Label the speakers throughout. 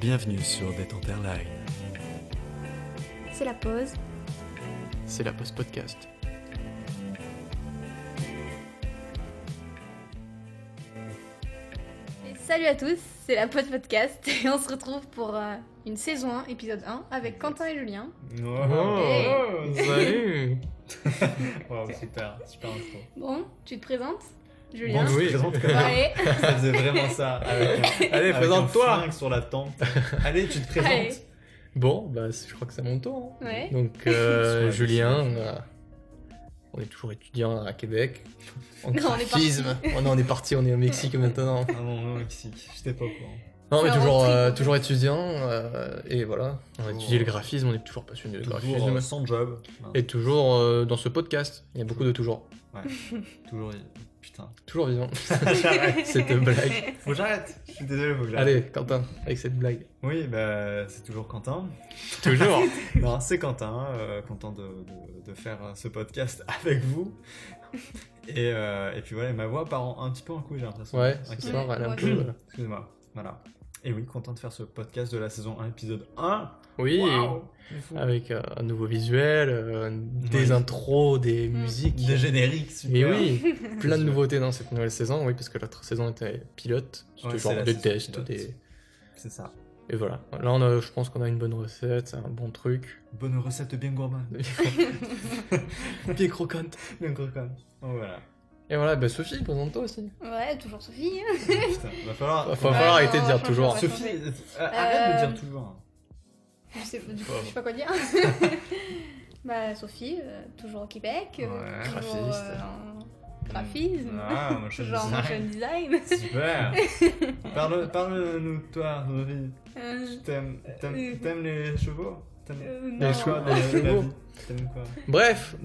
Speaker 1: Bienvenue sur Détente Airline.
Speaker 2: C'est la pause.
Speaker 3: C'est la pause podcast.
Speaker 2: Et salut à tous, c'est la pause podcast et on se retrouve pour euh, une saison 1, épisode 1, avec Quentin et Julien.
Speaker 3: Oh, salut
Speaker 4: Wow, super, super intro.
Speaker 2: Bon, tu te présentes Julien
Speaker 4: Bon,
Speaker 3: Oui.
Speaker 4: je te présente comme
Speaker 2: Ouais.
Speaker 4: ça faisait vraiment ça. Avec un,
Speaker 3: Allez,
Speaker 4: avec un
Speaker 3: présente-toi
Speaker 4: flingue sur la tempe. Allez, tu te présentes.
Speaker 2: Allez.
Speaker 3: Bon, bah, c'est- je crois que c'est à mon tour. hein.
Speaker 2: Ouais.
Speaker 3: Donc, euh,
Speaker 4: Ouais.
Speaker 3: Julien, on, a- on est toujours étudiant à Québec. En
Speaker 2: Non, on est
Speaker 3: graphisme. Oh non, on est parti, on est au Mexique maintenant.
Speaker 4: Ah non, non, Mexique, j'étais pas au courant.
Speaker 3: Non, mais
Speaker 2: Ouais,
Speaker 3: toujours,
Speaker 2: on est-
Speaker 3: euh, toujours étudiant. euh, et voilà, on a
Speaker 4: Toujours,
Speaker 3: étudié le
Speaker 4: euh,
Speaker 3: graphisme, on est toujours passionné de
Speaker 4: Toujours
Speaker 3: graphisme.
Speaker 4: euh, sans job.
Speaker 3: Et toujours euh, dans ce podcast, il y a beaucoup de toujours.
Speaker 4: Toujours. Putain.
Speaker 3: Toujours vivant.
Speaker 4: J'arrête.
Speaker 3: Cette blague.
Speaker 4: Faut que j'arrête. Je suis désolé, faut que j'arrête.
Speaker 3: Allez, Quentin, avec cette blague.
Speaker 4: Oui, bah, c'est toujours Quentin.
Speaker 3: Toujours
Speaker 4: Non, c'est Quentin, euh, content de, de- de faire euh, ce podcast avec vous. Et, euh, et puis voilà, ma voix part en- un petit peu en couille, j'ai l'impression.
Speaker 3: Ouais,
Speaker 4: Ok.
Speaker 3: ce soir, elle est un
Speaker 2: Ouais.
Speaker 3: peu. euh,
Speaker 4: Excuse-moi, voilà. Et oui, content de faire ce podcast de la saison 1, épisode 1.
Speaker 3: Oui,
Speaker 4: Waouh, c'est fou.
Speaker 3: avec euh, un nouveau visuel, euh, des
Speaker 4: Ouais.
Speaker 3: intros, des musiques.
Speaker 4: Des génériques, super.
Speaker 3: Mais oui, plein de nouveautés dans cette nouvelle saison, oui, parce que l'autre saison était pilote, c'était
Speaker 4: Ouais, c'est
Speaker 3: genre
Speaker 4: la
Speaker 3: des
Speaker 4: saison
Speaker 3: tests,
Speaker 4: pilote.
Speaker 3: des...
Speaker 4: C'est ça.
Speaker 3: Et voilà. Là, on a- je pense qu'on a une bonne recette, un bon truc.
Speaker 4: Bonne recette bien gourmande.
Speaker 3: Bien croquante.
Speaker 4: bien croquante. Oh, voilà.
Speaker 3: Et voilà, bah Sophie, présente-toi aussi.
Speaker 2: ouais, toujours Sophie.
Speaker 4: Putain, va falloir.
Speaker 3: Va falloir
Speaker 2: Ouais,
Speaker 3: arrêter de
Speaker 2: non,
Speaker 3: dire
Speaker 2: je
Speaker 3: toujours.
Speaker 2: change
Speaker 4: Sophie, euh, arrête de
Speaker 2: Euh,
Speaker 4: dire toujours.
Speaker 2: Je sais, du coup, je sais pas quoi dire. bah, Sophie, euh, toujours au Québec. euh,
Speaker 4: Ouais,
Speaker 2: toujours,
Speaker 3: graphiste.
Speaker 2: en graphisme.
Speaker 4: Ah, moi je suis
Speaker 2: Genre motion design.
Speaker 4: Super. Parle- Parle-nous de toi, Sophie.
Speaker 2: Euh,
Speaker 4: Tu T'aimes t'aimes- t'aimes les chevaux T'aimes
Speaker 2: euh,
Speaker 3: Les
Speaker 2: non.
Speaker 3: choix
Speaker 4: la- la
Speaker 3: chevaux.
Speaker 4: vie T'aimes quoi
Speaker 3: Bref,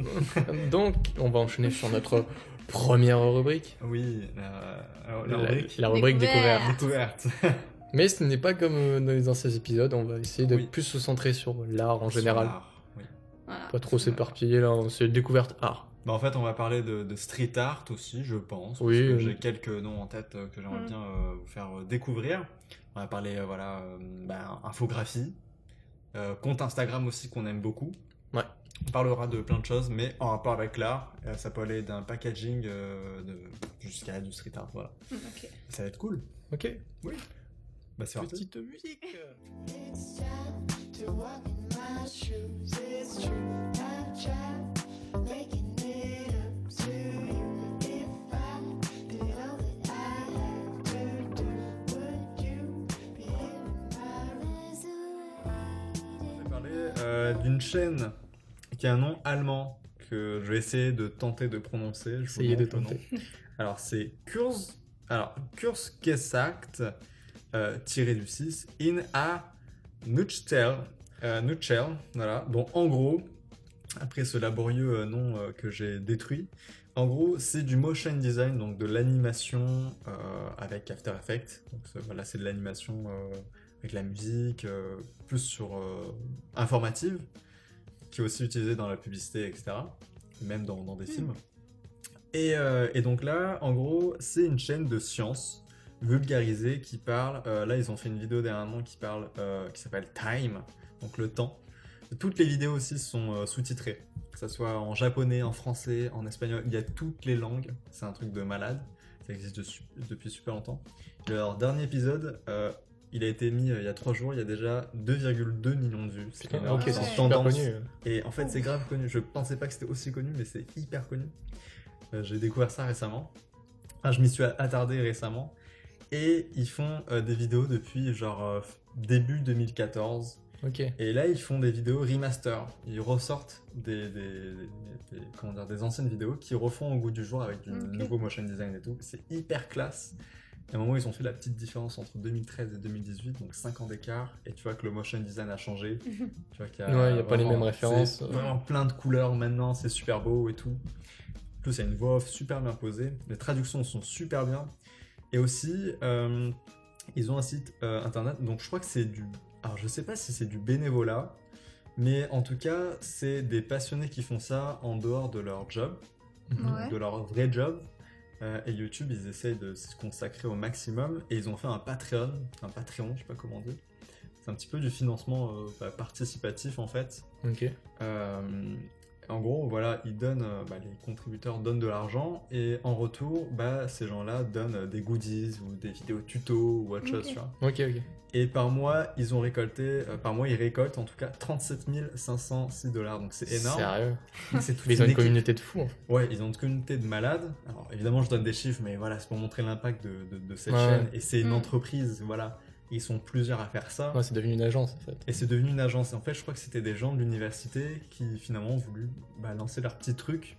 Speaker 3: donc, on va enchaîner sur notre première rubrique.
Speaker 4: Oui, la, alors, la
Speaker 3: La,
Speaker 4: rubrique.
Speaker 3: la rubrique
Speaker 2: Découverte.
Speaker 3: découverte.
Speaker 4: Découverte.
Speaker 3: Mais ce n'est pas comme euh, dans les anciens épisodes, on va essayer de
Speaker 4: Oui.
Speaker 3: plus se centrer sur l'art en général.
Speaker 4: Sur l'art, oui.
Speaker 2: Voilà.
Speaker 3: Pas trop s'éparpiller là, on s'est découverte art.
Speaker 4: Bah, en fait, on va parler de, de street art aussi, je pense.
Speaker 3: Oui,
Speaker 4: parce que
Speaker 3: euh.
Speaker 4: J'ai quelques noms en tête euh, que j'aimerais
Speaker 2: Mm.
Speaker 4: bien euh, vous faire euh, découvrir. On va parler, euh, voilà, euh, bah, infographie, euh, compte Instagram aussi qu'on aime beaucoup.
Speaker 3: Ouais.
Speaker 4: On parlera de plein de choses, mais en rapport avec l'art, euh, ça peut aller d'un packaging euh, de- jusqu'à du street art. Voilà.
Speaker 2: Mm, ok.
Speaker 4: Ça va être cool.
Speaker 3: Ok,
Speaker 4: Bah, c'est parti.
Speaker 3: petite musique.
Speaker 5: It's time to walk in my shoes. It's true. I've tried making it up to you. If I did all that I had to do, would you be in my resurrected?
Speaker 4: vais parler euh, d'une chaîne qui a un nom allemand que je vais essayer de tenter de prononcer. Je vous
Speaker 3: Essayez de
Speaker 4: demande le nom.
Speaker 3: tenter.
Speaker 4: Alors c'est Kurs, alors Kursgesagt euh, tiré du 6 in a Nutshell, euh, Nutshell, voilà. Bon, en gros, après ce laborieux euh, nom euh, que j'ai détruit, en gros, c'est du motion design, donc de l'animation euh, avec After Effects. Donc c'est- voilà, c'est de l'animation euh, avec la musique, euh, plus sur euh, informative, qui est aussi utilisée dans la publicité, etc. Même dans, dans des films. Et, euh, et donc là, en gros, c'est une chaîne de science vulgarisée qui parle. euh, là, ils ont fait une vidéo dernièrement qui parle, euh, qui s'appelle Time, donc le temps. Toutes les vidéos aussi sont euh, sous-titrées, que ce soit en japonais, en français, en espagnol. Il y a toutes les langues. C'est un truc de malade. Ça existe de su- depuis super longtemps. Et Leur dernier épisode, euh, il a été mis euh, il y a 3 jours. Il y a déjà 2,2 millions de vues. C'est
Speaker 3: Putain,
Speaker 4: énorme.
Speaker 3: ok,
Speaker 2: ouais.
Speaker 3: c'est
Speaker 4: C'est
Speaker 3: super
Speaker 4: tendance.
Speaker 3: connu.
Speaker 4: Et en fait, c'est grave connu. Je pensais pas que c'était aussi connu, mais c'est hyper connu. Euh, J'ai découvert ça récemment. Enfin, je m'y suis attardé récemment. Et ils font euh, des vidéos depuis genre euh, début 2014.
Speaker 3: Ok.
Speaker 4: Et là, ils font des vidéos remaster. Ils ressortent des, des, des- comment dire, des anciennes vidéos qui refont au goût du jour avec du
Speaker 2: Ok.
Speaker 4: nouveau motion design et tout. C'est hyper classe. Et à un moment, ils ont fait la petite différence entre 2013 et 2018, donc 5 ans d'écart. Et tu vois que le motion design a changé. tu vois qu'il y a,
Speaker 3: Ouais, il y a pas les mêmes références.
Speaker 4: c'est Vraiment plein de couleurs maintenant, c'est super beau et tout. En plus, il y a une voix off super bien posée. Les traductions sont super bien. Et aussi, euh, ils ont un site euh, internet, donc je crois que c'est du. Alors je sais pas si c'est du bénévolat, mais en tout cas, c'est des passionnés qui font ça en dehors de leur job,
Speaker 3: Mhm.
Speaker 2: Ouais.
Speaker 4: de leur vrai job. Euh, et YouTube, ils essayent de se consacrer au maximum et ils ont fait un Patreon, un Patreon, je sais pas comment dire, C'est un petit peu du financement euh, bah, participatif en fait.
Speaker 3: Ok.
Speaker 4: Euh, en gros, voilà, ils donnent, euh, bah, les contributeurs donnent de l'argent et en retour, bah, ces gens-là donnent euh, des goodies ou des vidéos tuto ou autre chose,
Speaker 2: Ok.
Speaker 4: tu vois.
Speaker 3: Ok, ok.
Speaker 4: Et par mois, ils ont récolté, euh, par mois, ils récoltent en tout cas 37 506 dollars, donc c'est énorme.
Speaker 3: Sérieux.
Speaker 4: C'est toute
Speaker 3: Mais ils ont une
Speaker 4: équipe.
Speaker 3: communauté de fous. hein.
Speaker 4: Ouais, ils ont une communauté de malades. Alors évidemment, je donne des chiffres, mais voilà, c'est pour montrer l'impact de, de- de cette
Speaker 3: Ouais.
Speaker 4: chaîne. Et c'est une
Speaker 2: Mm.
Speaker 4: entreprise, voilà. Ils sont plusieurs à faire ça.
Speaker 3: Ouais, c'est devenu une agence en fait.
Speaker 4: Et c'est devenu une agence. Et en fait, je crois que c'était des gens de l'université qui finalement ont voulu bah, lancer leur petit truc.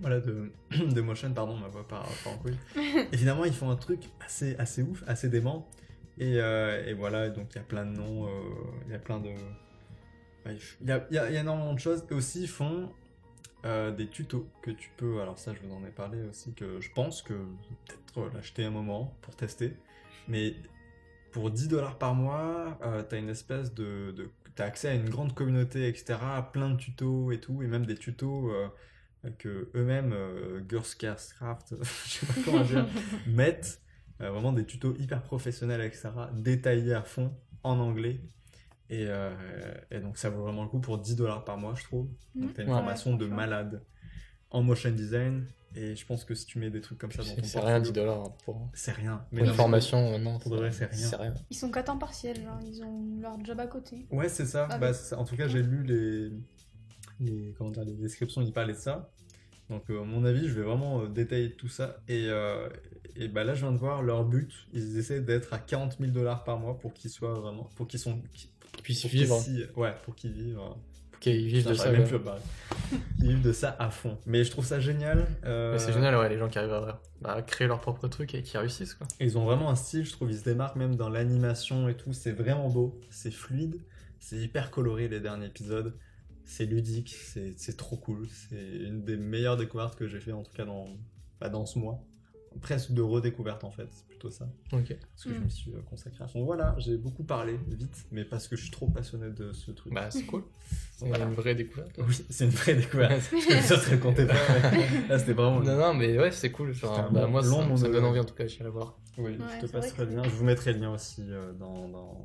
Speaker 4: Voilà, de, de motion, pardon, ma voix part, part en couille. Et finalement, ils font un truc assez, assez ouf, assez dément. Et, euh, et voilà, donc il y a plein de noms, euh, il y a plein de. bah, Il f- il y a, il y a- il y a énormément de choses. Et aussi, ils font euh, des tutos que tu peux. Alors, ça, je vous en ai parlé aussi, que je pense que peut-être euh, l'acheter un moment pour tester. Mais pour 10 dollars par mois, euh, t'as une espèce de, de t'as accès à une grande communauté, etc., à plein de tutos et tout, et même des tutos euh, que eux-mêmes, euh, Girls Craft, je sais pas comment dire, mettent euh, vraiment des tutos hyper professionnels, etc., détaillés à fond en anglais. Et, euh, et donc ça vaut vraiment le coup pour 10 dollars par mois, je trouve. Donc t'as une
Speaker 3: Ouais.
Speaker 4: formation de
Speaker 2: franchement.
Speaker 4: malade en motion design. Et je pense que si tu mets des trucs comme ça dans ton
Speaker 3: C'est c'est rien 10
Speaker 4: portfolio,
Speaker 3: dollars pour
Speaker 4: c'est rien.
Speaker 3: pour une
Speaker 4: non,
Speaker 3: formation. euh, Non,
Speaker 4: pour de vrai, c'est rien.
Speaker 3: C'est rien.
Speaker 2: Ils sont qu'à temps partiel, genre, ils ont leur job à côté.
Speaker 4: Ouais, c'est ça.
Speaker 2: Ah,
Speaker 4: Bah,
Speaker 2: mais-
Speaker 4: c'est ça. En tout cas, j'ai lu les, les, comment dire, les descriptions, ils parlaient de ça. Donc, euh, à mon avis, je vais vraiment euh, détailler tout ça. Et, euh, et bah, là, je viens de voir leur but. Ils essaient d'être à 40 000 dollars par mois pour qu'ils soient vraiment. Pour qu'ils sont.
Speaker 3: Qu'ils puissent
Speaker 4: pour qu'ils
Speaker 3: vivre.
Speaker 4: s'y- Ouais, pour qu'ils vivent. euh,
Speaker 3: Pour qu'ils vivent de
Speaker 4: j'arrive
Speaker 3: ça.
Speaker 4: même
Speaker 3: ouais.
Speaker 4: plus à parler. Qu'ils vivent de ça à fond. Mais je trouve ça génial. euh,
Speaker 3: Mais c'est génial, ouais, les gens qui arrivent à, à créer leur propre truc et qui réussissent quoi.
Speaker 4: Ils ont vraiment un style, je trouve, ils se démarquent même dans l'animation et tout. C'est vraiment beau, c'est fluide, c'est hyper coloré les derniers épisodes. C'est ludique, c'est c'est trop cool. C'est une des meilleures découvertes que j'ai fait en tout cas dans, bah, dans ce mois. Presque de redécouverte en fait, c'est plutôt ça.
Speaker 3: Ok.
Speaker 4: Parce que je
Speaker 2: Mm.
Speaker 4: me suis euh, consacré à fond. Voilà, j'ai beaucoup parlé vite, mais parce que je suis trop passionné de ce truc.
Speaker 3: Bah c'est cool. C'est
Speaker 4: Voilà.
Speaker 3: une vraie découverte.
Speaker 4: Oui, c'est une vraie découverte.
Speaker 2: Moi,
Speaker 4: ça serait compté pas. mais Là, c'était vraiment.
Speaker 3: Non, non, mais ouais, c'est cool. genre,
Speaker 4: C'était un
Speaker 3: bah,
Speaker 4: long-
Speaker 3: moi, ça,
Speaker 4: long
Speaker 3: ça me donne
Speaker 4: monologue.
Speaker 3: envie en tout cas, j'irai voir.
Speaker 4: Oui,
Speaker 2: Ouais,
Speaker 4: je te
Speaker 2: c'est vrai
Speaker 4: passerai
Speaker 2: que-
Speaker 4: le lien. Je vous mettrai le lien aussi euh, dans, dans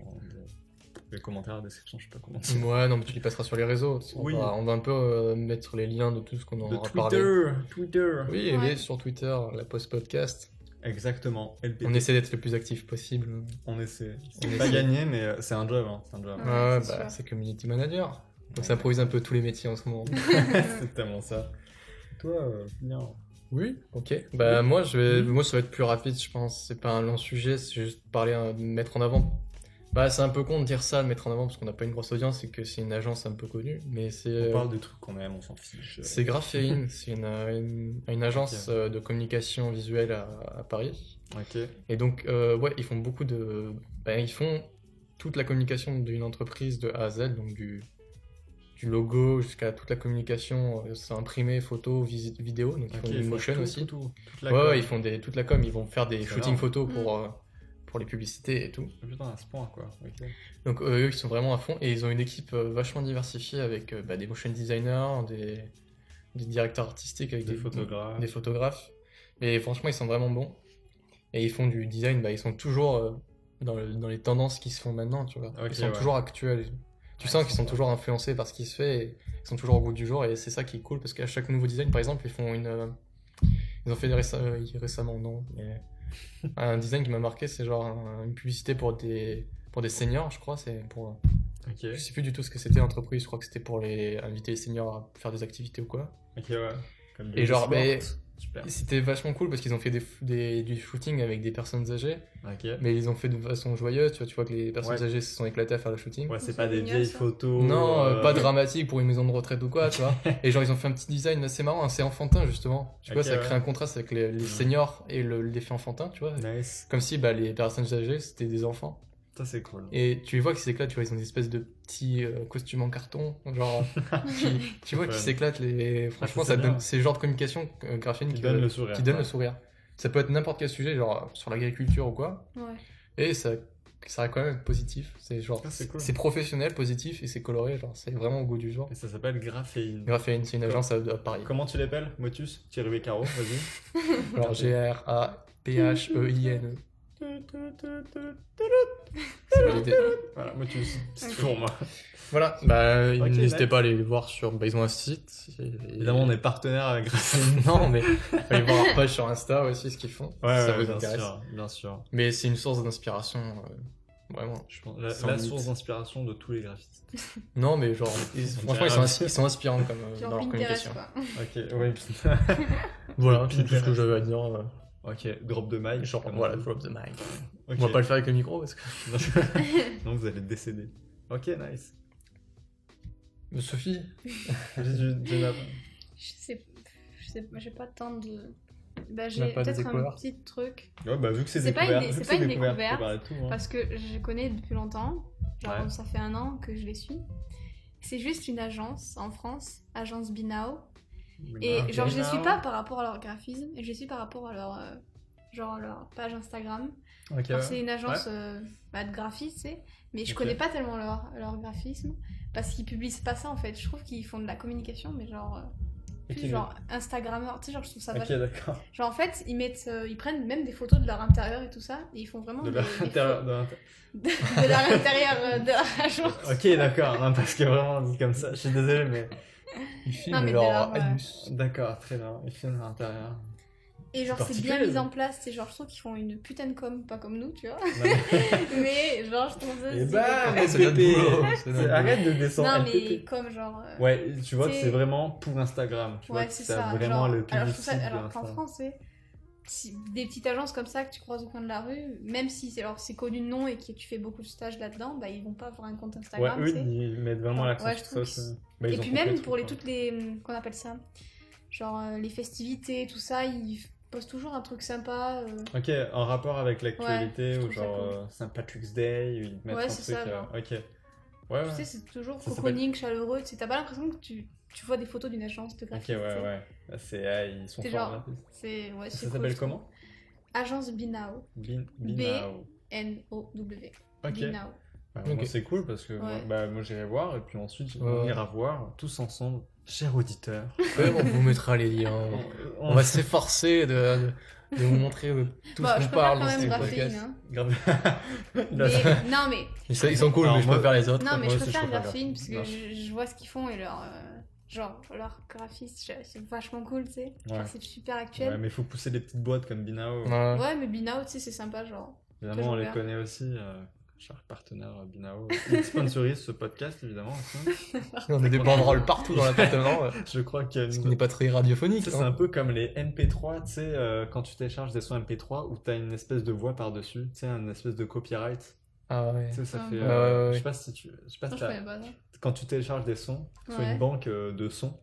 Speaker 4: les commentaires, la description, je sais pas comment. c'est.
Speaker 3: Ouais, non, mais tu les passeras sur les réseaux. On,
Speaker 4: Oui.
Speaker 3: va, on va un peu euh, mettre les liens de tout ce qu'on en
Speaker 4: De
Speaker 3: a parlé.
Speaker 4: Twitter.
Speaker 3: Oui, et
Speaker 2: Ouais.
Speaker 3: sur Twitter, la post-podcast.
Speaker 4: Exactement. LPT.
Speaker 3: On essaie d'être le plus actif possible.
Speaker 4: On essaie.
Speaker 3: On
Speaker 4: C'est pas
Speaker 3: essaie.
Speaker 4: gagné, mais euh, c'est un job. hein, C'est un job.
Speaker 2: Ouais,
Speaker 3: Ouais, ouais,
Speaker 2: c'est
Speaker 3: bah,
Speaker 2: sûr.
Speaker 3: c'est community manager.
Speaker 4: Ouais.
Speaker 3: Donc ça improvise un peu tous les métiers en ce moment.
Speaker 4: c'est tellement ça. Toi, euh, bien.
Speaker 3: Oui, ok. Bah moi, je vais, moi, ça va être plus rapide, je pense. C'est pas un long sujet, c'est juste parler, euh, mettre en avant. Bah c'est un peu con de dire ça, de mettre en avant, parce qu'on n'a pas une grosse audience et que c'est une agence un peu connue. Mais c'est.
Speaker 4: on
Speaker 3: euh,
Speaker 4: parle de trucs qu'on aime, on s'en fiche.
Speaker 3: C'est Graphéine, c'est une, euh, une- une agence euh, de communication visuelle à, à Paris.
Speaker 4: Ok.
Speaker 3: Et donc, euh, ouais, ils font beaucoup de. ben, ils font toute la communication d'une entreprise de A à Z, donc du, du logo jusqu'à toute la communication, euh, c'est imprimé, photo, visite, vidéo. Donc, ils
Speaker 4: Ok,
Speaker 3: font
Speaker 4: il
Speaker 3: du
Speaker 4: faut
Speaker 3: motion
Speaker 4: tout,
Speaker 3: aussi.
Speaker 4: tout, tout. Toute la
Speaker 3: Ouais, ouais,
Speaker 4: com.
Speaker 3: ils font des, toute la com, ils vont faire des
Speaker 4: C'est
Speaker 3: shootings
Speaker 4: énorme.
Speaker 3: photos pour, euh, pour les publicités et tout.
Speaker 4: Ah, Putain, à ce point, quoi. Ok.
Speaker 3: Donc euh, eux, ils sont vraiment à fond et ils ont une équipe euh, vachement diversifiée avec euh, bah, des motion designers, des, des directeurs artistiques, avec
Speaker 4: Des photographes.
Speaker 3: des photographes. Et franchement, ils sont vraiment bons. Et ils font du design, bah, ils sont toujours euh, dans, le- dans les tendances qui se font maintenant, tu vois.
Speaker 4: Ok,
Speaker 3: ils sont
Speaker 4: ouais.
Speaker 3: toujours actuels. Tu
Speaker 4: Ouais,
Speaker 3: sens
Speaker 4: ils
Speaker 3: qu'ils sont
Speaker 4: sont
Speaker 3: toujours influencés par ce qui se fait et ils sont toujours au goût du jour et c'est ça qui est cool parce qu'à chaque nouveau design, par exemple, ils font une. euh, ils ont fait des réce- euh, récemment, non, mais un design qui m'a marqué, c'est genre un- une publicité pour des, pour des seniors, je crois. C'est pour,
Speaker 4: Ok.
Speaker 3: je sais plus du tout ce que c'était l'entreprise, je crois que c'était pour les inviter les seniors à faire des activités ou quoi.
Speaker 4: Ok, ouais. Comme
Speaker 3: Et genre,
Speaker 4: sport.
Speaker 3: mais-
Speaker 4: Super.
Speaker 3: Et C'était vachement cool parce qu'ils ont fait des, des- du shooting avec des personnes âgées,
Speaker 4: Ok.
Speaker 3: mais ils ont fait de façon joyeuse, tu vois, tu vois que les personnes
Speaker 4: Ouais.
Speaker 3: âgées se sont éclatées à faire le shooting.
Speaker 4: Ouais, c'est
Speaker 2: C'est
Speaker 4: pas des
Speaker 2: génial,
Speaker 4: vieilles
Speaker 2: ça.
Speaker 4: photos.
Speaker 3: Non, euh, pas
Speaker 4: euh,
Speaker 3: dramatique pour une maison de retraite ou quoi, tu vois. Et genre, ils ont fait un petit design assez marrant, assez enfantin, justement. Tu vois,
Speaker 4: Ok,
Speaker 3: ça
Speaker 4: ouais.
Speaker 3: crée un contraste avec les, les
Speaker 4: Ouais.
Speaker 3: seniors et le- l'effet enfantin, tu vois.
Speaker 4: Nice.
Speaker 3: Comme si bah, les personnes âgées, c'était des enfants.
Speaker 4: Ça, c'est cool.
Speaker 3: Et tu les vois qui s'éclatent, tu vois, ils ont des espèces de petits euh, costumes en carton, genre, qui- tu vois, qui
Speaker 4: Fun. Ah,
Speaker 3: s'éclatent. Les... Franchement,
Speaker 4: c'est
Speaker 3: ça
Speaker 4: bien.
Speaker 3: donne, c'est le genre de communication euh, graphique
Speaker 4: Qui donne le sourire.
Speaker 3: qui donne
Speaker 4: ouais.
Speaker 3: le sourire. Ça peut être n'importe quel sujet, genre euh, sur l'agriculture ou quoi,
Speaker 2: Ouais.
Speaker 3: et ça, ça reste quand même positif. C'est genre,
Speaker 4: Ah, c'est cool.
Speaker 3: c'est professionnel, positif, et c'est coloré, genre, c'est vraiment au goût du jour.
Speaker 4: Et ça s'appelle Graphéine.
Speaker 3: Graphéine, c'est une agence à, à Paris.
Speaker 4: Comment tu l'appelles, Motus Thierry Caro, vas-y.
Speaker 3: E Alors, G-R-A-P-H-E-I-N. C'est validé.
Speaker 4: Voilà, moi tu me cites c'est toujours moi.
Speaker 3: Voilà, bah,
Speaker 4: Ok,
Speaker 3: n'hésitez
Speaker 4: nice.
Speaker 3: pas à aller les voir sur. Bah, ils ont un site. et-
Speaker 4: Évidemment, on est partenaire avec
Speaker 3: non, mais allez voir leur page sur Insta aussi ce qu'ils font. si ça vous
Speaker 4: bien
Speaker 3: intéresse.
Speaker 4: sûr, bien sûr.
Speaker 3: Mais c'est une source d'inspiration. euh, Vraiment.
Speaker 4: Je pense- la,
Speaker 3: Sans
Speaker 4: la
Speaker 3: limite.
Speaker 4: source d'inspiration de tous les graphistes.
Speaker 3: Non, mais genre, ils-
Speaker 4: On
Speaker 3: franchement, ils sont,
Speaker 4: dirait
Speaker 3: ins- ils sont inspirants comme, euh, dans
Speaker 2: Genre
Speaker 3: leur
Speaker 2: Pinterest
Speaker 3: communication.
Speaker 2: quoi.
Speaker 4: ok, ouais.
Speaker 3: Voilà, c'est Ah, tout ce que j'avais à dire. euh,
Speaker 4: ok, drop de mic.
Speaker 3: Genre,
Speaker 4: comme
Speaker 3: voilà,
Speaker 4: on dit.
Speaker 3: drop the mic.
Speaker 4: Ok.
Speaker 3: On va pas le faire avec le micro parce que.
Speaker 4: non, vous allez décéder. Ok, nice.
Speaker 3: Mais Sophie
Speaker 4: J'ai du- du nap.
Speaker 2: Je sais, je sais, j'ai pas tant de. Bah,
Speaker 3: On a
Speaker 2: j'ai
Speaker 3: pas de
Speaker 2: peut-être un
Speaker 3: découverte.
Speaker 2: petit truc
Speaker 4: Ouais, bah vu que c'est
Speaker 2: C'est pas une
Speaker 4: découvert,
Speaker 2: dé-
Speaker 4: vu
Speaker 2: c'est
Speaker 4: que
Speaker 2: pas une
Speaker 4: découvert,
Speaker 2: découverte,
Speaker 4: faut parler de tout, hein.
Speaker 2: parce que je connais depuis longtemps. Genre,
Speaker 4: Ouais.
Speaker 2: ça fait un an que je les suis. C'est juste une agence en France, agence Binao. Et
Speaker 4: Binao.
Speaker 2: genre, je les suis
Speaker 4: Ah, Binao.
Speaker 2: pas par rapport à leur graphisme, je les suis par rapport à leur, euh, genre, à leur page Instagram.
Speaker 4: Ok.
Speaker 2: Alors, c'est une agence euh, bah, de graphisme, tu sais, mais je
Speaker 4: Ok.
Speaker 2: connais pas tellement leur, leur graphisme parce qu'ils publient pas ça en fait. Je trouve qu'ils font de la communication, mais genre, euh, plus
Speaker 4: Ok,
Speaker 2: genre Instagrammeur, tu sais, genre, je trouve ça
Speaker 4: Ok,
Speaker 2: vachement-
Speaker 4: d'accord.
Speaker 2: Genre, en fait, ils, mettent, euh, ils prennent même des photos de leur intérieur et tout ça, et ils font vraiment
Speaker 4: De
Speaker 2: des- des
Speaker 4: l'intérieur. de l'intérieur.
Speaker 2: de, de leur intérieur euh, de leur agence.
Speaker 4: Ok, d'accord, non, parce que vraiment, on dit comme ça, je suis désolé, mais.
Speaker 3: Ils
Speaker 2: Non,
Speaker 3: filment
Speaker 2: mais
Speaker 3: leur
Speaker 2: de leur, euh,
Speaker 3: anus.
Speaker 4: D'accord, très bien, ils filment à l'intérieur.
Speaker 2: Et genre, c'est bien
Speaker 4: particulier. hein.
Speaker 2: mis en place, c'est genre, je trouve qu'ils font une putain de com, pas comme nous, tu vois.
Speaker 4: Non, mais-
Speaker 2: mais genre, je trouve ça.
Speaker 4: Eh
Speaker 2: c'est-
Speaker 4: bah,
Speaker 3: Ah, c'est
Speaker 4: LPP.
Speaker 3: notre boulot, c'est notre
Speaker 4: C'est- Arrête de descendre.
Speaker 2: Non, mais
Speaker 4: LPP.
Speaker 2: comme genre. euh,
Speaker 4: Ouais, tu vois que c'est
Speaker 2: C'est-
Speaker 4: vraiment pour Instagram. Tu vois
Speaker 2: Ouais,
Speaker 4: que
Speaker 2: c'est
Speaker 4: t'as
Speaker 2: ça.
Speaker 4: vraiment
Speaker 2: genre-
Speaker 4: le
Speaker 2: alors, je trouve ça-
Speaker 4: publicité de
Speaker 2: alors qu'en
Speaker 4: Insta.
Speaker 2: France, c'est si- des petites agences comme ça que tu croises au coin de la rue, même si c'est alors c'est connu de nom et que tu fais beaucoup de stages là-dedans, bah ils vont pas avoir un compte
Speaker 4: Ouais,
Speaker 2: Instagram.
Speaker 4: eux,
Speaker 2: tu sais.
Speaker 4: ils mettent vraiment
Speaker 2: Genre,
Speaker 4: l'accent
Speaker 2: ouais, je
Speaker 4: sur ça.
Speaker 2: trouve
Speaker 4: ça.
Speaker 2: qu'ils-
Speaker 4: Bah, ils
Speaker 2: et
Speaker 4: ont
Speaker 2: puis
Speaker 4: compris
Speaker 2: même
Speaker 4: le
Speaker 2: pour les
Speaker 4: truc,
Speaker 2: toutes les hum, qu'on appelle ça, genre euh, les festivités, tout ça, ils postent toujours un truc sympa. euh,
Speaker 4: quoi. Ok, en rapport avec
Speaker 2: Ouais,
Speaker 4: l'actualité,
Speaker 2: je
Speaker 4: ou
Speaker 2: trouve ça
Speaker 4: genre
Speaker 2: cool.
Speaker 4: euh, Saint Patrick's Day, ou ils mettent
Speaker 2: Ouais,
Speaker 4: un
Speaker 2: c'est
Speaker 4: truc.
Speaker 2: ça,
Speaker 4: euh,
Speaker 2: genre.
Speaker 4: Ok. Ouais,
Speaker 2: Tu sais,
Speaker 4: ouais.
Speaker 2: c'est toujours
Speaker 4: Ça s'appelle-
Speaker 2: cocooning, chaleureux. Tu sais, t'as pas l'impression que tu, tu vois des photos d'une agence de
Speaker 4: Ok,
Speaker 2: graphisme.
Speaker 4: ouais, ouais. Là, C'est, ah, ils sont
Speaker 2: C'est
Speaker 4: forts.
Speaker 2: genre-
Speaker 4: là.
Speaker 2: C'est ouais,
Speaker 4: Ça
Speaker 2: c'est cool,
Speaker 4: s'appelle
Speaker 2: je trouve.
Speaker 4: comment
Speaker 2: Agence Binao.
Speaker 4: Bin,
Speaker 2: B-
Speaker 4: Binao.
Speaker 2: N O W.
Speaker 4: Ok.
Speaker 2: Binao.
Speaker 4: Bah, moi,
Speaker 3: Ok.
Speaker 4: c'est cool parce que moi,
Speaker 2: Ouais.
Speaker 4: bah, moi j'irai voir et puis ensuite on
Speaker 3: Ouais.
Speaker 4: ira voir tous ensemble, chers auditeurs.
Speaker 3: Ouais, on vous mettra les liens. On va s'efforcer de, de, de vous montrer euh, tout
Speaker 2: Bon,
Speaker 3: ce
Speaker 2: Bah, je préfère
Speaker 3: qu'on parle
Speaker 2: quand
Speaker 3: dans ces
Speaker 2: même
Speaker 3: podcasts.
Speaker 2: graphine. hein.
Speaker 4: Grave. Là, ça-
Speaker 2: Mais- non mais
Speaker 3: Ils, sont- ils sont cool,
Speaker 4: Alors,
Speaker 3: mais je
Speaker 4: moi-
Speaker 3: préfère les autres.
Speaker 2: non mais
Speaker 4: moi
Speaker 2: je
Speaker 4: aussi, je
Speaker 2: préfère
Speaker 4: préfère
Speaker 2: graphine parce que
Speaker 4: graphisme.
Speaker 2: je, je vois ce qu'ils font et leur euh, genre leur graphisme je- c'est vachement cool tu sais Genre,
Speaker 4: Ouais.
Speaker 2: c'est super
Speaker 4: Ouais,
Speaker 2: actuel
Speaker 4: mais il faut pousser des petites boîtes comme Binao.
Speaker 2: ouais,
Speaker 3: Ouais.
Speaker 2: mais Binao tu sais c'est sympa genre
Speaker 4: Évidemment, on les
Speaker 2: Toujours bien.
Speaker 4: connaît aussi. Euh, chers partenaires euh, Binao. Ils sponsorisent ce podcast évidemment. aussi.
Speaker 3: On a des banderoles partout dans l'appartement, euh,
Speaker 4: Je crois qu'il y a
Speaker 3: ce
Speaker 4: une-
Speaker 3: qui n'est pas très
Speaker 4: Tu
Speaker 3: radiophonique.
Speaker 4: sais, C'est
Speaker 3: hein.
Speaker 4: un peu comme les MP3, tu sais, euh, quand tu télécharges des sons MP3 où t'as une espèce de voix par-dessus, tu sais, une espèce de copyright.
Speaker 3: Ah ouais.
Speaker 4: Tu sais, ça
Speaker 2: Ah.
Speaker 4: fait. euh,
Speaker 3: Ouais, ouais,
Speaker 4: Je sais pas si tu. Je sais pas
Speaker 2: non,
Speaker 4: si
Speaker 2: je
Speaker 4: t'as-
Speaker 2: connais pas ça.
Speaker 4: quand tu télécharges des sons sur
Speaker 2: Ouais.
Speaker 4: une banque euh, de sons,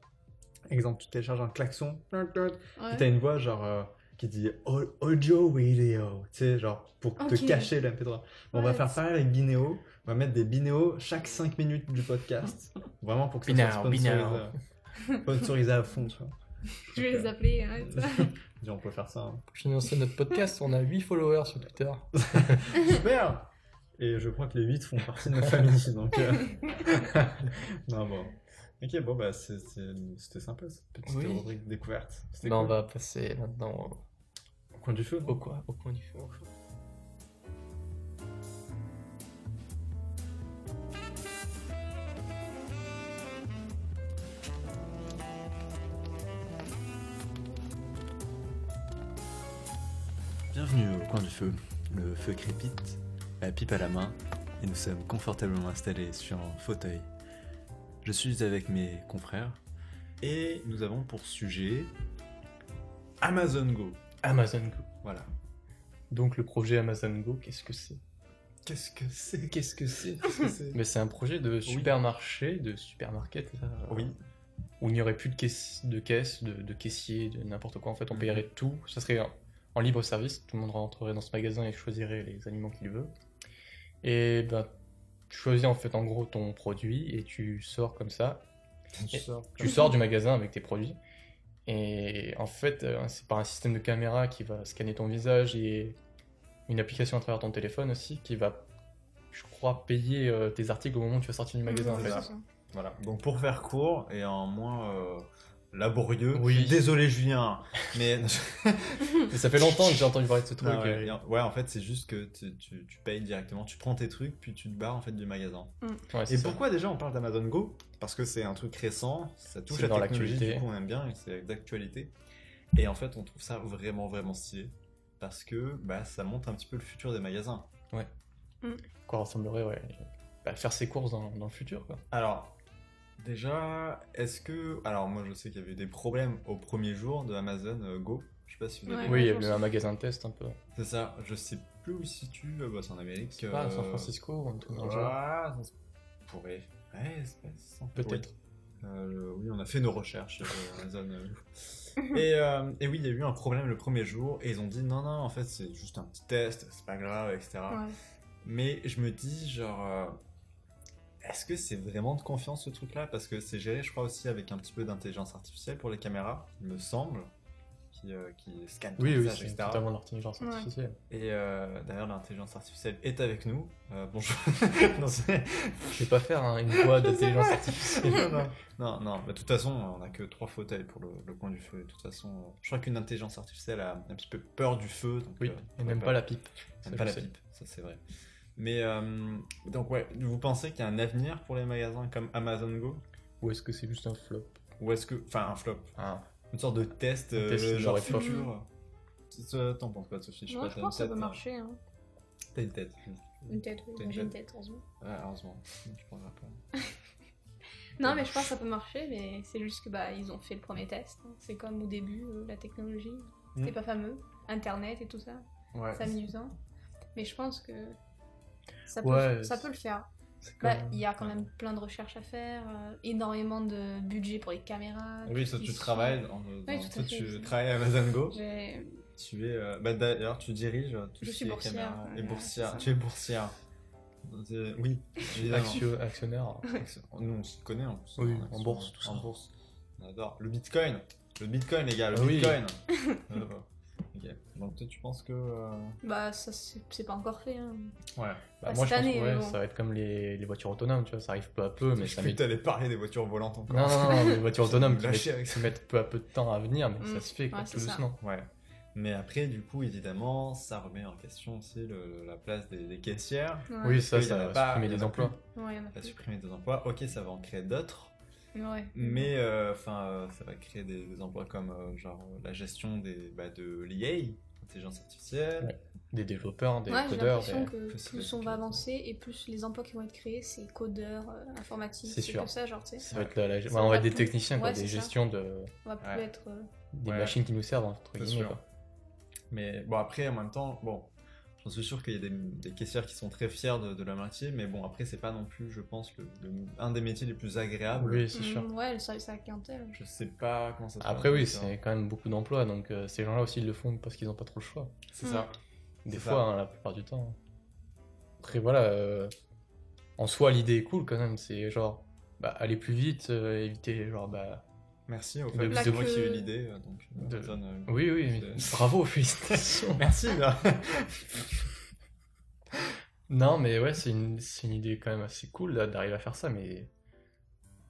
Speaker 4: exemple, tu télécharges un klaxon, et
Speaker 2: Ouais.
Speaker 4: t'as une voix genre euh, qui dit au- audio video, tu sais, genre pour te
Speaker 2: Ok.
Speaker 4: cacher l'MP3. On va
Speaker 2: Ouais,
Speaker 4: faire
Speaker 2: c'est-
Speaker 4: pareil avec Binéo, on va mettre des Binéo chaque 5 minutes du podcast, vraiment pour que ça
Speaker 3: Binao,
Speaker 4: soit sponsorisé, euh, sponsorisé à fond, tu vois.
Speaker 2: je vais les appeler hein, et ça.
Speaker 4: Dis, on peut faire ça. hein.
Speaker 3: Pour financer notre podcast, on a 8 followers sur Twitter.
Speaker 4: Super Et je crois que les 8 font partie de ma famille, donc. euh, non, bon. Ok, bon, bah, c'est- c'est- c'était sympa cette petite
Speaker 3: Oui.
Speaker 4: rubrique découverte. C'était
Speaker 3: Ben, on
Speaker 4: cool.
Speaker 3: va passer maintenant au-
Speaker 4: Au coin du feu.
Speaker 3: au quoi Au coin du feu.
Speaker 4: Bienvenue au coin du feu. Le feu crépite, la pipe à la main, et nous sommes confortablement installés sur un fauteuil. Je suis avec mes confrères, et nous avons pour sujet Amazon Go.
Speaker 3: Amazon Go.
Speaker 4: Voilà.
Speaker 3: Donc le projet Amazon Go, qu'est-ce que c'est
Speaker 4: Qu'est-ce que c'est Qu'est-ce que c'est Qu'est-ce que c'est
Speaker 3: Mais c'est un projet de supermarché, de supermarket, euh,
Speaker 4: Oui,
Speaker 3: où il n'y aurait plus de caisse, de, caisse, de, de caissier, de n'importe quoi. En fait, on
Speaker 4: Mhm.
Speaker 3: paierait tout. Ça serait en, en libre service. Tout le monde rentrerait dans ce magasin et choisirait les aliments qu'il veut. Et ben, tu choisis en fait en gros ton produit et tu sors comme ça.
Speaker 4: tu
Speaker 3: Et
Speaker 4: sors.
Speaker 3: Tu sors du magasin avec tes produits. Et en fait, euh, c'est par un système de caméra qui va scanner ton visage et une application à travers ton téléphone aussi qui va, je crois, payer euh, tes articles au moment où tu vas sortir du magasin. en
Speaker 2: Mmh,
Speaker 3: fait.
Speaker 2: c'est ça.
Speaker 4: Voilà. Donc pour faire court et en moins euh, laborieux.
Speaker 3: Oui.
Speaker 4: Désolé Julien, mais
Speaker 3: Et ça fait longtemps que j'ai entendu parler de ce truc.
Speaker 4: Ah ouais,
Speaker 3: euh,
Speaker 4: et en- ouais, en fait, c'est juste que tu, tu- tu payes directement, tu prends tes trucs, puis tu te barres en fait du magasin.
Speaker 3: ouais, c'est
Speaker 4: Et
Speaker 3: ça.
Speaker 4: pourquoi déjà on parle d'Amazon Go Parce que c'est un truc récent, ça touche
Speaker 3: C'est
Speaker 4: à
Speaker 3: dans
Speaker 4: la technologie,
Speaker 3: l'actualité.
Speaker 4: du coup on aime bien, et c'est d'actualité. Et en fait, on trouve ça vraiment, vraiment stylé. Parce que bah, ça montre un petit peu le futur des magasins.
Speaker 3: Quoi ressemblerait, ouais. bah, faire ses courses dans, dans le futur, quoi.
Speaker 4: Alors, déjà, est-ce que. Alors, moi je sais qu'il y avait eu des problèmes au premier jour de Amazon euh, Go. Je sais pas si vous avez.
Speaker 2: Ouais,
Speaker 3: oui, il y
Speaker 2: je
Speaker 3: avait
Speaker 2: pense.
Speaker 3: un magasin de test un peu.
Speaker 4: C'est ça, je sais plus où il se situe. euh, bah, c'est en Amérique.
Speaker 3: C'est pas à Ah, San
Speaker 4: euh,
Speaker 3: Francisco ou un truc dans le genre.
Speaker 4: Ouah, ça se pourrait. Ouais, c'est pas sans-
Speaker 3: Peut-être.
Speaker 4: Ouais. Euh, le- oui, on a fait nos recherches euh, Amazon. euh. et, euh, et oui, il y a eu un problème le premier jour et ils ont dit non, non, en fait c'est juste un petit test, c'est pas grave, etc.
Speaker 2: Ouais.
Speaker 4: Mais je me dis, genre, euh, est-ce que c'est vraiment de confiance ce truc-là Parce que c'est géré, je crois, aussi avec un petit peu d'intelligence artificielle pour les caméras, il me semble, qui, euh, qui scanne
Speaker 3: Oui,
Speaker 4: ton
Speaker 3: oui,
Speaker 4: visage,
Speaker 3: c'est
Speaker 4: etc.
Speaker 3: totalement l'intelligence
Speaker 2: Ouais.
Speaker 3: artificielle.
Speaker 4: Et euh, d'ailleurs, l'intelligence artificielle est avec nous. Euh, bonjour. Non, c'est-
Speaker 3: Je vais pas faire hein, une voix d'intelligence artificielle.
Speaker 4: non, non. non, non, mais de toute façon, on n'a que trois fauteuils pour le, le coin du feu. De toute façon, euh, je crois qu'une intelligence artificielle a un petit peu peur du feu. Donc,
Speaker 3: Oui,
Speaker 4: euh,
Speaker 3: et
Speaker 4: on
Speaker 3: même
Speaker 4: va
Speaker 3: pas la pipe.
Speaker 4: même
Speaker 3: Ça,
Speaker 4: pas
Speaker 3: je
Speaker 4: la
Speaker 3: sais.
Speaker 4: pipe, ça c'est vrai. Mais euh, donc, ouais, vous pensez qu'il y a un avenir pour les magasins comme Amazon Go
Speaker 3: Ou est-ce que c'est juste un flop
Speaker 4: Ou est-ce que. Enfin, un flop.
Speaker 3: Ah.
Speaker 4: Une sorte de test,
Speaker 3: Un test
Speaker 4: euh,
Speaker 3: de
Speaker 4: genre
Speaker 3: réforme.
Speaker 4: futur. Euh, T'en penses quoi, Sophie
Speaker 2: Ouais,
Speaker 4: t'as
Speaker 2: je
Speaker 4: une
Speaker 2: pense que ça
Speaker 4: tête,
Speaker 2: peut
Speaker 4: hein.
Speaker 2: marcher. Hein.
Speaker 4: T'as une tête.
Speaker 2: Une tête, oui.
Speaker 4: T'as une
Speaker 2: J'ai une tête, heureusement.
Speaker 4: Ouais, heureusement. Je prendrai pas.
Speaker 2: Non, mais je pense que ça peut marcher, mais c'est juste que bah ils ont fait le premier test. hein. C'est comme au début, euh, la technologie, c'était
Speaker 4: Mm.
Speaker 2: pas fameux, Internet et tout ça,
Speaker 4: Ouais.
Speaker 2: c'est amusant. Mais je pense que ça peut,
Speaker 3: Ouais,
Speaker 2: ça
Speaker 3: c'est-
Speaker 2: peut le faire.
Speaker 3: C'est
Speaker 2: Bah,
Speaker 3: comme-
Speaker 2: il y a quand même plein de recherches à faire, euh, énormément de budget pour les caméras.
Speaker 4: Oui, ça, tu
Speaker 2: publicité.
Speaker 4: travailles. En, dans-
Speaker 2: tout à
Speaker 4: toi,
Speaker 2: fait,
Speaker 4: tu
Speaker 2: Ah, oui.
Speaker 4: travailles à Amazon Go.
Speaker 2: J'ai-
Speaker 4: Tu es. euh, bah, D'ailleurs, tu diriges euh, tout
Speaker 2: Je
Speaker 4: ce
Speaker 2: suis
Speaker 4: qui est
Speaker 2: boursière,
Speaker 4: caméra
Speaker 2: voilà,
Speaker 4: et boursière.
Speaker 2: c'est ça.
Speaker 4: Tu es boursière. Euh, Oui, évidemment.
Speaker 3: Actio- Bah, actionnaire.
Speaker 4: Action. Nous, on se connaît en plus.
Speaker 3: Oui,
Speaker 4: hein,
Speaker 3: en
Speaker 4: action,
Speaker 3: bourse, tout
Speaker 4: En
Speaker 3: ça.
Speaker 4: bourse. On adore. Le bitcoin. Le bitcoin, les gars, le
Speaker 3: Ah oui.
Speaker 4: bitcoin. Euh, ok. Donc, toi, tu penses que. euh,
Speaker 2: Bah, ça c'est c'est pas encore fait. hein.
Speaker 4: Ouais.
Speaker 3: Bah,
Speaker 2: Bah,
Speaker 3: moi, je
Speaker 2: cette
Speaker 3: pense
Speaker 2: année,
Speaker 3: que ouais,
Speaker 2: mais bon.
Speaker 3: ça va être comme les, les voitures autonomes, tu vois, ça arrive peu à peu, mais
Speaker 4: je
Speaker 3: ça
Speaker 4: croyais
Speaker 3: met...
Speaker 4: que t'allais parler des voitures volantes encore.
Speaker 3: Non, non, non, les voitures autonomes qui
Speaker 4: Lâcher
Speaker 3: mettent,
Speaker 4: avec ça.
Speaker 3: qui mettent peu à peu de temps à venir, mais
Speaker 2: Mm.
Speaker 3: ça se fait quoi,
Speaker 2: Ouais,
Speaker 3: tout
Speaker 2: c'est ça.
Speaker 3: doucement.
Speaker 4: Ouais. Mais après, du coup, évidemment, ça remet en question aussi le- la place des, des caissières.
Speaker 2: Ouais.
Speaker 3: Oui, ça,
Speaker 4: Oui, y en
Speaker 3: ça
Speaker 4: a
Speaker 3: va
Speaker 4: pas,
Speaker 3: supprimer
Speaker 4: y en
Speaker 3: des
Speaker 4: a
Speaker 3: emplois.
Speaker 4: plus.
Speaker 2: Ouais, y en a
Speaker 4: Ça va
Speaker 2: plus.
Speaker 4: supprimer des emplois. Ok, ça va en créer d'autres.
Speaker 2: Ouais.
Speaker 4: Mais euh, enfin, euh, ça va créer des, des emplois comme euh, genre euh, la gestion des, bah, de l'IA, intelligence artificielle.
Speaker 3: Ouais. Des développeurs, des
Speaker 2: Ouais, j'ai
Speaker 3: codeurs,
Speaker 2: l'impression
Speaker 3: des-
Speaker 2: que
Speaker 4: que c'est
Speaker 2: plus
Speaker 4: la
Speaker 2: on
Speaker 4: technique.
Speaker 2: va avancer et plus les emplois qui vont être créés, c'est codeurs, euh, informatiques,
Speaker 3: C'est
Speaker 2: c'est
Speaker 3: sûr.
Speaker 2: comme ça, genre, tu sais.
Speaker 3: ça va être la- la-
Speaker 2: Ça
Speaker 3: ouais, on va
Speaker 2: va
Speaker 3: être des
Speaker 2: tout.
Speaker 3: techniciens, quoi,
Speaker 2: Ouais,
Speaker 3: des
Speaker 2: c'est ça.
Speaker 3: gestions de...
Speaker 2: On va plus
Speaker 4: Ouais.
Speaker 2: être. euh,
Speaker 3: des
Speaker 4: Ouais.
Speaker 3: machines qui nous servent, entre
Speaker 4: C'est
Speaker 3: guillemets.
Speaker 4: sûr.
Speaker 3: quoi.
Speaker 4: Mais bon, après, en même temps, bon, j'en suis sûr qu'il y a des, des caissières qui sont très fiers de, de leur métier, mais bon, après, c'est pas non plus, je pense, le- le- un des métiers les plus agréables.
Speaker 3: Ah, Oui, c'est
Speaker 2: mm,
Speaker 3: sûr.
Speaker 2: Ouais, le service à la clientèle.
Speaker 4: Je sais pas comment ça se
Speaker 3: Après, oui,
Speaker 4: passe,
Speaker 3: c'est quand même beaucoup d'emplois, donc euh, ces gens-là aussi, ils le font parce qu'ils n'ont pas trop le choix.
Speaker 4: C'est ça.
Speaker 2: Mm.
Speaker 3: Des
Speaker 4: C'est
Speaker 3: fois,
Speaker 4: ça.
Speaker 3: hein, la plupart du temps. Après, voilà. euh, en soi, l'idée est cool quand même. C'est genre, bah, aller plus vite, euh, éviter, genre, bah.
Speaker 4: Merci au
Speaker 3: De-
Speaker 4: fait
Speaker 3: de-
Speaker 4: c'est moi
Speaker 2: que-
Speaker 4: qui ai eu l'idée. euh, Donc, euh,
Speaker 3: De-
Speaker 4: Amazon, euh,
Speaker 3: Oui, oui,
Speaker 4: c'est-
Speaker 3: mais- bravo, félicitations.
Speaker 4: Merci, là.
Speaker 3: non, mais ouais, c'est une, c'est une idée quand même assez cool là, d'arriver à faire ça, mais.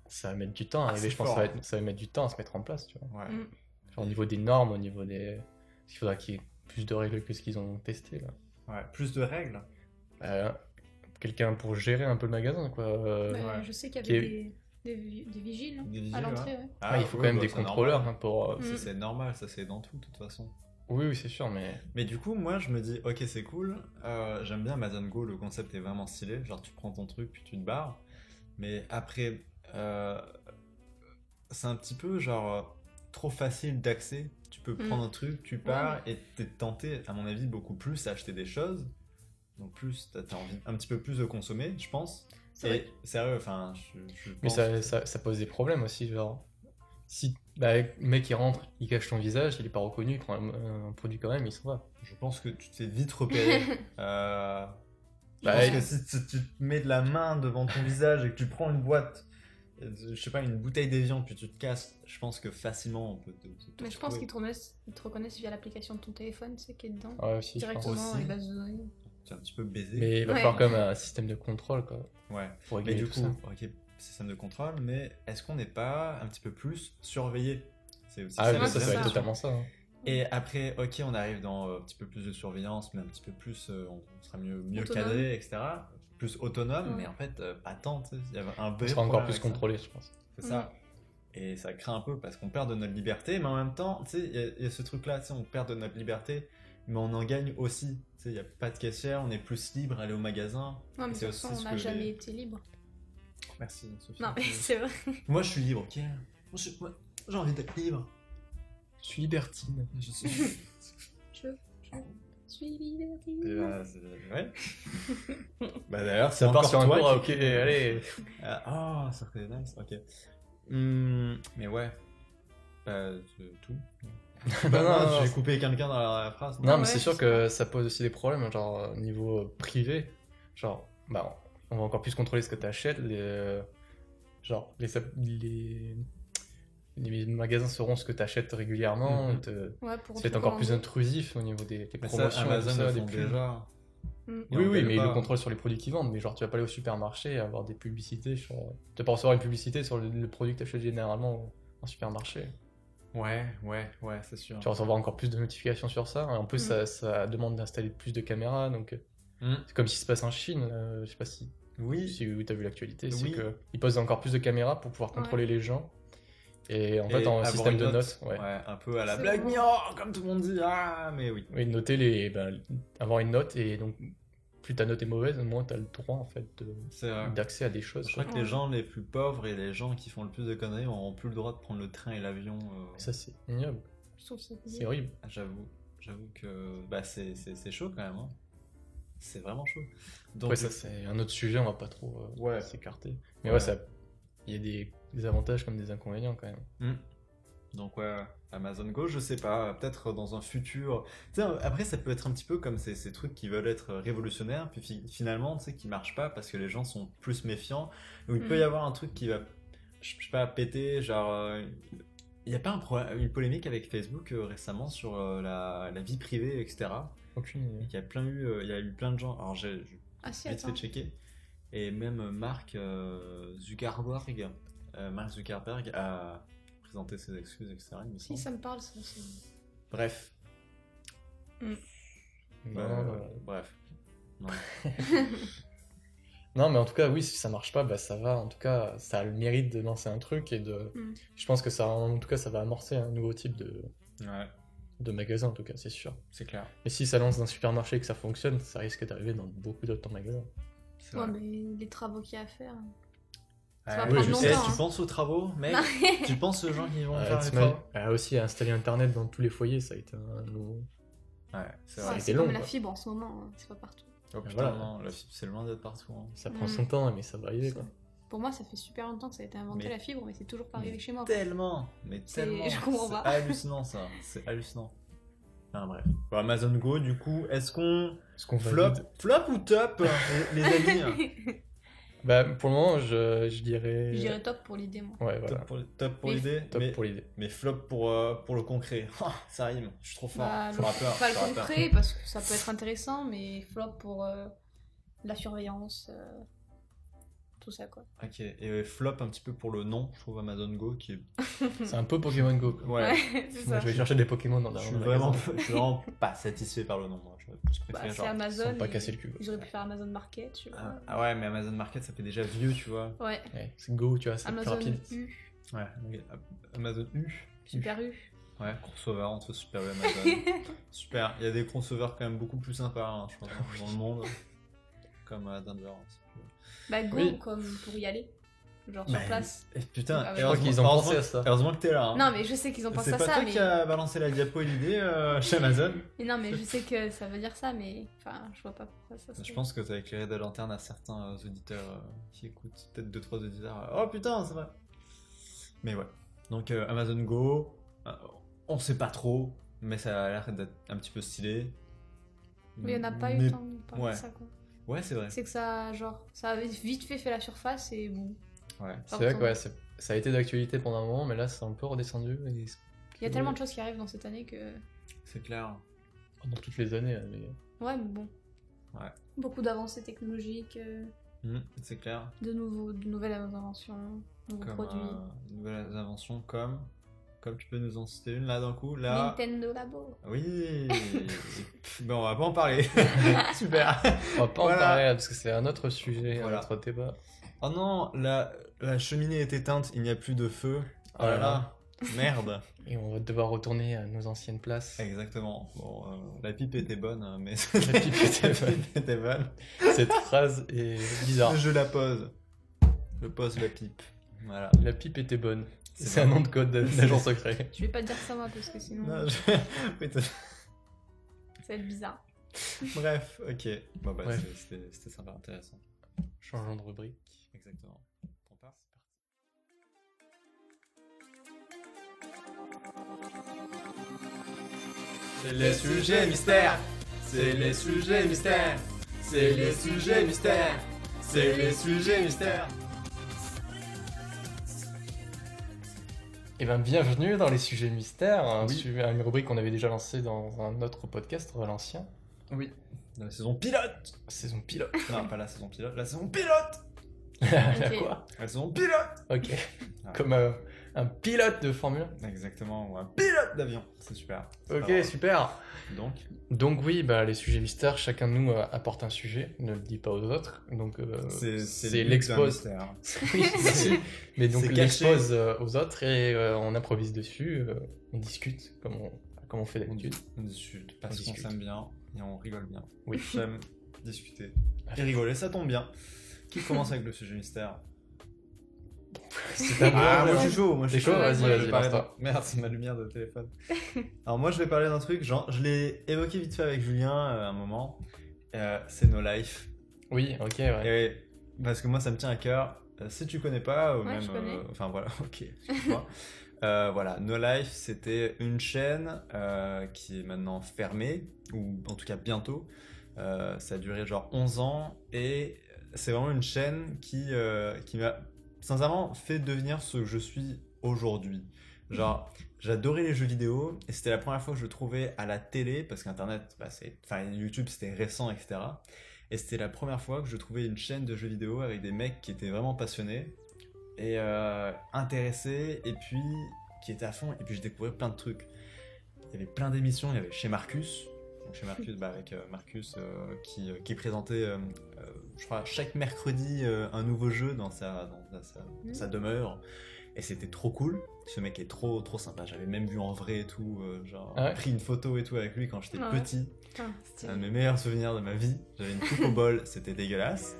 Speaker 3: Ça va mettre du temps à
Speaker 4: Ah,
Speaker 3: arriver,
Speaker 4: c'est
Speaker 3: je pense. que
Speaker 4: fort.
Speaker 3: Ça va, être- ça va mettre du temps à se mettre en place, tu vois.
Speaker 4: Ouais.
Speaker 2: Mm.
Speaker 3: Genre, au niveau des normes, au niveau des. Parce qu'il faudra qu'il y ait plus de règles que ce qu'ils ont testé là.
Speaker 4: Ouais. Plus de règles.
Speaker 3: Euh, Quelqu'un pour gérer un peu le magasin, quoi. euh,
Speaker 2: Ouais,
Speaker 4: ouais.
Speaker 2: Je sais qu'il y avait
Speaker 3: Qui
Speaker 2: des, des vi- des vigiles hein,
Speaker 4: Des vigiles,
Speaker 2: à
Speaker 4: ouais.
Speaker 2: l'entrée, ouais.
Speaker 4: Ah,
Speaker 3: Ah, il faut
Speaker 4: oui,
Speaker 3: quand même
Speaker 4: bah,
Speaker 3: des
Speaker 4: c'est normal. Hmm.
Speaker 3: contrôleurs hein, pour. euh,
Speaker 2: Mm.
Speaker 4: Ça, C'est normal, ça c'est dans tout de toute façon.
Speaker 3: Oui, oui, c'est sûr, mais
Speaker 4: Mais du coup, moi je me dis, ok, c'est cool, euh, j'aime bien Amazon Go, le concept est vraiment stylé. Genre, tu prends ton truc, puis tu te barres. Mais après, euh, c'est un petit peu genre euh, trop facile d'accès. Tu peux
Speaker 2: Mm.
Speaker 4: prendre un truc, tu pars, et t'es tenté, à mon avis, beaucoup plus à acheter des choses. Donc, plus, t'as t'as envie un petit peu plus de consommer, je pense.
Speaker 2: C'est
Speaker 4: Et
Speaker 2: vrai.
Speaker 4: sérieux, enfin, je, je pense.
Speaker 3: mais ça, ça, ça pose des problèmes aussi, genre si bah, le mec il rentre, il cache son visage, il est pas reconnu, il prend un, un produit quand même, il s'en va.
Speaker 4: Je pense que tu t'es vite repéré. Euh, je
Speaker 3: Bah,
Speaker 4: pense
Speaker 3: il-
Speaker 4: que si tu, tu te mets de la main devant ton visage et que tu prends une boîte, euh, je sais pas, une bouteille d'évian, puis tu te casses, je pense que facilement on peut te. te- te
Speaker 2: Mais je pense
Speaker 4: retrouver.
Speaker 2: qu'ils te reconnaissent, ils te reconnaissent via l'application de ton téléphone, c'est qui est dedans.
Speaker 3: Ouais, aussi, Ah, je pense.
Speaker 2: Directement dans
Speaker 4: Aussi.
Speaker 2: les bases de données.
Speaker 4: T'es un petit peu baisé.
Speaker 3: Mais il va
Speaker 2: Ouais.
Speaker 3: falloir quand même un système de contrôle quoi
Speaker 4: Ouais.
Speaker 3: pour
Speaker 4: Mais
Speaker 3: régler
Speaker 4: du
Speaker 3: tout
Speaker 4: coup,
Speaker 3: ça.
Speaker 4: ok, système de contrôle, mais est-ce qu'on n'est pas un petit peu plus surveillé C'est aussi
Speaker 3: Ah,
Speaker 4: ça
Speaker 3: mais
Speaker 4: la
Speaker 3: Ah, ça, ça va
Speaker 4: deuxième
Speaker 3: être
Speaker 2: ça.
Speaker 4: question.
Speaker 3: totalement ça. hein.
Speaker 4: Et après, ok, on arrive dans euh, un petit peu plus de surveillance, mais un petit peu plus, euh, on on sera mieux, mieux
Speaker 2: Autonome.
Speaker 4: cadré, etc. Plus autonome,
Speaker 2: Ouais.
Speaker 4: mais en fait, euh, pas tant. tu sais, Il y avait un
Speaker 3: On
Speaker 4: vrai
Speaker 3: sera encore
Speaker 4: problème
Speaker 3: plus
Speaker 4: avec ça.
Speaker 3: contrôlé, je pense.
Speaker 4: C'est ça. Et ça craint un peu parce qu'on perd de notre liberté, mais en même temps, tu sais, il y a- il y, a ce truc-là, tu sais, on perd de notre liberté, mais on en gagne aussi. Tu sais, il n'y a pas de caissière, on est plus libre, aller au magasin.
Speaker 2: Non, mais de
Speaker 4: C'est
Speaker 2: toute
Speaker 4: aussi
Speaker 2: façon, on
Speaker 4: ce
Speaker 2: n'a
Speaker 4: que
Speaker 2: jamais
Speaker 4: les-
Speaker 2: été libre.
Speaker 4: Merci, Sophie.
Speaker 2: Non, mais c'est vrai.
Speaker 4: Moi, je suis libre, ok Moi, je- moi, j'ai envie d'être libre.
Speaker 3: Je suis libertine.
Speaker 4: Je suis...
Speaker 2: Je, je suis libertine.
Speaker 4: Et
Speaker 3: euh,
Speaker 4: bah, c'est- ouais. bah, d'ailleurs, c'est
Speaker 3: Ça part
Speaker 4: encore
Speaker 3: sur un
Speaker 4: toi
Speaker 3: cours, ah,
Speaker 4: qui-
Speaker 3: ok, allez.
Speaker 4: Ah, oh, Circle Nice, ok. Hmm, mais ouais. Euh, c'est tout. bah
Speaker 3: non,
Speaker 4: non,
Speaker 3: non,
Speaker 4: j'ai
Speaker 3: non.
Speaker 4: coupé quelqu'un dans la, la phrase.
Speaker 3: Non,
Speaker 2: Ouais,
Speaker 3: mais c'est
Speaker 2: Ah ouais,
Speaker 3: sûr
Speaker 2: c'est
Speaker 3: que ça pose aussi des problèmes, genre euh, niveau euh, privé. Genre, bah, on va encore plus contrôler ce que t'achètes. Les, euh, genre, les, app- les, les magasins sauront ce que t'achètes régulièrement.
Speaker 4: Mhm.
Speaker 3: te-
Speaker 2: Ouais, pour
Speaker 3: Ça va être
Speaker 2: tout
Speaker 3: encore plus
Speaker 2: commander.
Speaker 3: intrusif au niveau des, des
Speaker 4: Mais
Speaker 3: promotions,
Speaker 4: ça,
Speaker 3: tout
Speaker 4: Amazon
Speaker 3: ça,
Speaker 4: le
Speaker 3: des
Speaker 4: font
Speaker 3: pubs.
Speaker 4: déjà.
Speaker 2: Mm.
Speaker 4: Et on
Speaker 3: Oui, oui,
Speaker 4: paye
Speaker 3: mais ils
Speaker 4: pas.
Speaker 3: le contrôlent sur les produits qu'ils vendent. Mais genre, tu vas pas aller au supermarché et avoir des publicités. Sur... Tu vas pas recevoir une publicité sur le, le produit que t'achètes généralement au- en supermarché.
Speaker 4: Ouais, ouais, ouais, c'est sûr.
Speaker 3: Tu vas recevoir encore plus de notifications sur ça. Et en plus,
Speaker 4: Mm.
Speaker 2: Mhm.
Speaker 3: ça, ça demande d'installer plus de caméras. Donc, euh,
Speaker 4: Hmm.
Speaker 3: c'est comme ce qui se passe en Chine. là. Je sais pas si,
Speaker 4: Oui.
Speaker 3: si tu as vu l'actualité.
Speaker 4: Oui.
Speaker 3: C'est que ils posent encore plus de caméras pour pouvoir contrôler les gens. Et en fait,
Speaker 4: Et
Speaker 3: en
Speaker 4: avoir
Speaker 3: système
Speaker 4: une
Speaker 3: de
Speaker 4: note,
Speaker 3: notes. ouais.
Speaker 4: Ouais. un peu à la
Speaker 2: C'est
Speaker 4: Black
Speaker 2: bon.
Speaker 4: Mirror, comme tout le monde dit. Ah, mais oui.
Speaker 3: Oui, noter les. ben, avoir une note. Et donc, plus ta note est mauvaise, moins tu as le droit en fait de-
Speaker 4: C'est vrai.
Speaker 3: d'accès à des choses.
Speaker 4: Ah. Je crois que les gens les plus pauvres et les gens qui font le plus de conneries auront plus le droit de prendre le train et l'avion. euh,
Speaker 3: Ça, c'est ignoble.
Speaker 2: Je trouve ça
Speaker 3: C'est
Speaker 2: bizarre.
Speaker 3: horrible.
Speaker 4: J'avoue, j'avoue que bah, c'est, c'est, c'est chaud quand même. hein. C'est vraiment chaud. Donc,
Speaker 3: Après, ça, c'est un autre sujet, on va pas trop euh,
Speaker 4: Ouais.
Speaker 3: s'écarter. Mais
Speaker 4: Ouais.
Speaker 3: ouais, ça. Il y a des, des avantages comme des inconvénients quand même.
Speaker 4: donc ouais, Amazon Go, je sais pas, peut-être dans un futur. Tu sais, après, ça peut être un petit peu comme ces, ces trucs qui veulent être révolutionnaires, puis fi- finalement, tu sais, qui marchent pas parce que les gens sont plus méfiants. Ou il peut y
Speaker 2: Mm.
Speaker 4: avoir un truc qui va, je je sais pas, péter, genre. euh, Il n'y a pas un problème, une polémique avec Facebook euh, récemment sur euh, la, la vie privée, etc.
Speaker 3: Aucune idée.
Speaker 4: Il y a plein eu, euh, il y a eu plein de gens. Alors, j'ai, je-
Speaker 2: Ah si,
Speaker 4: vite
Speaker 2: attends.
Speaker 4: fait checker. Et même euh, Mark euh, Zuckerberg, euh, Mark Zuckerberg a présenté ses excuses, etc. il me
Speaker 2: Si,
Speaker 4: semble.
Speaker 2: ça me parle, ça. c'est-
Speaker 4: Bref.
Speaker 3: Non,
Speaker 4: Euh,
Speaker 3: non, non.
Speaker 4: Bref.
Speaker 3: Non, mais en tout cas, oui, si ça marche pas, bah ça va. En tout cas, ça a le mérite de lancer un truc et de.
Speaker 2: Mm.
Speaker 3: Je pense que ça, en tout cas, ça va amorcer un nouveau type de,
Speaker 4: Ouais,
Speaker 3: de magasin, en tout cas, c'est sûr.
Speaker 4: c'est clair.
Speaker 3: Mais si ça lance dans un supermarché et que ça fonctionne, ça risque d'arriver dans beaucoup d'autres magasins.
Speaker 4: C'est
Speaker 2: Ouais,
Speaker 4: vrai.
Speaker 2: mais les travaux qu'il y a à faire.
Speaker 4: Ah,
Speaker 2: va
Speaker 4: oui,
Speaker 3: prendre
Speaker 4: je sais,
Speaker 2: longtemps,
Speaker 4: tu
Speaker 2: hein.
Speaker 4: penses aux travaux, mec
Speaker 3: Eh,
Speaker 2: Non.
Speaker 4: Tu penses aux gens qui vont
Speaker 3: Euh,
Speaker 4: faire les
Speaker 3: Etzma-
Speaker 4: travaux
Speaker 3: elle a aussi installé Internet dans tous les foyers, ça a été un nouveau.
Speaker 4: Ouais, c'est
Speaker 2: Ouais,
Speaker 4: vrai.
Speaker 2: c'est
Speaker 3: été
Speaker 2: comme
Speaker 3: long,
Speaker 2: la
Speaker 3: quoi.
Speaker 2: fibre en ce moment, hein, c'est pas partout.
Speaker 4: Oh putain,
Speaker 3: Voilà.
Speaker 4: non, la fibre, c'est loin d'être partout. hein.
Speaker 3: Ça prend
Speaker 2: Mm.
Speaker 3: son temps, mais ça va arriver. Quoi.
Speaker 2: Pour moi, ça fait super longtemps que ça a été inventé
Speaker 4: Mais-
Speaker 2: la fibre, mais c'est toujours pas
Speaker 4: Mais
Speaker 2: arrivé chez moi.
Speaker 4: Tellement, mais
Speaker 2: Oh. C'est-
Speaker 4: tellement.
Speaker 2: je comprends pas.
Speaker 4: C'est hallucinant ça, c'est hallucinant. Enfin bref. Bon, Amazon Go, du coup, est-ce qu'on
Speaker 3: Ce qu'on
Speaker 4: flop,
Speaker 3: valide-
Speaker 4: flop ou top, hein, les les amis
Speaker 3: Bah, pour le moment, je, je dirais.
Speaker 2: Je dirais top pour l'idée, moi.
Speaker 3: Ouais, voilà.
Speaker 4: Top pour, top pour
Speaker 2: Mais-
Speaker 4: l'idée,
Speaker 3: Top
Speaker 4: mais,
Speaker 3: pour l'idée.
Speaker 4: mais flop pour, euh, pour le concret. ça rime, je suis trop fort.
Speaker 2: Bah,
Speaker 4: je
Speaker 2: le-
Speaker 4: rappeur,
Speaker 2: Pas
Speaker 4: je
Speaker 2: le
Speaker 4: rappeur.
Speaker 2: concret, parce que ça peut être intéressant, mais flop pour euh, la surveillance, euh, tout ça, quoi.
Speaker 4: Ok, et euh, flop un petit peu pour le nom, je trouve Amazon Go qui est.
Speaker 3: C'est un peu Pokémon Go. quoi.
Speaker 4: Ouais,
Speaker 2: Mm. c'est
Speaker 3: Moi,
Speaker 2: ça.
Speaker 3: je vais chercher des Pokémon dans
Speaker 4: je
Speaker 3: la
Speaker 4: suis
Speaker 3: dans le
Speaker 4: vraiment,
Speaker 3: magasin.
Speaker 4: je suis vraiment pas satisfait par le nom. moi. Je, je
Speaker 2: Bah,
Speaker 4: préfère
Speaker 2: c'est
Speaker 4: genre-
Speaker 2: Amazon.
Speaker 3: Sans pas
Speaker 2: et-
Speaker 3: casser le cul, quoi.
Speaker 2: Ils auraient pu faire Amazon Market, tu vois.
Speaker 4: Ah, ah ouais, mais Amazon Market ça fait déjà vieux, tu vois.
Speaker 2: Ouais,
Speaker 3: Ouais, Ah. c'est Go, tu vois, c'est plus
Speaker 2: Amazon
Speaker 3: rapide.
Speaker 2: U,
Speaker 4: Ouais, ok. Amazon U.
Speaker 2: Super U.
Speaker 4: Ouais, crossover entre Super et Amazon. Super, il y a des crossovers quand même beaucoup plus sympas, hein, je pense,
Speaker 3: Ah
Speaker 4: dans le monde. Comme euh, à Danger.
Speaker 2: bah, go,
Speaker 3: Oui.
Speaker 2: comme pour y aller. Genre sur
Speaker 4: Mais-
Speaker 2: place.
Speaker 4: Et putain,
Speaker 2: Ah ouais.
Speaker 4: heureusement-
Speaker 3: Je crois qu'ils ont pensé
Speaker 4: heureusement-
Speaker 3: à ça.
Speaker 4: Heureusement que t'es là.
Speaker 3: Ah.
Speaker 4: hein.
Speaker 2: Non, mais je sais qu'ils ont pensé
Speaker 4: C'est
Speaker 2: à
Speaker 4: pas
Speaker 2: ça,
Speaker 4: toi
Speaker 2: mais...
Speaker 4: qui a balancé la diapo et l'idée euh, chez Amazon.
Speaker 2: mais non, mais je sais que ça veut dire ça, mais enfin, je vois pas pourquoi ça.
Speaker 4: Je
Speaker 2: serait-
Speaker 4: pense que t'as éclairé de lanterne à certains euh, auditeurs euh, qui écoutent, peut-être 2-3 auditeurs. euh, oh putain, c'est vrai. Mais ouais. Donc euh, Amazon Go, euh, on sait pas trop, mais ça a l'air d'être un petit peu stylé.
Speaker 2: Mais il y en a pas eu
Speaker 4: Mais-
Speaker 2: tant de parler
Speaker 4: ouais.
Speaker 2: de ça, quoi.
Speaker 4: Ouais, c'est vrai.
Speaker 2: C'est que ça, genre, ça a vite fait fait la surface et bon.
Speaker 4: Ouais.
Speaker 3: C'est vrai que ouais, c'est- ça a été d'actualité pendant un moment, mais là, c'est un peu redescendu. et c'est-
Speaker 2: Il y a tellement de choses qui arrivent dans cette année que.
Speaker 4: C'est clair.
Speaker 3: Pendant toutes les années. hein, mais-
Speaker 2: Ouais, mais bon.
Speaker 4: Ouais.
Speaker 2: Beaucoup d'avancées technologiques, euh,
Speaker 4: Mhm, c'est clair.
Speaker 2: de, nouveaux, de nouvelles inventions, nouveaux
Speaker 4: Comme
Speaker 2: produits.
Speaker 4: euh, nouvelles inventions comme comme tu peux nous en citer une là d'un coup, là.
Speaker 2: Nintendo Labo.
Speaker 4: Oui. bon, on va pas en parler. Super.
Speaker 3: On va pas
Speaker 4: Voilà.
Speaker 3: en parler là, parce que c'est un autre sujet,
Speaker 4: Voilà.
Speaker 3: un autre débat.
Speaker 4: Oh non, la, la cheminée est éteinte, il n'y a plus de feu. Oh là là. Merde.
Speaker 3: Et on va devoir retourner à nos anciennes places.
Speaker 4: Exactement. Bon, euh, la pipe était bonne, hein, mais
Speaker 3: La pipe était
Speaker 4: La
Speaker 3: bonne.
Speaker 4: pipe était bonne.
Speaker 3: Cette phrase est bizarre.
Speaker 4: Je la pose. Je pose la pipe. Voilà.
Speaker 3: La pipe était bonne.
Speaker 4: C'est
Speaker 3: C'est un
Speaker 4: bon.
Speaker 3: nom de code d'agent secret.
Speaker 2: Je vais pas dire ça moi parce que sinon
Speaker 4: Non, je- Oui, t'as-
Speaker 2: ça va être bizarre.
Speaker 4: Bref, ok. Bon, bah,
Speaker 3: Bref.
Speaker 4: c'est- c'était c'était sympa, intéressant.
Speaker 3: Changeons de rubrique.
Speaker 4: Exactement. On part
Speaker 1: C'est les sujets mystères. C'est les sujets mystères. C'est les sujets mystères. C'est les sujets mystères.
Speaker 3: Eh bien, bienvenue dans les sujets mystères, un
Speaker 4: Oui.
Speaker 3: sujet- une rubrique qu'on avait déjà lancée dans un autre podcast, l'ancien,
Speaker 4: Oui. Dans la saison pilote
Speaker 3: saison pilote.
Speaker 4: Non, pas la saison pilote, la saison pilote
Speaker 2: Ok.
Speaker 3: Quoi
Speaker 4: La saison pilote
Speaker 3: Ok.
Speaker 4: Ah.
Speaker 3: Comme euh, un pilote de Formule
Speaker 4: Exactement, ou un pilote d'avion. C'est super. pas
Speaker 3: 1.
Speaker 4: grave.
Speaker 3: super.
Speaker 4: Donc, euh,
Speaker 3: Donc oui, bah, les sujets mystères, chacun de nous euh, apporte un sujet, ne le dit pas aux autres. Donc euh,
Speaker 4: c'est
Speaker 3: c'est
Speaker 4: le but d'un
Speaker 3: l'expose.
Speaker 4: mystère.
Speaker 3: Oui, bien sûr. Mais donc
Speaker 4: C'est caché.
Speaker 3: l'expose euh, aux autres et euh, on improvise dessus, euh, on discute comme on, comme on fait
Speaker 4: On
Speaker 3: d'habitude.
Speaker 4: discute, on discute parce
Speaker 3: On
Speaker 4: qu'on
Speaker 3: discute.
Speaker 4: s'aime bien et on rigole bien.
Speaker 3: Oui. Ah.
Speaker 4: J'aime discuter et rigoler, ça tombe bien. Qui commence avec le sujet mystère
Speaker 3: C'est à
Speaker 4: Ah,
Speaker 3: moi,
Speaker 4: moi je
Speaker 3: là.
Speaker 4: suis chaud, moi je
Speaker 3: T'es
Speaker 4: suis
Speaker 3: chaud Vas-y,
Speaker 4: Moi, je
Speaker 3: vas-y,
Speaker 4: vais parler
Speaker 3: lance-toi.
Speaker 4: d'un- Merde, c'est ma lumière de téléphone. Alors moi je vais parler d'un truc, genre, je l'ai évoqué vite fait avec Julien euh, un moment, Euh, c'est No Life.
Speaker 3: Oui, ok, ouais.
Speaker 4: Et parce que moi ça me tient à cœur. Euh, si tu connais pas, ou
Speaker 2: Ouais,
Speaker 4: même.
Speaker 2: je connais.
Speaker 4: euh, enfin voilà, ok. excuse-moi. Euh, voilà, No Life, c'était une chaîne euh, qui est maintenant fermée, ou en tout cas bientôt. Euh, ça a duré genre 11 ans, et c'est vraiment une chaîne qui, euh, qui m'a sincèrement fait devenir ce que je suis aujourd'hui. Genre, j'adorais les jeux vidéo, et c'était la première fois que je le trouvais à la télé, parce qu'Internet, bah, c'est- enfin YouTube c'était récent, etc. Et c'était la première fois que je trouvais une chaîne de jeux vidéo avec des mecs qui étaient vraiment passionnés et euh, intéressés et puis qui étaient à fond. Et puis je découvrais plein de trucs. Il y avait plein d'émissions. Il y avait chez Marcus, donc chez Marcus, bah, avec euh, Marcus euh, qui, euh, qui présentait, euh, euh, je crois, chaque mercredi euh, un nouveau jeu dans sa, dans, dans sa, dans sa demeure. Et c'était trop cool. Ce mec est trop trop sympa. J'avais même vu en vrai et tout, euh, genre
Speaker 3: Ah ouais
Speaker 4: pris une photo et tout avec lui quand j'étais
Speaker 2: Ah ouais.
Speaker 4: petit.
Speaker 2: Putain,
Speaker 4: C'est
Speaker 2: stylé.
Speaker 4: un de mes meilleurs souvenirs de ma vie. J'avais une coupe au bol, c'était dégueulasse.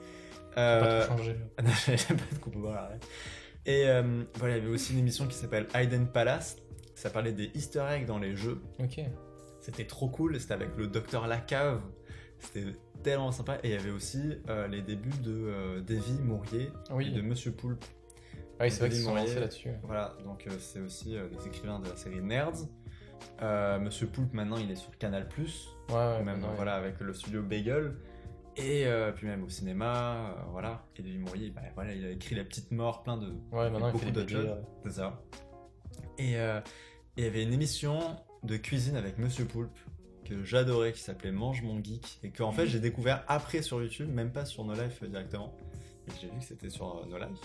Speaker 3: Pas
Speaker 4: Euh,
Speaker 3: trop changé.
Speaker 4: non, j'avais pas de coupe au bol, arrête. Et euh, voilà, il y avait aussi une émission qui s'appelle Hidden Palace. Ça parlait des easter eggs dans les jeux.
Speaker 3: Ok.
Speaker 4: C'était trop cool, c'était avec le docteur Lacave. C'était tellement sympa. Et il y avait aussi euh, les débuts de euh, Davy Mourier
Speaker 3: Oui.
Speaker 4: et de Monsieur Poulpe.
Speaker 3: Ah oui, c'est vrai qu'ils se sont
Speaker 4: Denis
Speaker 3: lancés
Speaker 4: Mourier.
Speaker 3: là-dessus. ouais.
Speaker 4: Voilà, donc euh, c'est aussi euh, des écrivains de la série Nerds. Euh, Monsieur Poulpe, maintenant, il est sur Canal+.
Speaker 3: Ouais, ouais,
Speaker 4: même
Speaker 3: ouais.
Speaker 4: voilà avec le studio Bagel et euh, puis même au cinéma euh, voilà et Denis Mourier bah, voilà il a écrit La Petite Mort plein de
Speaker 3: Ouais, maintenant il
Speaker 4: beaucoup
Speaker 3: fait des
Speaker 4: d'autres
Speaker 3: budgets.
Speaker 4: choses c'est ça et euh, et il y avait une émission de cuisine avec Monsieur Poulpe que j'adorais qui s'appelait Mange mon geek et que en
Speaker 3: Mm.
Speaker 4: fait j'ai découvert après sur YouTube même pas sur No Life euh, directement et j'ai vu que c'était sur euh, No Life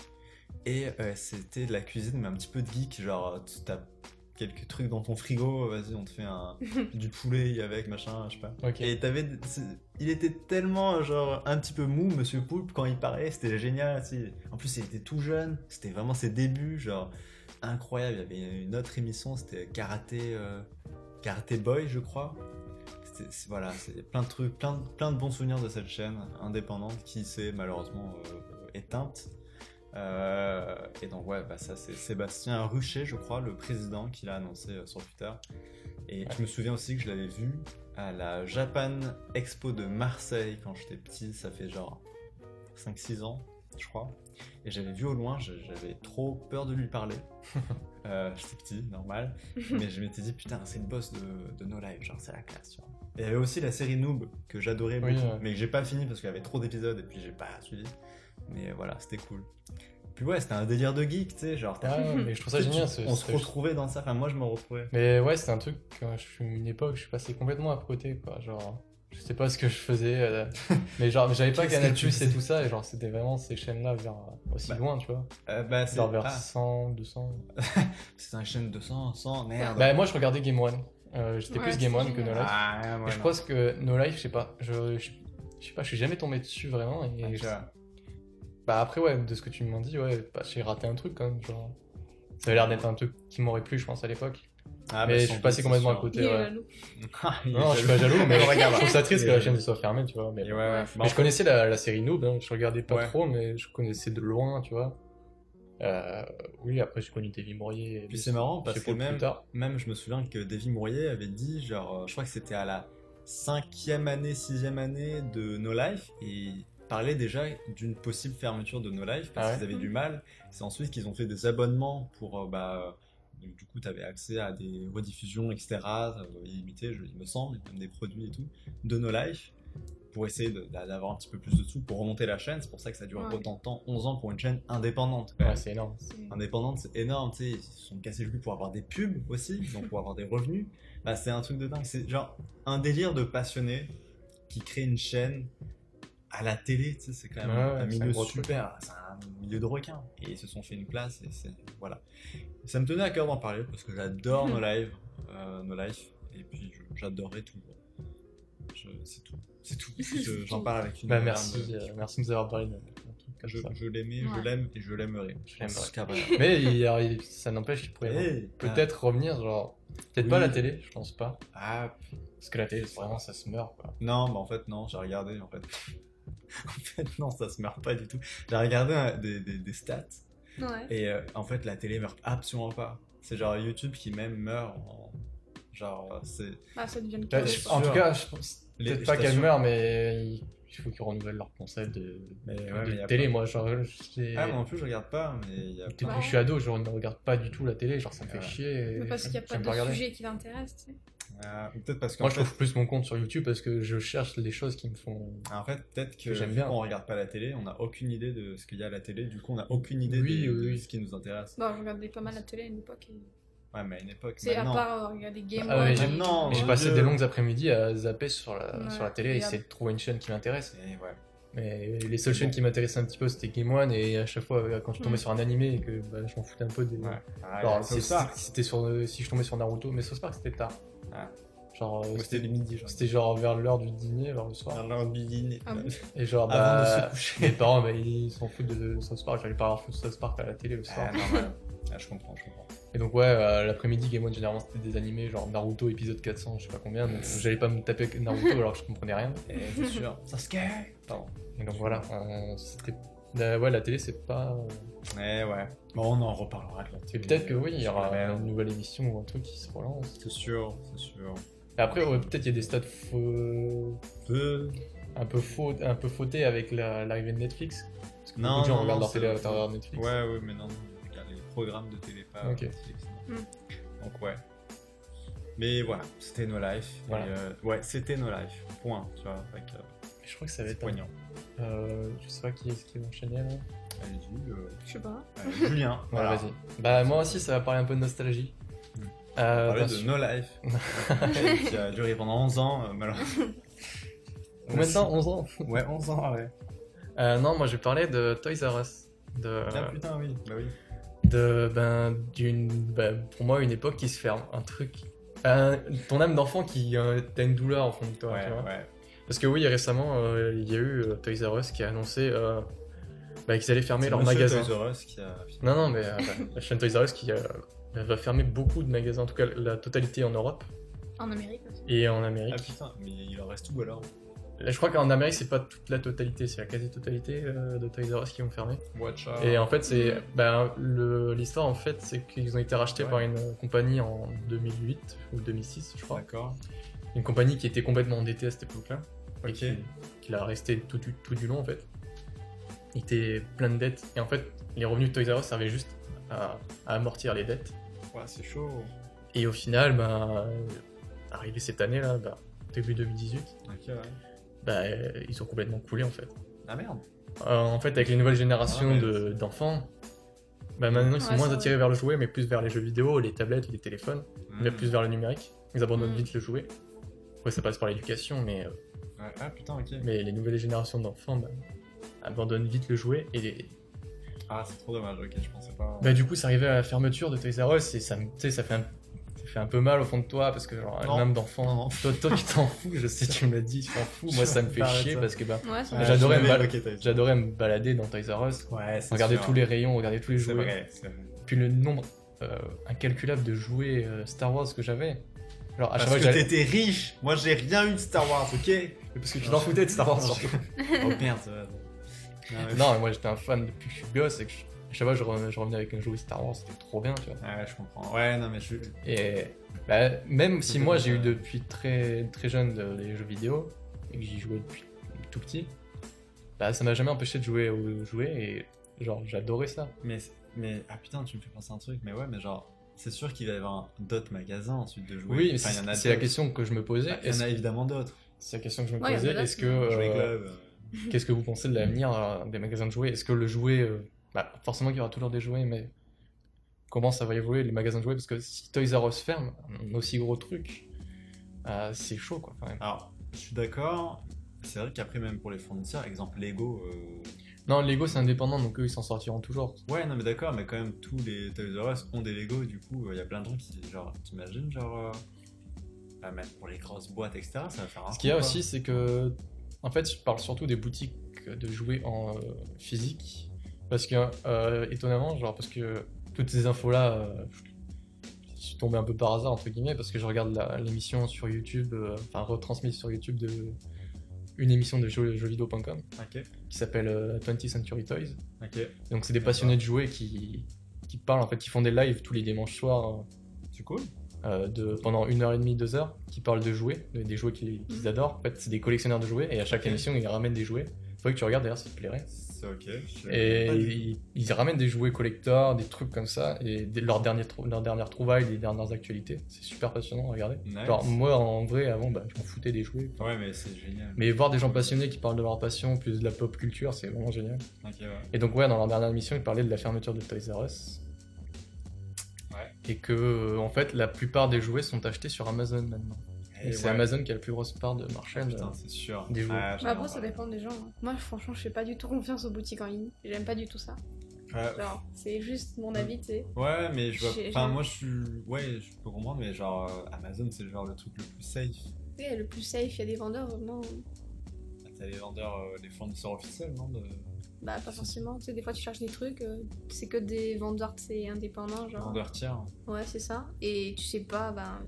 Speaker 4: et euh, c'était de la cuisine mais un petit peu de geek genre euh, tu- t'as quelques trucs dans ton frigo vas-y on te fait un du poulet avec machin je sais pas
Speaker 3: Ok.
Speaker 4: et t'avais, c'est- il était tellement euh, genre un petit peu mou, Monsieur Poulpe, quand il parlait, c'était génial. tu sais. En plus, il était tout jeune, c'était vraiment ses débuts, genre incroyable. Il y avait une autre émission, c'était Karaté, euh, Karaté Boy, je crois. C'était- c'est- voilà, c'est plein de trucs, plein, de- plein de bons souvenirs de cette chaîne indépendante qui s'est malheureusement euh, éteinte. Euh, et donc ouais, bah ça c'est Sébastien Ruchet, je crois, le président qui l'a annoncé euh, sur Twitter. Et je me souviens aussi que je l'avais vu à la Japan Expo de Marseille quand j'étais petit, ça fait genre 5-6 ans, je crois. Et j'avais vu au loin, je- j'avais trop peur de lui parler. Euh, j'étais petit, normal. Mais je m'étais dit, putain, c'est le boss de, de No Life, genre c'est la classe. tu vois. Et il y avait aussi la série Noob que j'adorais
Speaker 3: Oui,
Speaker 4: beaucoup,
Speaker 3: ouais.
Speaker 4: mais que j'ai pas fini parce qu'il y avait trop d'épisodes et puis j'ai pas suivi. Mais voilà, c'était cool. Puis ouais, c'était un délire de geek, tu sais, genre t'as-
Speaker 3: Ah ouais, mais je trouve ça
Speaker 4: tu-
Speaker 3: génial. ce-
Speaker 4: on se
Speaker 3: ce-
Speaker 4: retrouvait dans ça, enfin moi je me retrouvais.
Speaker 3: Mais ouais, c'est un truc, que je suis une époque, je suis passé complètement à côté, quoi. Genre, je sais pas ce que je faisais, euh, mais genre, j'avais pas
Speaker 4: Qu'est-ce que
Speaker 3: Canal
Speaker 4: tu
Speaker 3: Plus et
Speaker 4: faisais
Speaker 3: tout ça, et genre, c'était vraiment ces chaînes-là vers euh, aussi
Speaker 4: Bah,
Speaker 3: loin, tu vois.
Speaker 4: Euh, bah, c'est
Speaker 3: Genre vers
Speaker 4: ah,
Speaker 3: 100, 200.
Speaker 4: c'est un chaîne 200, 100, merde.
Speaker 3: Bah, moi, je regardais Game One. Euh, J'étais
Speaker 2: Ouais,
Speaker 3: plus
Speaker 2: c'était
Speaker 3: Game One
Speaker 2: Game
Speaker 3: que No
Speaker 2: One.
Speaker 3: Life.
Speaker 4: Ah,
Speaker 3: Et
Speaker 4: ouais,
Speaker 3: je
Speaker 4: non.
Speaker 3: pense que No Life, je sais pas, je, je, je sais pas, je suis jamais tombé dessus vraiment. Et
Speaker 4: Ah,
Speaker 3: je-
Speaker 4: tu vois.
Speaker 3: Bah après ouais, de ce que tu m'en dis, ouais, bah, j'ai raté un truc quand même, genre. Ça a l'air d'être un truc qui m'aurait plu, je pense, à l'époque.
Speaker 4: Ah,
Speaker 3: mais
Speaker 4: bah,
Speaker 3: je
Speaker 4: sans
Speaker 3: suis passé
Speaker 4: doute, c'est
Speaker 3: complètement
Speaker 4: sûr.
Speaker 3: à côté.
Speaker 2: Il est
Speaker 3: ouais.
Speaker 2: jaloux.
Speaker 4: Ah, il est
Speaker 3: Non, je suis pas jaloux, mais je trouve ça triste que la chaîne soit fermée, tu vois. Mais,
Speaker 4: Et ouais,
Speaker 3: bon.
Speaker 4: ouais.
Speaker 2: Ouais.
Speaker 4: Bah,
Speaker 3: Mais je connaissais la, la série Noob, hein, je regardais pas
Speaker 4: Ouais.
Speaker 3: trop, mais je connaissais de loin, tu vois. Euh, oui, après j'ai connu Davy Mourier.
Speaker 4: Puis c'est marrant parce
Speaker 3: J'ai
Speaker 4: que
Speaker 3: connu
Speaker 4: même,
Speaker 3: plus tard.
Speaker 4: même je me souviens que Davy Mourier avait dit, genre, euh, je crois que c'était à la cinquième année, sixième année de No Life, et il parlait déjà d'une possible fermeture de No Life parce
Speaker 3: Ah ouais
Speaker 4: qu'ils avaient du mal. C'est ensuite qu'ils ont fait des abonnements pour, euh, bah, euh, du coup, tu avais accès à des rediffusions, etc., euh, illimitées, je- il me semble, et même des produits et tout, de No Life pour essayer de- d'a- d'avoir un petit peu plus de sous pour remonter la chaîne. C'est pour ça que ça dure
Speaker 2: Ouais.
Speaker 4: autant de temps, 11 ans pour une chaîne indépendante. quand même
Speaker 3: Ouais, c'est énorme.
Speaker 2: C'est-
Speaker 4: indépendante, c'est énorme, tu sais, ils se sont cassés le cul pour avoir des pubs aussi, donc pour avoir des revenus. Bah, c'est un truc de dingue, c'est genre un délire de passionné qui crée une chaîne à la télé, tu sais, c'est quand même
Speaker 3: Ouais, ouais,
Speaker 4: un
Speaker 3: c'est un
Speaker 4: milieu
Speaker 3: gros truc.
Speaker 4: super, c'est un milieu de requins. Et ils se sont fait une place, et c'est. Voilà. Ça me tenait à cœur d'en parler parce que j'adore nos lives, euh, nos lives, et puis je- j'adorerais tout. Je- C'est tout. C'est tout. Je- J'en parle avec une.
Speaker 3: Bah
Speaker 4: une-
Speaker 3: merci, euh, merci de nous avoir parlé d'un d'un truc comme
Speaker 4: Je,
Speaker 3: ça.
Speaker 4: je l'aimais, je
Speaker 2: Ouais.
Speaker 4: l'aime et je l'aimerais.
Speaker 3: Je l'aimerais.
Speaker 4: Jusqu'à maintenant.
Speaker 3: Mais il- alors, il- ça n'empêche qu'il pourrait
Speaker 4: Hey,
Speaker 3: peut-être revenir, genre. Peut-être pas à
Speaker 4: Oui.
Speaker 3: la télé, je pense pas.
Speaker 4: Ah,
Speaker 3: Parce que la télé, vraiment, ça se meurt, quoi.
Speaker 4: Non, mais en fait, non, j'ai regardé, en fait. en fait, non, ça se meurt pas du tout. J'ai regardé euh, des, des- des stats,
Speaker 2: Ouais.
Speaker 4: et euh, en fait, la télé meurt absolument pas. C'est genre YouTube qui même meurt en... Genre, euh, c'est...
Speaker 2: Ah, ça devient une
Speaker 3: Bah,
Speaker 4: Je
Speaker 3: je-
Speaker 4: suis
Speaker 3: en
Speaker 4: sûr.
Speaker 3: tout cas, je pense
Speaker 4: Les-
Speaker 3: peut-être pas
Speaker 4: je
Speaker 3: qu'elle
Speaker 4: t'assure.
Speaker 3: meurt, mais il il faut qu'ils renouvellent leur concept de,
Speaker 4: Mais ouais,
Speaker 3: de
Speaker 4: mais y a
Speaker 3: télé.
Speaker 4: pas-
Speaker 3: Moi, genre, j'ai-
Speaker 4: Ah, moi non plus, je regarde pas, mais y a
Speaker 3: depuis
Speaker 4: pas-
Speaker 3: que je suis ado, genre, je ne regarde pas du tout la télé, genre, ça me fait
Speaker 4: Ouais.
Speaker 3: chier. et
Speaker 2: Mais parce qu'il n'y a pas
Speaker 3: j'aime
Speaker 2: de
Speaker 3: regarder.
Speaker 2: sujet qui l'intéresse. tu sais.
Speaker 4: Ah, ou peut-être parce qu'en
Speaker 3: Moi, je
Speaker 4: fait...
Speaker 3: trouve plus mon compte sur YouTube parce que je cherche les choses qui me font.
Speaker 4: En fait, peut-être que
Speaker 3: Que j'aime
Speaker 4: vu
Speaker 3: bien.
Speaker 4: qu'on regarde pas la télé, on n'a aucune idée de ce qu'il y a à la télé, du coup on n'a aucune idée
Speaker 3: Oui,
Speaker 4: de,
Speaker 3: oui,
Speaker 4: de
Speaker 3: oui.
Speaker 4: ce qui nous intéresse.
Speaker 2: Bon, je regardais pas mal la télé à une époque. et-
Speaker 4: Ouais, mais à une époque,
Speaker 2: C'est à
Speaker 4: maintenant-
Speaker 2: part euh, regarder Game
Speaker 3: Ah ouais,
Speaker 2: Boy.
Speaker 3: j'aime-
Speaker 4: Bah non,
Speaker 3: Mais j'ai
Speaker 4: mon
Speaker 3: passé
Speaker 4: Dieu.
Speaker 3: des longues après-midi à zapper sur la,
Speaker 2: Ouais,
Speaker 3: sur la télé et
Speaker 2: regarde.
Speaker 3: essayer de trouver une chaîne qui m'intéresse.
Speaker 4: Et ouais.
Speaker 3: Mais les seules chaînes qui m'intéressaient un petit peu, c'était Game One et à chaque fois, euh, quand je tombais
Speaker 2: Mm.
Speaker 3: sur un animé et que bah, je m'en foutais un peu des.
Speaker 4: Ouais. Ah,
Speaker 3: Genre,
Speaker 4: South
Speaker 3: si- si-
Speaker 4: Park.
Speaker 3: c'était sur, euh, si je tombais sur Naruto, mais South Park c'était tard.
Speaker 4: Ah.
Speaker 3: Genre, euh,
Speaker 4: Ou C'était
Speaker 3: c'était
Speaker 4: le midi, genre.
Speaker 3: c'était genre vers l'heure du dîner, vers le soir.
Speaker 4: Un lundi dîner.
Speaker 2: Ah bon
Speaker 3: Et genre,
Speaker 4: Avant
Speaker 3: bah,
Speaker 4: de se coucher.
Speaker 3: mes parents, bah, ils s'en foutent de de South Park, j'allais pas avoir foutu South Park à la télé le soir.
Speaker 4: Ah, normal. Ah, je comprends, je comprends.
Speaker 3: Et donc, ouais, euh, l'après-midi, Game One, généralement c'était des animés, genre Naruto épisode 400, je sais pas combien, donc j'allais pas me taper Naruto alors que je comprenais rien.
Speaker 4: Et c'est sûr. Sasuke Pardon.
Speaker 3: Et donc voilà, euh, c'était. la- ouais, la télé c'est pas.
Speaker 4: Eh ouais. Bon, on en reparlera de la
Speaker 3: Et
Speaker 4: télé.
Speaker 3: peut-être que oui, il y
Speaker 4: Sur la
Speaker 3: aura
Speaker 4: merde.
Speaker 3: une nouvelle émission ou un truc qui se relance.
Speaker 4: C'est sûr, c'est sûr.
Speaker 3: Et après, ouais, peut-être il y a des stats faux.
Speaker 4: Peu.
Speaker 3: un peu faux, un peu fauté avec la- l'arrivée de Netflix. Parce que
Speaker 4: Non,
Speaker 3: beaucoup de gens
Speaker 4: non,
Speaker 3: regardent
Speaker 4: non,
Speaker 3: leur télé à
Speaker 4: c'est-
Speaker 3: travers Netflix.
Speaker 4: Ouais, ouais, mais non, non. je regarde les programmes de télé, pas
Speaker 3: Ok.
Speaker 4: Netflix, non.
Speaker 2: Hmm.
Speaker 4: Donc, ouais. Mais voilà, c'était nos lives.
Speaker 3: Voilà.
Speaker 4: Et, euh, ouais, c'était nos lives. Point, tu vois. Fait que, euh,
Speaker 3: Je crois que ça va
Speaker 4: c'est
Speaker 3: être. un-
Speaker 4: poignant.
Speaker 3: Euh, je sais pas qui est-ce qui va enchaîner là.
Speaker 4: Allez-y. euh,
Speaker 2: Je sais pas.
Speaker 4: euh, Julien,
Speaker 3: Voilà,
Speaker 4: voilà.
Speaker 3: vas-y. Bah, moi aussi, ça va parler un peu de nostalgie.
Speaker 4: Mm.
Speaker 3: Euh,
Speaker 4: On parlait
Speaker 3: bien
Speaker 4: de
Speaker 3: sûr.
Speaker 4: No Life, euh, qui a duré pendant 11 ans, euh, malheureusement.
Speaker 3: Combien de temps 11 ans
Speaker 4: Ouais, 11 ans, ouais.
Speaker 3: Euh, Non, moi je vais parler de Toys R Us. De, euh,
Speaker 4: Ah putain, oui. Bah oui.
Speaker 3: de ben, d'une, ben, pour moi, une époque qui se ferme. Un truc. Un- ton âme d'enfant qui. euh, T'as une douleur en fond de toi. tu vois.
Speaker 4: Ouais, ouais.
Speaker 3: Parce que oui, récemment, euh, il y a eu euh, Toys R Us qui a annoncé euh, bah, qu'ils allaient fermer
Speaker 4: C'est
Speaker 3: leur
Speaker 4: Monsieur
Speaker 3: magasin.
Speaker 4: Toys R Us qui a- Ah,
Speaker 3: Non, non, mais euh, la chaîne Toys R Us qui euh, va fermer beaucoup de magasins, en tout cas la totalité en Europe
Speaker 2: En Amérique aussi.
Speaker 3: et en
Speaker 4: Ah
Speaker 3: Amérique.
Speaker 4: putain, mais il en reste où alors
Speaker 3: Là, je crois qu'en Amérique, c'est pas toute la totalité, c'est la quasi-totalité euh, de Toys R Us qui vont fermer.
Speaker 4: Watch
Speaker 3: Et en fait, c'est
Speaker 2: Mhm.
Speaker 3: ben, le- l'histoire en fait, c'est qu'ils ont été rachetés
Speaker 4: Ouais.
Speaker 3: par une compagnie en 2008 ou 2006, je crois.
Speaker 4: D'accord.
Speaker 3: Une compagnie qui était complètement endettée à cette époque-là. et
Speaker 4: Ok.
Speaker 3: qui, qui l'a resté tout du, tout du long en fait. Il était plein de dettes et en fait les revenus de Toys R Us servaient juste à, à amortir les dettes.
Speaker 4: Ouais, c'est chaud.
Speaker 3: Et au final, bah, euh, arrivé cette année là, bah, début 2018,
Speaker 4: Ok, ouais.
Speaker 3: bah, euh, ils ont complètement coulé en fait.
Speaker 4: Ah merde.
Speaker 3: Euh, en fait avec les nouvelles générations
Speaker 4: Ah, mais
Speaker 3: de- d'enfants, bah, maintenant ils sont
Speaker 2: Ouais,
Speaker 3: moins
Speaker 2: c'est
Speaker 3: attirés vers le jouet mais plus vers les jeux vidéo, les tablettes, les téléphones, mais
Speaker 4: Hmm.
Speaker 3: plus vers le numérique. Ils abandonnent
Speaker 2: Mm.
Speaker 3: vite le jouet. Après ça passe par l'éducation mais euh,
Speaker 4: Ouais, Ah putain, ok.
Speaker 3: Mais les nouvelles générations d'enfants bah, abandonnent vite le jouet. Et les-
Speaker 4: Ah, c'est trop dommage, ok, je pensais pas.
Speaker 3: bah, du coup, c'est arrivé à la fermeture de Toys R Us et ça, me- tu sais, ça, fait un... ça fait un peu mal au fond de toi parce que, genre,
Speaker 4: Non.
Speaker 3: un âme d'enfant,
Speaker 4: Non.
Speaker 3: toi, toi qui t'en fous, je sais, tu me l'as dit, tu t'en fous. Moi, ça me fait
Speaker 4: Arrête
Speaker 3: chier
Speaker 4: ça.
Speaker 3: parce que bah,
Speaker 2: Ouais, c'est
Speaker 4: Ah,
Speaker 2: vrai.
Speaker 3: j'adorais
Speaker 4: je
Speaker 3: me
Speaker 4: l'avais,
Speaker 3: bal-
Speaker 4: ok, t'as eu ça.
Speaker 3: j'adorais me balader dans Toys R Us,
Speaker 4: Ouais, c'est
Speaker 3: regarder
Speaker 4: sûr.
Speaker 3: tous les rayons, regarder tous les
Speaker 4: C'est
Speaker 3: jouets.
Speaker 4: vrai, c'est vrai.
Speaker 3: Puis le nombre euh, incalculable de jouets euh, Star Wars que j'avais. Alors, à
Speaker 4: Parce
Speaker 3: chaque fois
Speaker 4: que
Speaker 3: j'allais-
Speaker 4: t'étais riche Moi j'ai rien eu de Star Wars, ok
Speaker 3: Parce que tu t'en foutais de Star Wars, surtout.
Speaker 4: Oh merde, ça va. Non, mais-
Speaker 3: Non, mais moi j'étais un fan depuis que je suis gosse et que je, à chaque fois je, re- je revenais avec un jouet Star Wars, c'était trop bien, tu vois.
Speaker 4: Ouais, je comprends. Ouais, non, mais je suis.
Speaker 3: Et bah, même si
Speaker 4: C'était
Speaker 3: moi
Speaker 4: comme
Speaker 3: j'ai eu
Speaker 4: ça.
Speaker 3: depuis très, très jeune de- les jeux vidéo et que j'y jouais depuis tout petit, bah ça m'a jamais empêché de jouer aux jouets et genre j'adorais ça.
Speaker 4: Mais, mais ah putain, tu me fais penser à un truc, mais ouais, mais genre, c'est sûr qu'il va y avoir un- d'autres magasins ensuite de jouer.
Speaker 3: Oui, mais
Speaker 4: Enfin, il y en a
Speaker 3: c'est c'est la
Speaker 4: d'autres.
Speaker 3: question que je me posais.
Speaker 4: Bah, Il y en
Speaker 3: Est-ce-
Speaker 4: a évidemment d'autres.
Speaker 3: C'est la question que je me
Speaker 2: Ouais, il y en a
Speaker 3: posais.
Speaker 2: d'autres,
Speaker 3: Est-ce que
Speaker 2: mais-
Speaker 4: Jouer
Speaker 3: euh,
Speaker 4: Club. euh,
Speaker 3: Qu'est-ce que vous pensez de l'avenir euh, des magasins de jouets Est-ce que le jouet. euh, bah, forcément qu'il y aura toujours des jouets, mais comment ça va évoluer les magasins de jouets Parce que si Toys R Us ferme, un aussi gros truc, euh, c'est chaud quoi quand même.
Speaker 4: Alors, je suis d'accord. C'est vrai qu'après, même pour les fournisseurs, exemple Lego. euh,
Speaker 3: Non, Lego c'est indépendant donc eux ils s'en sortiront toujours.
Speaker 4: Ouais, non, mais d'accord, mais quand même, tous les Toys R Us ont des Lego, du coup, euh, il y a plein de gens qui, genre, t'imagines, genre. euh, ah, même pour les grosses boîtes, etc., ça va faire un.
Speaker 3: Ce qu'il y a
Speaker 4: trou, quoi.
Speaker 3: aussi c'est que. En fait, je parle surtout des boutiques de jouets en euh, physique. Parce que, euh, étonnamment, genre, parce que toutes ces infos-là, euh, je suis tombé un peu par hasard, entre guillemets, parce que je regarde la- l'émission sur YouTube, euh, enfin, retransmise sur YouTube de une émission de jeux- jeuxvideo.com
Speaker 4: Ok,
Speaker 3: qui s'appelle euh, 20th Century Toys.
Speaker 4: ok.
Speaker 3: Donc, c'est des passionnés de jouets qui, qui parlent, en fait, qui font des lives tous les dimanches soirs
Speaker 4: C'est cool.
Speaker 3: euh, de, pendant une heure et demie, deux heures, qui parlent de jouets, de- des jouets qu'ils qu'ils adorent. En fait, c'est des collectionneurs de jouets et à chaque émission, ils ramènent des jouets. Faudrait que tu regardes d'ailleurs, ça te plairait.
Speaker 4: C'est ok. je-
Speaker 3: Et
Speaker 4: pas du tout.
Speaker 3: ils, ils ramènent des jouets collector, des trucs comme ça, et des- leurs derniers trou- leurs dernières trouvailles, les dernières actualités. C'est super passionnant à regarder.
Speaker 4: Nice.
Speaker 3: Genre, moi en vrai, avant, bah, je m'en foutais des jouets.
Speaker 4: Ouais, mais c'est génial.
Speaker 3: Mais voir des gens passionnés qui parlent de leur passion, plus de la pop culture, c'est vraiment génial.
Speaker 4: Ok, ouais.
Speaker 3: Et donc, ouais, dans leur dernière émission, ils parlaient de la fermeture de Toys R Us.
Speaker 4: Ouais.
Speaker 3: Et que, euh, en fait, la plupart des jouets sont achetés sur Amazon maintenant. Et,
Speaker 4: Et
Speaker 3: c'est
Speaker 4: ouais.
Speaker 3: Amazon qui a la plus grosse part de marché.
Speaker 4: Ah,
Speaker 3: là.
Speaker 4: putain, c'est sûr.
Speaker 3: Des jouets.
Speaker 4: Ouais,
Speaker 2: Bah,
Speaker 4: j'adore,
Speaker 2: après, ça
Speaker 4: ouais.
Speaker 2: dépend des gens. hein. Moi, franchement, je fais pas du tout confiance aux boutiques en ligne. J'aime pas du tout ça.
Speaker 4: Ouais,
Speaker 2: Genre, c'est juste mon avis, tu sais.
Speaker 4: Ouais, mais je vois.
Speaker 2: J'ai-
Speaker 4: Enfin,
Speaker 2: j'ai-
Speaker 4: moi, je suis. Ouais, je peux comprendre, mais genre, euh, Amazon, c'est genre le truc le plus safe.
Speaker 2: Tu sais, le plus safe, il y a des vendeurs vraiment.
Speaker 4: T'as les vendeurs, euh, les fournisseurs officiels, non de...
Speaker 2: Bah, pas forcément. Tu sais, des fois, tu cherches des trucs, euh, c'est que des vendeurs, tu sais, indépendants,
Speaker 4: les
Speaker 2: genre.
Speaker 4: Vendeurs tiers.
Speaker 2: Ouais, c'est ça. Et tu sais pas, ben.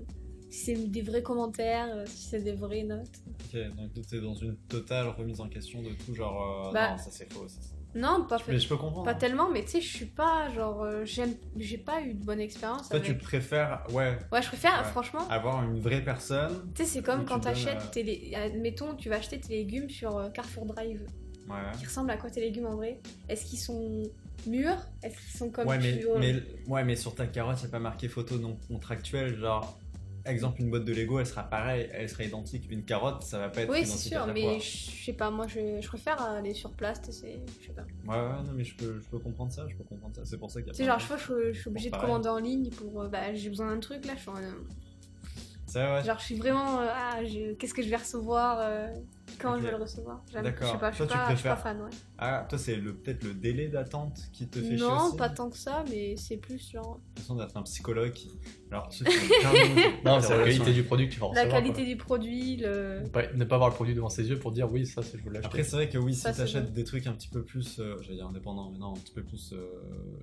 Speaker 2: Si c'est des vrais commentaires, euh, si c'est des vraies notes.
Speaker 4: Ok, donc t'es dans une totale remise en question de tout, genre. euh,
Speaker 2: Bah.
Speaker 4: Non, ça c'est faux. ça, c'est-
Speaker 2: Non, pas, fait-
Speaker 4: Mais je peux comprendre.
Speaker 2: pas tellement, mais tu sais, je suis pas, genre, euh, j'aime, j'ai pas eu de bonne expérience
Speaker 4: Toi,
Speaker 2: avec.
Speaker 4: tu préfères, ouais,
Speaker 2: Ouais, je préfère,
Speaker 4: Ouais.
Speaker 2: franchement,
Speaker 4: avoir une vraie personne.
Speaker 2: Tu sais, c'est
Speaker 4: Ou
Speaker 2: comme
Speaker 4: tu
Speaker 2: quand
Speaker 4: donnes euh,
Speaker 2: t'achètes
Speaker 4: à-
Speaker 2: tes. lé- Admettons, tu vas acheter tes légumes sur euh, Carrefour Drive.
Speaker 4: Ouais.
Speaker 2: Ils ressemblent à quoi tes légumes en vrai Est-ce qu'ils sont mûrs Est-ce qu'ils sont comme
Speaker 4: ouais, mais,
Speaker 2: tu- euh,
Speaker 4: mais- ouais, mais sur ta carotte, il a pas marqué photo non contractuelle. Genre, exemple, une boîte de Lego, elle sera pareille, elle sera identique. Une carotte, ça va pas être
Speaker 2: Oui, c'est
Speaker 4: identique. à
Speaker 2: sûr,
Speaker 4: chaque
Speaker 2: mais je sais pas, moi je, je préfère aller sur place, tu sais, je sais pas. Tu
Speaker 4: fois. Ouais, ouais, non, mais je peux, je peux comprendre ça, je peux comprendre ça. C'est pour ça qu'il y a.
Speaker 2: sais,
Speaker 4: plein
Speaker 2: genre,
Speaker 4: de-
Speaker 2: je, je, je suis obligée de
Speaker 4: pareil.
Speaker 2: commander en ligne pour. euh, bah, j'ai besoin d'un truc là, je suis en- euh,
Speaker 4: C'est vrai, ouais.
Speaker 2: Genre, je suis vraiment. euh, ah, je- qu'est-ce que je vais recevoir euh, Quand
Speaker 4: Ok.
Speaker 2: je vais le recevoir J'aime-
Speaker 4: D'accord.
Speaker 2: Je sais pas, je suis
Speaker 4: Toi, tu
Speaker 2: pas, je suis pas
Speaker 4: préfères-
Speaker 2: fan, ouais.
Speaker 4: Ah, toi, c'est le, peut-être le délai d'attente qui te fait chier
Speaker 2: Non,
Speaker 4: aussi. hein.
Speaker 2: pas tant que ça, mais c'est plus genre.
Speaker 4: J'ai l'impression d'être un psychologue qui. Alors, tu sais, c'est bien mauvais.
Speaker 3: Non, c'est la
Speaker 4: Ouais,
Speaker 3: qualité
Speaker 4: ouais.
Speaker 3: du produit que tu vas
Speaker 2: La
Speaker 3: recevoir.
Speaker 2: qualité du produit, le.
Speaker 3: quoi. Pas- ne pas avoir le produit devant ses yeux pour dire oui, ça, c'est- je veux l'acheter.
Speaker 4: Après, c'est vrai que oui, si
Speaker 2: Ça, c'est
Speaker 4: t'achètes
Speaker 2: bon.
Speaker 4: des trucs un petit peu plus, euh, j'allais dire indépendants, mais non, un petit peu plus, euh,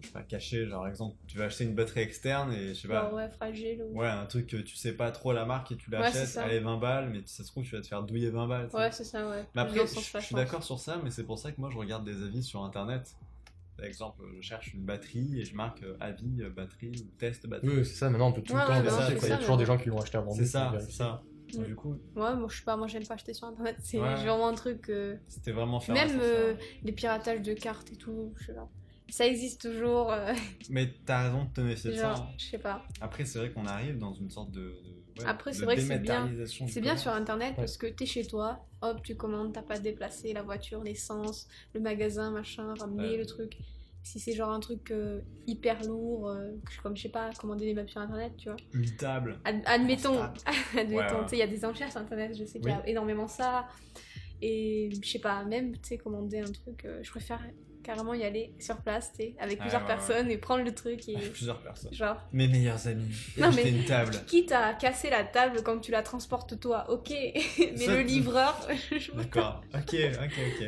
Speaker 4: je sais pas, cachés, genre, exemple, tu vas acheter une batterie externe et je sais pas,
Speaker 2: genre, ouais, fragile. ou-
Speaker 4: Ouais, un truc que tu sais pas trop la marque et tu
Speaker 2: c'est
Speaker 4: l'achètes,
Speaker 2: ça.
Speaker 4: allez 20 balles, mais ça se trouve tu vas te faire douiller 20 balles. tu sais.
Speaker 2: Ouais, c'est ça, ouais. Les
Speaker 4: mais après,
Speaker 2: gens
Speaker 4: je,
Speaker 2: sont
Speaker 4: je
Speaker 2: pas
Speaker 4: suis
Speaker 2: forts.
Speaker 4: d'accord sur ça, mais c'est pour ça que moi je regarde des avis sur internet. Par exemple, je cherche une batterie et je marque euh, avis, euh, batterie ou test batterie.
Speaker 3: Oui, oui, c'est ça, maintenant on peut tout
Speaker 2: Ouais,
Speaker 3: le temps
Speaker 2: ouais,
Speaker 3: vérifier,
Speaker 4: non, c'est
Speaker 3: quoi. Il y a
Speaker 2: ça,
Speaker 3: toujours
Speaker 2: mais-
Speaker 3: des euh. gens qui l'ont acheté avant
Speaker 4: c'est
Speaker 3: nous,
Speaker 4: ça,
Speaker 3: pour
Speaker 4: c'est
Speaker 3: vérifier.
Speaker 4: ça. Donc,
Speaker 2: Mm.
Speaker 4: Du coup,
Speaker 2: Ouais, moi je sais pas, moi j'aime pas acheter sur internet, c'est
Speaker 4: Ouais.
Speaker 2: vraiment un truc. euh,
Speaker 4: c'était vraiment faire.
Speaker 2: Même
Speaker 4: ça.
Speaker 2: euh, les piratages de cartes et tout, je sais pas. Ça existe toujours, euh,
Speaker 4: Mais t'as raison de te méfier de ça.
Speaker 2: genre,
Speaker 4: hein.
Speaker 2: je sais pas.
Speaker 4: Après, c'est vrai qu'on arrive dans une sorte de. de- ouais,
Speaker 2: Après,
Speaker 4: de
Speaker 2: c'est vrai que c'est bien.
Speaker 4: dématérialisation du
Speaker 2: C'est bien
Speaker 4: commerce.
Speaker 2: sur internet parce que t'es chez toi, hop, tu commandes, t'as pas à te déplacer la voiture, l'essence, le magasin, machin, ramener
Speaker 4: Ouais.
Speaker 2: le truc. Si c'est genre un truc euh, hyper lourd, euh, que je- comme je sais pas, commander des maps sur internet, tu vois.
Speaker 4: Ultable.
Speaker 2: Ad- admettons,
Speaker 4: Ah, Ouais,
Speaker 2: admettons,
Speaker 4: ouais.
Speaker 2: tu sais, il y a des enchères sur internet, je sais qu'il y a énormément ça. Et je sais pas, même, tu sais, commander un truc, euh, je préfère carrément y aller sur place, tu sais, avec
Speaker 4: Ah,
Speaker 2: plusieurs
Speaker 4: ouais, ouais.
Speaker 2: personnes et prendre le truc et
Speaker 4: Ah, Plusieurs personnes.
Speaker 2: genre.
Speaker 4: Mes meilleurs amis. Et
Speaker 2: Non,
Speaker 4: acheter
Speaker 2: mais-
Speaker 4: une table.
Speaker 2: Quitte à casser la table quand tu la transportes toi, ok, mais
Speaker 4: Ça,
Speaker 2: le
Speaker 4: tu-
Speaker 2: livreur. je-
Speaker 4: D'accord. Ok, ok, ok.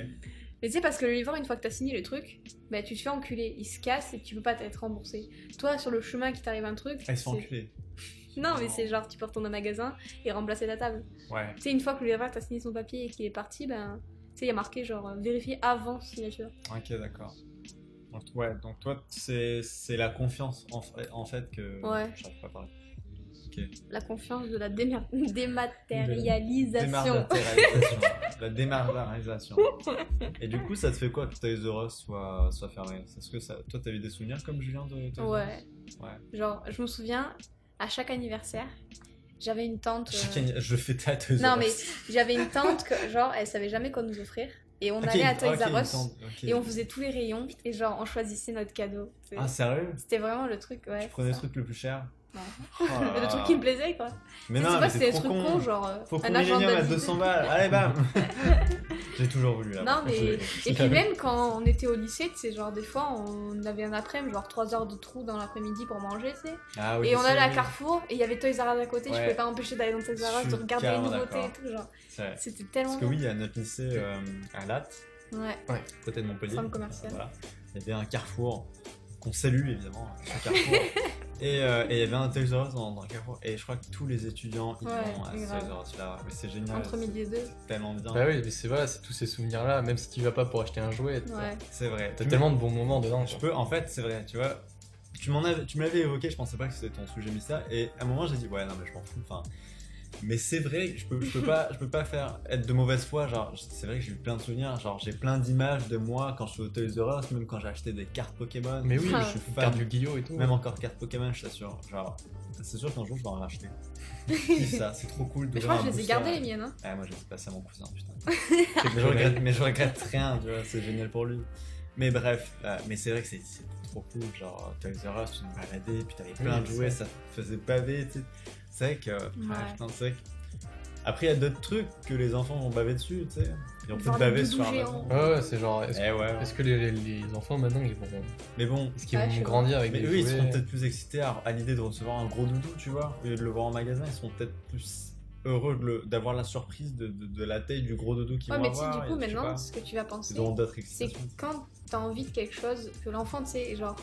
Speaker 2: Mais tu sais, parce que le livreur, une fois que t'as signé le truc, bah tu te fais enculer, il se casse et tu peux pas être remboursé. Toi, sur le chemin, qui t'arrive un truc.
Speaker 4: Elles sont
Speaker 2: c'est-
Speaker 4: enculées.
Speaker 2: Non, mais c'est genre, tu peux retourner au magasin et remplacer la table.
Speaker 4: Ouais.
Speaker 2: Tu sais, une fois que le livreur t'a signé son papier et qu'il est parti, ben. Tu sais, il y a marqué genre euh, vérifier avant signature.
Speaker 4: Ok, d'accord. Donc, ouais, donc toi, c'est c'est la confiance en, fa- en fait que.
Speaker 2: Ouais.
Speaker 4: J'arrive pas à parler.
Speaker 2: La confiance de la déma- dématérialisation.
Speaker 4: Dématérialisation. la dématérialisation. Et du coup, ça te fait quoi que Toys R Us soit, soit fermé Est-ce que ça, toi, t'as eu des souvenirs comme Julien de Toys R Us
Speaker 2: Ouais.
Speaker 4: Ouais.
Speaker 2: Genre, je me souviens, à chaque anniversaire, j'avais une tante. euh,
Speaker 4: Chaque année, Ah, je fais ta Toys R Us.
Speaker 2: Non, mais j'avais une tante que, genre, elle savait jamais quoi nous offrir. Et on
Speaker 4: Ok,
Speaker 2: allait à
Speaker 4: ok,
Speaker 2: Toys
Speaker 4: il me
Speaker 2: R Us.
Speaker 4: semble, ok.
Speaker 2: Et on faisait tous les rayons. Et genre, on choisissait notre cadeau. C'est-
Speaker 4: Ah, sérieux
Speaker 2: C'était vraiment le truc, ouais.
Speaker 4: Tu prenais le
Speaker 2: c'est ça.
Speaker 4: truc le plus cher
Speaker 2: Ouais.
Speaker 4: Oh là
Speaker 2: Le
Speaker 4: là.
Speaker 2: truc qui me plaisait, quoi.
Speaker 4: Mais
Speaker 2: Tu sais,
Speaker 4: non,
Speaker 2: c'est
Speaker 4: mais
Speaker 2: pas,
Speaker 4: c'est
Speaker 2: c'était des
Speaker 4: trop
Speaker 2: trucs
Speaker 4: con.
Speaker 2: cons, genre. euh,
Speaker 4: Faut qu'on
Speaker 2: un agenda
Speaker 4: à
Speaker 2: de
Speaker 4: 200
Speaker 2: visite.
Speaker 4: balles. Allez, bam J'ai toujours voulu là.
Speaker 2: Non, mais. Et puis même quand on était au lycée, tu sais, genre, des fois, on avait un après-midi, genre 3 heures de trou dans l'après-midi pour manger, tu sais.
Speaker 4: Ah oui,
Speaker 2: et on
Speaker 4: c'est
Speaker 2: allait à
Speaker 4: vrai.
Speaker 2: Carrefour et il y avait Toys R Us à côté. Je
Speaker 4: Ouais.
Speaker 2: pouvais pas m'empêcher d'aller dans Toys
Speaker 4: Je
Speaker 2: R Us, de
Speaker 4: suis
Speaker 2: regarder les
Speaker 4: carrément
Speaker 2: nouveautés et
Speaker 4: d'accord.
Speaker 2: tout, genre.
Speaker 4: C'est vrai.
Speaker 2: C'était tellement.
Speaker 4: Parce que oui, à notre lycée euh, à Latte,
Speaker 2: bien. Ouais.
Speaker 4: côté de Montpellier.
Speaker 2: Centre commercial.
Speaker 4: Voilà. Il y avait un carrefour qu'on salue évidemment, un carrefour. et, euh, et il y avait un Toys R Us dans, dans le carrefour. Et je crois que tous les étudiants ils
Speaker 2: Ouais,
Speaker 4: vont à ce
Speaker 2: grave.
Speaker 4: Toys R Us là. Mais c'est génial.
Speaker 2: Entre midi et deux.
Speaker 4: C'est tellement bien.
Speaker 3: Bah oui, mais c'est voilà, c'est tous ces souvenirs-là, même si tu vas pas pour acheter un jouet, t'as
Speaker 2: Ouais.
Speaker 4: C'est vrai.
Speaker 3: t'as
Speaker 4: Tu-
Speaker 3: tellement de bons moments dedans.
Speaker 4: Je
Speaker 3: quoi.
Speaker 4: peux, en fait, c'est vrai, tu vois. Tu m'en avais- tu me l'avais évoqué, je pensais pas que c'était ton sujet mystère. Et à un moment, j'ai dit, ouais, non, mais je m'en fous. Enfin, mais c'est vrai, je peux, je peux pas, je peux pas faire être de mauvaise foi. Genre, c'est vrai que j'ai eu plein de souvenirs. Genre, j'ai plein d'images de moi quand je suis au Toys R Us, même quand j'ai acheté des cartes Pokémon.
Speaker 3: Mais oui,
Speaker 2: Ah.
Speaker 4: je suis
Speaker 3: le
Speaker 4: fan.
Speaker 3: carte du Guillot et tout.
Speaker 4: Même encore cartes Pokémon, je t'assure. Genre, c'est sûr qu'un jour, je vais en racheter. Kiffe ça, c'est trop cool.
Speaker 2: Mais je crois
Speaker 4: d'ouvrir
Speaker 2: que
Speaker 4: un
Speaker 2: je les ai
Speaker 4: booster.
Speaker 2: gardés, les miennes, hein.
Speaker 4: Ah, moi, je les ai passés à mon cousin, putain. mais, je regrette, mais je regrette rien, tu vois, c'est génial pour lui. Mais bref, euh, mais c'est vrai que c'est c'est trop cool. Genre, Toys R Us, tu te baladais, puis t'avais plein
Speaker 3: Oui,
Speaker 4: de jouets,
Speaker 3: c'est
Speaker 4: ça te faisait baver, tu sais. C'est vrai que. ah,
Speaker 2: Ouais.
Speaker 4: putain, c'est vrai que- Après, il y a d'autres trucs que les enfants vont baver dessus, tu sais. Ils
Speaker 2: Genre
Speaker 4: ont peut-être
Speaker 2: des
Speaker 4: baver
Speaker 2: doudous
Speaker 4: sur un
Speaker 2: géants.
Speaker 4: bazar.
Speaker 3: Ouais, ouais, c'est genre, est-ce
Speaker 4: Eh ouais.
Speaker 3: est-ce que les, les- les enfants maintenant ils vont,
Speaker 4: Mais bon,
Speaker 3: est-ce qu'ils
Speaker 2: Ouais, je
Speaker 3: vont
Speaker 2: sais
Speaker 3: grandir avec
Speaker 4: mais
Speaker 3: des
Speaker 4: eux, ils
Speaker 3: jouets
Speaker 4: seront peut-être plus excités à, à l'idée de recevoir un gros doudou, tu vois. Au lieu de le voir en magasin, ils seront peut-être plus heureux de le- d'avoir la surprise de, de- de la taille du gros doudou qu'ils
Speaker 2: Ouais,
Speaker 4: vont
Speaker 2: mais tu sais,
Speaker 4: avoir.
Speaker 2: du
Speaker 4: et
Speaker 2: coup,
Speaker 4: je sais
Speaker 2: maintenant,
Speaker 4: pas.
Speaker 2: ce que tu vas
Speaker 4: c'est
Speaker 2: penser,
Speaker 4: dans d'autres
Speaker 2: c'est
Speaker 4: excitations.
Speaker 2: quand t'as envie de quelque chose, que l'enfant, tu sais, genre,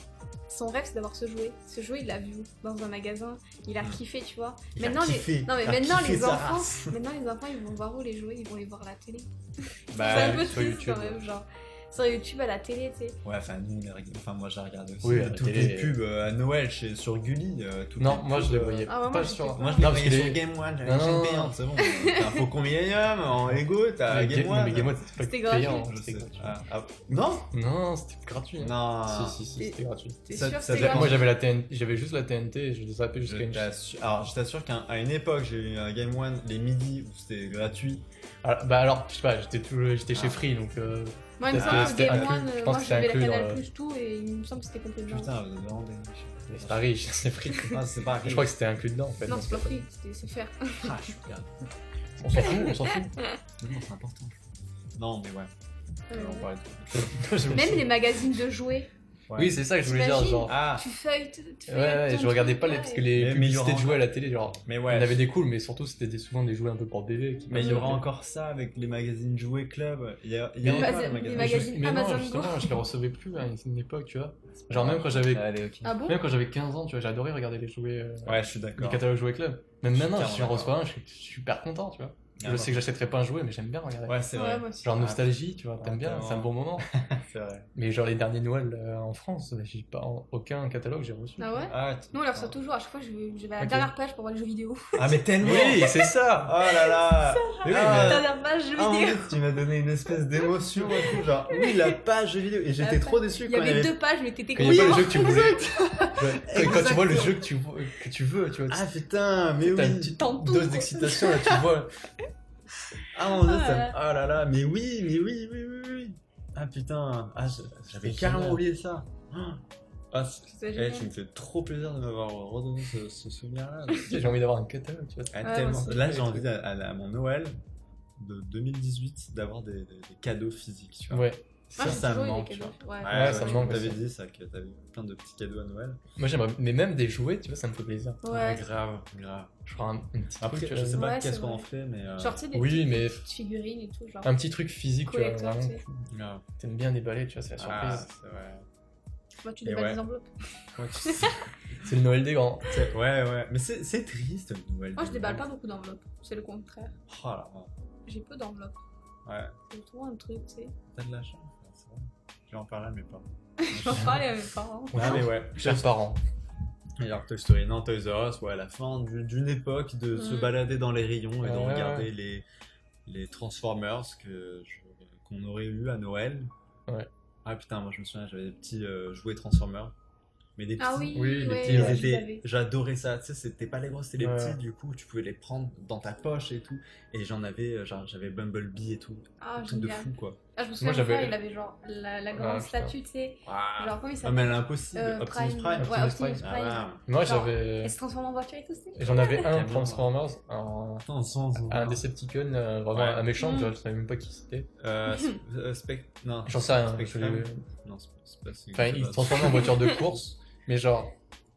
Speaker 2: son rêve, c'est d'avoir ce jouet. Ce jouet, il l'a vu dans un magasin, il a
Speaker 4: Mm.
Speaker 2: kiffé, tu vois.
Speaker 4: Il a
Speaker 2: Maintenant, les...
Speaker 4: kiffé,
Speaker 2: non, mais
Speaker 4: il a
Speaker 2: maintenant,
Speaker 4: kiffé
Speaker 2: les
Speaker 4: sa race.
Speaker 2: enfants, maintenant, les enfants, ils vont voir où les jouets, ils vont les voir à la télé. c'est
Speaker 4: Bah,
Speaker 2: un peu
Speaker 3: sur
Speaker 2: triste
Speaker 3: YouTube,
Speaker 2: quand même, genre. Sur YouTube, à la télé, tu sais.
Speaker 4: Ouais, enfin, nous, on les regarde- enfin, moi, j'ai regardé aussi
Speaker 3: Oui, à la
Speaker 4: toutes
Speaker 3: télé.
Speaker 4: les pubs euh, à Noël chez, sur Gulli. euh, toutes
Speaker 3: Non,
Speaker 4: les
Speaker 3: moi je
Speaker 4: pubs,
Speaker 3: les
Speaker 4: euh,
Speaker 3: voyais
Speaker 2: Ah ouais, moi,
Speaker 3: pas
Speaker 2: je
Speaker 3: sur.
Speaker 2: sais pas.
Speaker 4: Moi, je les
Speaker 3: Non, parce
Speaker 4: voyais
Speaker 3: que
Speaker 4: sur
Speaker 3: les-
Speaker 4: Game One, j'avais
Speaker 3: Non,
Speaker 4: une chaîne
Speaker 3: non,
Speaker 4: payante,
Speaker 3: non.
Speaker 4: c'est bon. T'as un Faucon Millennium hein, en Lego, t'as
Speaker 3: les
Speaker 4: euh, Game
Speaker 3: Ga- non, mais
Speaker 4: One.
Speaker 3: Game One, c'était pas
Speaker 2: C'était
Speaker 3: payant.
Speaker 4: Je sais.
Speaker 3: c'était gratuit.
Speaker 4: Ah, ah, Non
Speaker 3: Non, c'était gratuit. hein.
Speaker 4: Non
Speaker 3: Si, si, si, c'était gratuit.
Speaker 2: T'es
Speaker 4: Ça-
Speaker 2: sûr que
Speaker 4: ça
Speaker 2: c'est
Speaker 4: dépend.
Speaker 2: grave
Speaker 3: Moi j'avais la TNT, j'avais juste la TNT et je zappais
Speaker 4: Je
Speaker 3: jusqu'à une chaîne.
Speaker 4: t'assure- Alors, je t'assure qu'à à une époque, j'ai eu un Game One les midis où c'était gratuit.
Speaker 3: Ah, Bah alors, je sais pas, j'étais tout- j'étais
Speaker 4: Ah.
Speaker 3: chez Free donc. euh,
Speaker 2: Moi, il me
Speaker 3: Ah,
Speaker 2: semble que
Speaker 3: c'était
Speaker 2: Game
Speaker 3: inclus.
Speaker 2: One,
Speaker 3: Je
Speaker 2: euh,
Speaker 3: pense
Speaker 2: moi,
Speaker 3: que
Speaker 2: j'avais la
Speaker 3: c'était inclus
Speaker 2: Canal
Speaker 3: dans le-
Speaker 2: Plus, tout, et il me semble que c'était complètement.
Speaker 4: Putain, vous êtes vraiment des riches.
Speaker 3: C'est pas riche, c'est Free.
Speaker 4: Ah, c'est pas
Speaker 3: Je
Speaker 4: riche.
Speaker 3: crois que c'était inclus dedans en fait.
Speaker 2: Non, c'est pas
Speaker 3: donc,
Speaker 2: pris, c'était c'est faire.
Speaker 4: Ah, je suis perdu.
Speaker 3: euh, On s'en fout, on s'en fout.
Speaker 4: Non, non, c'est important. Non, mais ouais.
Speaker 2: Euh,
Speaker 4: On parlait de-
Speaker 2: Même les magazines de jouets,
Speaker 3: Oui, c'est ça que je voulais dire.
Speaker 2: T'imagines
Speaker 3: Genre,
Speaker 4: Ah,
Speaker 2: tu feuilles. tu
Speaker 3: ouais,
Speaker 2: feuillettes
Speaker 3: ouais,
Speaker 2: ton
Speaker 3: je regardais
Speaker 2: truc,
Speaker 3: pas les,
Speaker 2: ouais,
Speaker 3: parce
Speaker 2: et-
Speaker 3: que les
Speaker 4: Mais- mais il y aura
Speaker 3: publicités de jouets à
Speaker 4: encore-
Speaker 3: la télé, genre,
Speaker 4: mais
Speaker 3: on
Speaker 4: ouais.
Speaker 3: avait des cools, mais surtout c'était des- souvent des jouets un peu pour bébé. qui
Speaker 4: Mais il y aura
Speaker 3: passaient.
Speaker 4: encore ça avec les magazines Jouets Club. Il y a, il y a
Speaker 3: Mais-
Speaker 4: encore
Speaker 2: Maga-
Speaker 4: les magazines.
Speaker 2: les
Speaker 3: Mais je-
Speaker 2: magazines
Speaker 3: mais
Speaker 2: Amazon
Speaker 3: non,
Speaker 2: Go.
Speaker 3: justement, je les recevais plus à une, une époque, tu vois. Genre, même quand j'avais
Speaker 4: Allez, ok.
Speaker 2: Ah bon
Speaker 3: même quand j'avais 15 ans, tu vois, j'adorais regarder les jouets, euh,
Speaker 4: Ouais, je suis
Speaker 3: les
Speaker 4: d'accord.
Speaker 3: catalogues jouets club. Même
Speaker 4: Je suis
Speaker 3: maintenant,
Speaker 4: carrément
Speaker 3: si j'en reçois
Speaker 4: d'accord.
Speaker 3: un, je suis je suis super content, tu vois.
Speaker 4: Ah
Speaker 3: je
Speaker 4: bon.
Speaker 3: sais que j'achèterai pas un jouet, mais j'aime bien regarder.
Speaker 4: Ouais, c'est
Speaker 2: Ouais,
Speaker 4: vrai.
Speaker 2: moi aussi.
Speaker 3: Genre
Speaker 4: Ah,
Speaker 3: nostalgie, tu vois,
Speaker 4: ouais,
Speaker 3: t'aimes bien,
Speaker 4: tellement.
Speaker 3: c'est un bon moment.
Speaker 4: C'est vrai.
Speaker 3: Mais genre les derniers Noël euh, en France, j'ai pas aucun catalogue j'ai reçu.
Speaker 2: Ah ouais
Speaker 4: Ah, t-
Speaker 2: Nous, on les reçoit toujours. À chaque fois, je vais, je vais à la
Speaker 3: Ok.
Speaker 2: dernière page pour voir les jeux vidéo.
Speaker 4: Ah, mais tellement
Speaker 3: Oui, c'est
Speaker 4: Oh
Speaker 3: ça.
Speaker 4: là là
Speaker 3: Mais oui,
Speaker 4: Ah,
Speaker 3: mais-
Speaker 2: dernière page jeux
Speaker 4: Ah, mon
Speaker 2: vidéo.
Speaker 4: Dieu, tu m'as donné une espèce d'émotion et tout, genre oui la page jeux vidéo et j'étais
Speaker 2: La
Speaker 4: trop déçu
Speaker 2: Il y
Speaker 4: quand
Speaker 2: avait deux pages, mais t'étais
Speaker 3: Quand il y a
Speaker 2: content.
Speaker 3: pas le jeu que tu voulais. Ouais, quand- Quand tu vois le jeu que tu, veux- que tu veux, tu vois.
Speaker 4: Ah putain mais
Speaker 3: t'as
Speaker 4: oui
Speaker 3: une petite
Speaker 2: T'en tout.
Speaker 3: dose d'excitation là, tu vois.
Speaker 4: Ah mon dieu ça
Speaker 2: Ouais.
Speaker 4: me- Ah là là mais oui mais oui oui oui oui Ah putain Ah, je- j'avais
Speaker 3: C'est
Speaker 4: carrément
Speaker 3: génial.
Speaker 4: oublié ça Ah, c'est-
Speaker 2: C'était
Speaker 4: eh,
Speaker 2: génial.
Speaker 4: tu me fais trop plaisir de m'avoir redonné ce, ce souvenir-là.
Speaker 3: J'ai envie d'avoir un catalogue, tu vois.
Speaker 4: Ah,
Speaker 2: Ouais,
Speaker 4: tellement.
Speaker 2: moi aussi.
Speaker 4: Là, j'ai envie à, à- à mon Noël de 2018 d'avoir des, des- des cadeaux physiques. Tu vois.
Speaker 3: Ouais.
Speaker 2: Moi,
Speaker 4: Ça,
Speaker 2: j'ai
Speaker 4: ça me
Speaker 2: toujours eu des
Speaker 4: manque. tu
Speaker 2: cadeaux.
Speaker 4: vois.
Speaker 2: Ouais.
Speaker 4: Ouais,
Speaker 3: Ouais, ça
Speaker 4: ouais,
Speaker 3: me
Speaker 4: tu
Speaker 3: manque
Speaker 4: T'avais
Speaker 3: aussi.
Speaker 4: dit ça, que t'avais eu plein de petits cadeaux à Noël.
Speaker 3: Moi j'aimerais, mais même des jouets, tu vois, ça me fait plaisir.
Speaker 2: Ouais.
Speaker 4: grave, grave.
Speaker 3: Genre un, un petit
Speaker 4: Après, euh,
Speaker 3: truc, tu
Speaker 4: je
Speaker 3: vois.
Speaker 4: sais pas
Speaker 2: Ouais,
Speaker 4: qu'est-ce
Speaker 2: c'est
Speaker 4: qu'on en
Speaker 2: vrai.
Speaker 4: fait, mais. euh,
Speaker 2: Genre, tu sais, des
Speaker 3: Oui,
Speaker 2: petites-
Speaker 3: mais
Speaker 2: petites figurines et tout, genre.
Speaker 3: un petit truc physique, tu vois.
Speaker 2: Collector,
Speaker 3: Vraiment,
Speaker 2: tu sais.
Speaker 4: grave.
Speaker 3: t'aimes bien déballer, tu vois, c'est la
Speaker 4: Ah,
Speaker 3: surprise.
Speaker 4: c'est vrai.
Speaker 2: Moi, tu
Speaker 4: Et
Speaker 2: débats
Speaker 4: ouais.
Speaker 2: des enveloppes.
Speaker 4: Ouais, tu sais,
Speaker 3: C'est le Noël des grands.
Speaker 4: tu sais, ouais, ouais. Mais c'est c'est triste, le Noël.
Speaker 2: Moi, Oh, je
Speaker 4: de
Speaker 2: déballe pas
Speaker 4: Noël.
Speaker 2: beaucoup d'enveloppes. C'est le contraire.
Speaker 4: Oh là là.
Speaker 2: J'ai peu d'enveloppes.
Speaker 4: Ouais.
Speaker 2: C'est trop un truc, tu sais.
Speaker 4: T'as de la chance, hein, c'est vrai. Je vais en parler à mes parents.
Speaker 2: J'en parle à mes parents.
Speaker 4: Ah, mais ouais.
Speaker 3: Chers parents.
Speaker 4: Et Alors, Toy Story, non, Toys R Us, ouais, la fin du- d'une époque de se
Speaker 2: Mm.
Speaker 4: balader dans les rayons et de
Speaker 3: Ouais.
Speaker 4: regarder les, les Transformers que je- qu'on aurait eu à Noël.
Speaker 3: Ouais.
Speaker 4: Ah putain, moi je me souviens, j'avais des petits euh, jouets Transformers. Mais des petits.
Speaker 2: Ah oui,
Speaker 3: Oui, les
Speaker 2: ouais,
Speaker 3: petits,
Speaker 4: Ils
Speaker 2: ouais, je
Speaker 4: étaient-
Speaker 2: savais.
Speaker 4: J'adorais ça, tu sais, c'était pas les gros, c'était les
Speaker 3: Ouais.
Speaker 4: petits, du coup, tu pouvais les prendre dans ta poche et tout. Et j'en avais, euh, genre, j'avais Bumblebee et tout.
Speaker 2: Ah,
Speaker 4: un truc de
Speaker 2: génial.
Speaker 4: fou, quoi.
Speaker 2: Ah, je me souviens,
Speaker 3: Moi,
Speaker 2: mon frère,
Speaker 3: j'avais-
Speaker 2: il avait genre la, la grande
Speaker 3: Ah, putain.
Speaker 2: statue, tu sais.
Speaker 4: Ah,
Speaker 2: Genre, comment il
Speaker 4: mais
Speaker 2: s'appelle
Speaker 4: elle est impossible,
Speaker 2: Euh,
Speaker 4: Optimus
Speaker 2: Prime.
Speaker 4: Prime.
Speaker 2: Ouais,
Speaker 3: Optimus
Speaker 2: Optimus
Speaker 3: Prime.
Speaker 2: Prime.
Speaker 4: Ah,
Speaker 3: Moi
Speaker 2: Genre,
Speaker 3: j'avais.
Speaker 2: Elle se transforme en voiture et tout, c'est
Speaker 3: J'en avais un
Speaker 4: Camion.
Speaker 3: Transformers, un,
Speaker 4: putain, sans, sans-
Speaker 3: un Decepticon, euh, vraiment
Speaker 4: Ouais.
Speaker 3: un méchant,
Speaker 2: Mm.
Speaker 3: tu vois, je savais même pas qui c'était.
Speaker 4: Euh, sp- euh, spec... Non.
Speaker 3: J'en sais rien. je
Speaker 4: Spectrum.
Speaker 3: l'ai-
Speaker 4: Non, c'est pas- c'est pas... c'est-
Speaker 3: Enfin,
Speaker 4: c'est
Speaker 3: il
Speaker 4: pas-
Speaker 3: se transformait en voiture de course, mais genre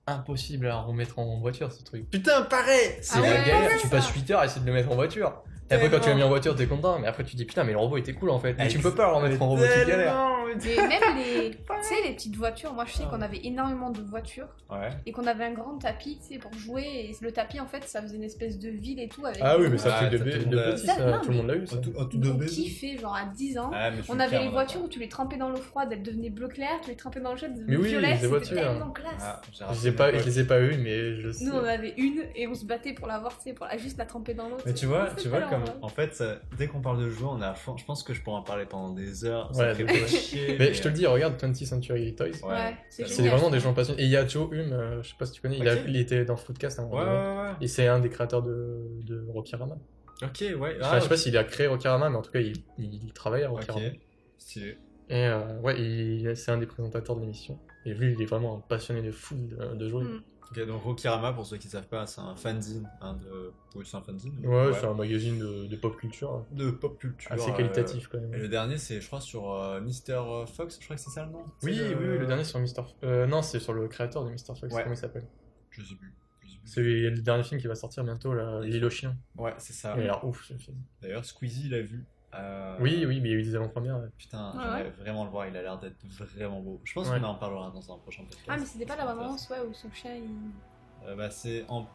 Speaker 3: impossible à remettre en voiture ce truc.
Speaker 4: Putain, pareil
Speaker 3: C'est
Speaker 2: Ah
Speaker 3: la
Speaker 2: ouais,
Speaker 3: galère,
Speaker 2: ouais,
Speaker 3: tu
Speaker 2: ça.
Speaker 3: passes 8 heures à essayer de le mettre en voiture. Et après, quand tu l'as mis en voiture, t'es content, mais après, tu te dis putain, mais le robot était cool en fait. Mais tu
Speaker 4: Ex-
Speaker 3: peux pas le remettre en robot, tu galères.
Speaker 2: Mais même les, tu sais, les petites voitures, moi je sais qu'on avait énormément de voitures
Speaker 4: Ouais.
Speaker 2: et qu'on avait un grand tapis, tu sais, pour jouer. Et le tapis, en fait, ça faisait une espèce de ville et tout. Avec
Speaker 3: Ah oui, mais
Speaker 4: ça,
Speaker 3: ça
Speaker 4: Ah,
Speaker 3: fait
Speaker 4: tout
Speaker 3: de,
Speaker 4: le
Speaker 3: de
Speaker 4: monde a-
Speaker 3: petit, ça,
Speaker 2: Ça, non,
Speaker 3: tout le monde l'a eu. ça.
Speaker 4: En Oh, tout, en tout
Speaker 2: on
Speaker 4: de
Speaker 2: kiffait, genre à 10 ans.
Speaker 4: Ah, mais je suis
Speaker 2: on avait
Speaker 4: clair,
Speaker 2: les
Speaker 4: a
Speaker 2: voitures
Speaker 4: pas.
Speaker 2: où tu les trempais dans l'eau froide, elles devenaient bleu clair, tu les trempais dans le chat, elles
Speaker 3: Mais
Speaker 2: devenaient
Speaker 3: oui, les
Speaker 2: violettes, c'était
Speaker 3: voitures.
Speaker 2: tellement classe.
Speaker 4: Ah, j'ai
Speaker 3: Je
Speaker 4: raté
Speaker 3: les ai pas,
Speaker 4: ma
Speaker 3: je les ai pas eu, mais je sais.
Speaker 2: Nous, on en avait une et on se battait pour l'avoir, tu sais, pour la, juste la tremper dans l'eau.
Speaker 4: Mais
Speaker 2: sais.
Speaker 4: tu vois,
Speaker 2: C'est
Speaker 4: tu vois
Speaker 2: tellement
Speaker 4: comme
Speaker 2: drôle.
Speaker 4: en fait, ça- dès qu'on parle de jeux, on est à fond. Je pense que je pourrais en parler pendant des heures. Ça
Speaker 3: Ouais,
Speaker 4: fait
Speaker 3: de
Speaker 4: pas chier. euh,
Speaker 3: Mais je te le dis, regarde 20th Century Toys.
Speaker 4: Ouais.
Speaker 2: Ouais, c'est
Speaker 3: C'est
Speaker 2: génial.
Speaker 3: vraiment des gens passionnés. Et il y a Joe Hume, euh, je sais pas si tu connais, il, a-
Speaker 4: Ok.
Speaker 3: il était dans Floodcast à un
Speaker 4: Ouais,
Speaker 3: moment
Speaker 4: ouais,
Speaker 3: donné.
Speaker 4: ouais.
Speaker 3: Et c'est un des créateurs de, de Rokirama.
Speaker 4: Ah, Ok, ouais.
Speaker 3: Enfin, je sais pas s'il a créé Rokirama, mais en tout cas, il, il, il travaille à
Speaker 4: ok.
Speaker 3: Rokirama.
Speaker 4: Stylé.
Speaker 3: Et euh, ouais, il- c'est un des présentateurs de l'émission. Et lui, il est vraiment un passionné de fou de, de jouer.
Speaker 2: Mm.
Speaker 4: Ok, donc Rokirama, pour ceux qui savent pas, c'est un fanzine. Hein, de... Oui, c'est un fanzine.
Speaker 3: Ouais, c'est un magazine de, de pop culture hein.
Speaker 4: de pop culture.
Speaker 3: assez
Speaker 4: euh,
Speaker 3: qualitatif quand
Speaker 4: Et
Speaker 3: même.
Speaker 4: le dernier, c'est, je crois, sur euh, Mister euh, Fox, je crois que c'est ça le nom
Speaker 3: Oui,
Speaker 4: C'est
Speaker 3: oui, oui, le dernier sur Mister. Euh, non, c'est sur le créateur de Mister Fox,
Speaker 4: Ouais.
Speaker 3: comment il s'appelle
Speaker 4: Je sais plus. je sais plus.
Speaker 3: C'est le dernier film qui va sortir bientôt, là,
Speaker 4: Oui.
Speaker 3: L'île aux chiens.
Speaker 4: Ouais, c'est ça.
Speaker 3: Il a l'air ouf ce film.
Speaker 4: D'ailleurs, Squeezie l'a vu. Euh,
Speaker 3: Oui, oui, mais il y a eu des avant-premières. ouais.
Speaker 4: Putain,
Speaker 2: Ouais,
Speaker 4: j'aimerais
Speaker 2: ouais.
Speaker 4: vraiment le voir, il a l'air d'être vraiment beau. Je pense
Speaker 3: Ouais.
Speaker 4: qu'on en parlera dans un prochain podcast.
Speaker 2: Ah, mais c'était pas la romance, ouais, où son chien, il.
Speaker 4: Euh, bah, c'est en.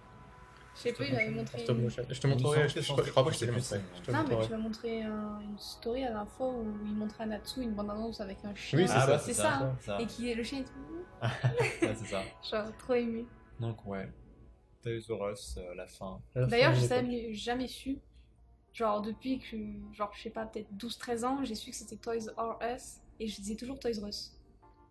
Speaker 2: Je sais plus, il avait montré.
Speaker 3: Stop
Speaker 2: une-
Speaker 3: motion. Je te
Speaker 4: Il me
Speaker 3: montrerai,
Speaker 4: semble
Speaker 3: je,
Speaker 4: que
Speaker 3: je
Speaker 4: c'est
Speaker 3: crois- je crois pas que je
Speaker 4: je
Speaker 3: te
Speaker 4: sais
Speaker 3: l'ai
Speaker 4: plus,
Speaker 3: montré.
Speaker 4: c'est-
Speaker 3: Je te
Speaker 2: Non, mais
Speaker 3: montrerai.
Speaker 2: tu m'as montré un- une story la dernière fois où il montrait à Natsu une bande-annonce avec un chien.
Speaker 3: Oui, c'est
Speaker 4: ah,
Speaker 3: ça,
Speaker 4: bah,
Speaker 2: c'est
Speaker 4: ça.
Speaker 2: ça. hein.
Speaker 4: ça.
Speaker 2: Et qui est le chien, il était-
Speaker 4: Ouais, c'est ça.
Speaker 2: genre trop ému.
Speaker 4: Donc, ouais. Toys R Us, euh, la fin.
Speaker 3: À la fin
Speaker 2: D'ailleurs,
Speaker 3: de
Speaker 2: je
Speaker 3: l'époque.
Speaker 2: savais jamais su. Genre, depuis que, genre, je sais pas, peut-être 12-13 ans, j'ai su que c'était Toys R Us et je disais toujours Toys R Us.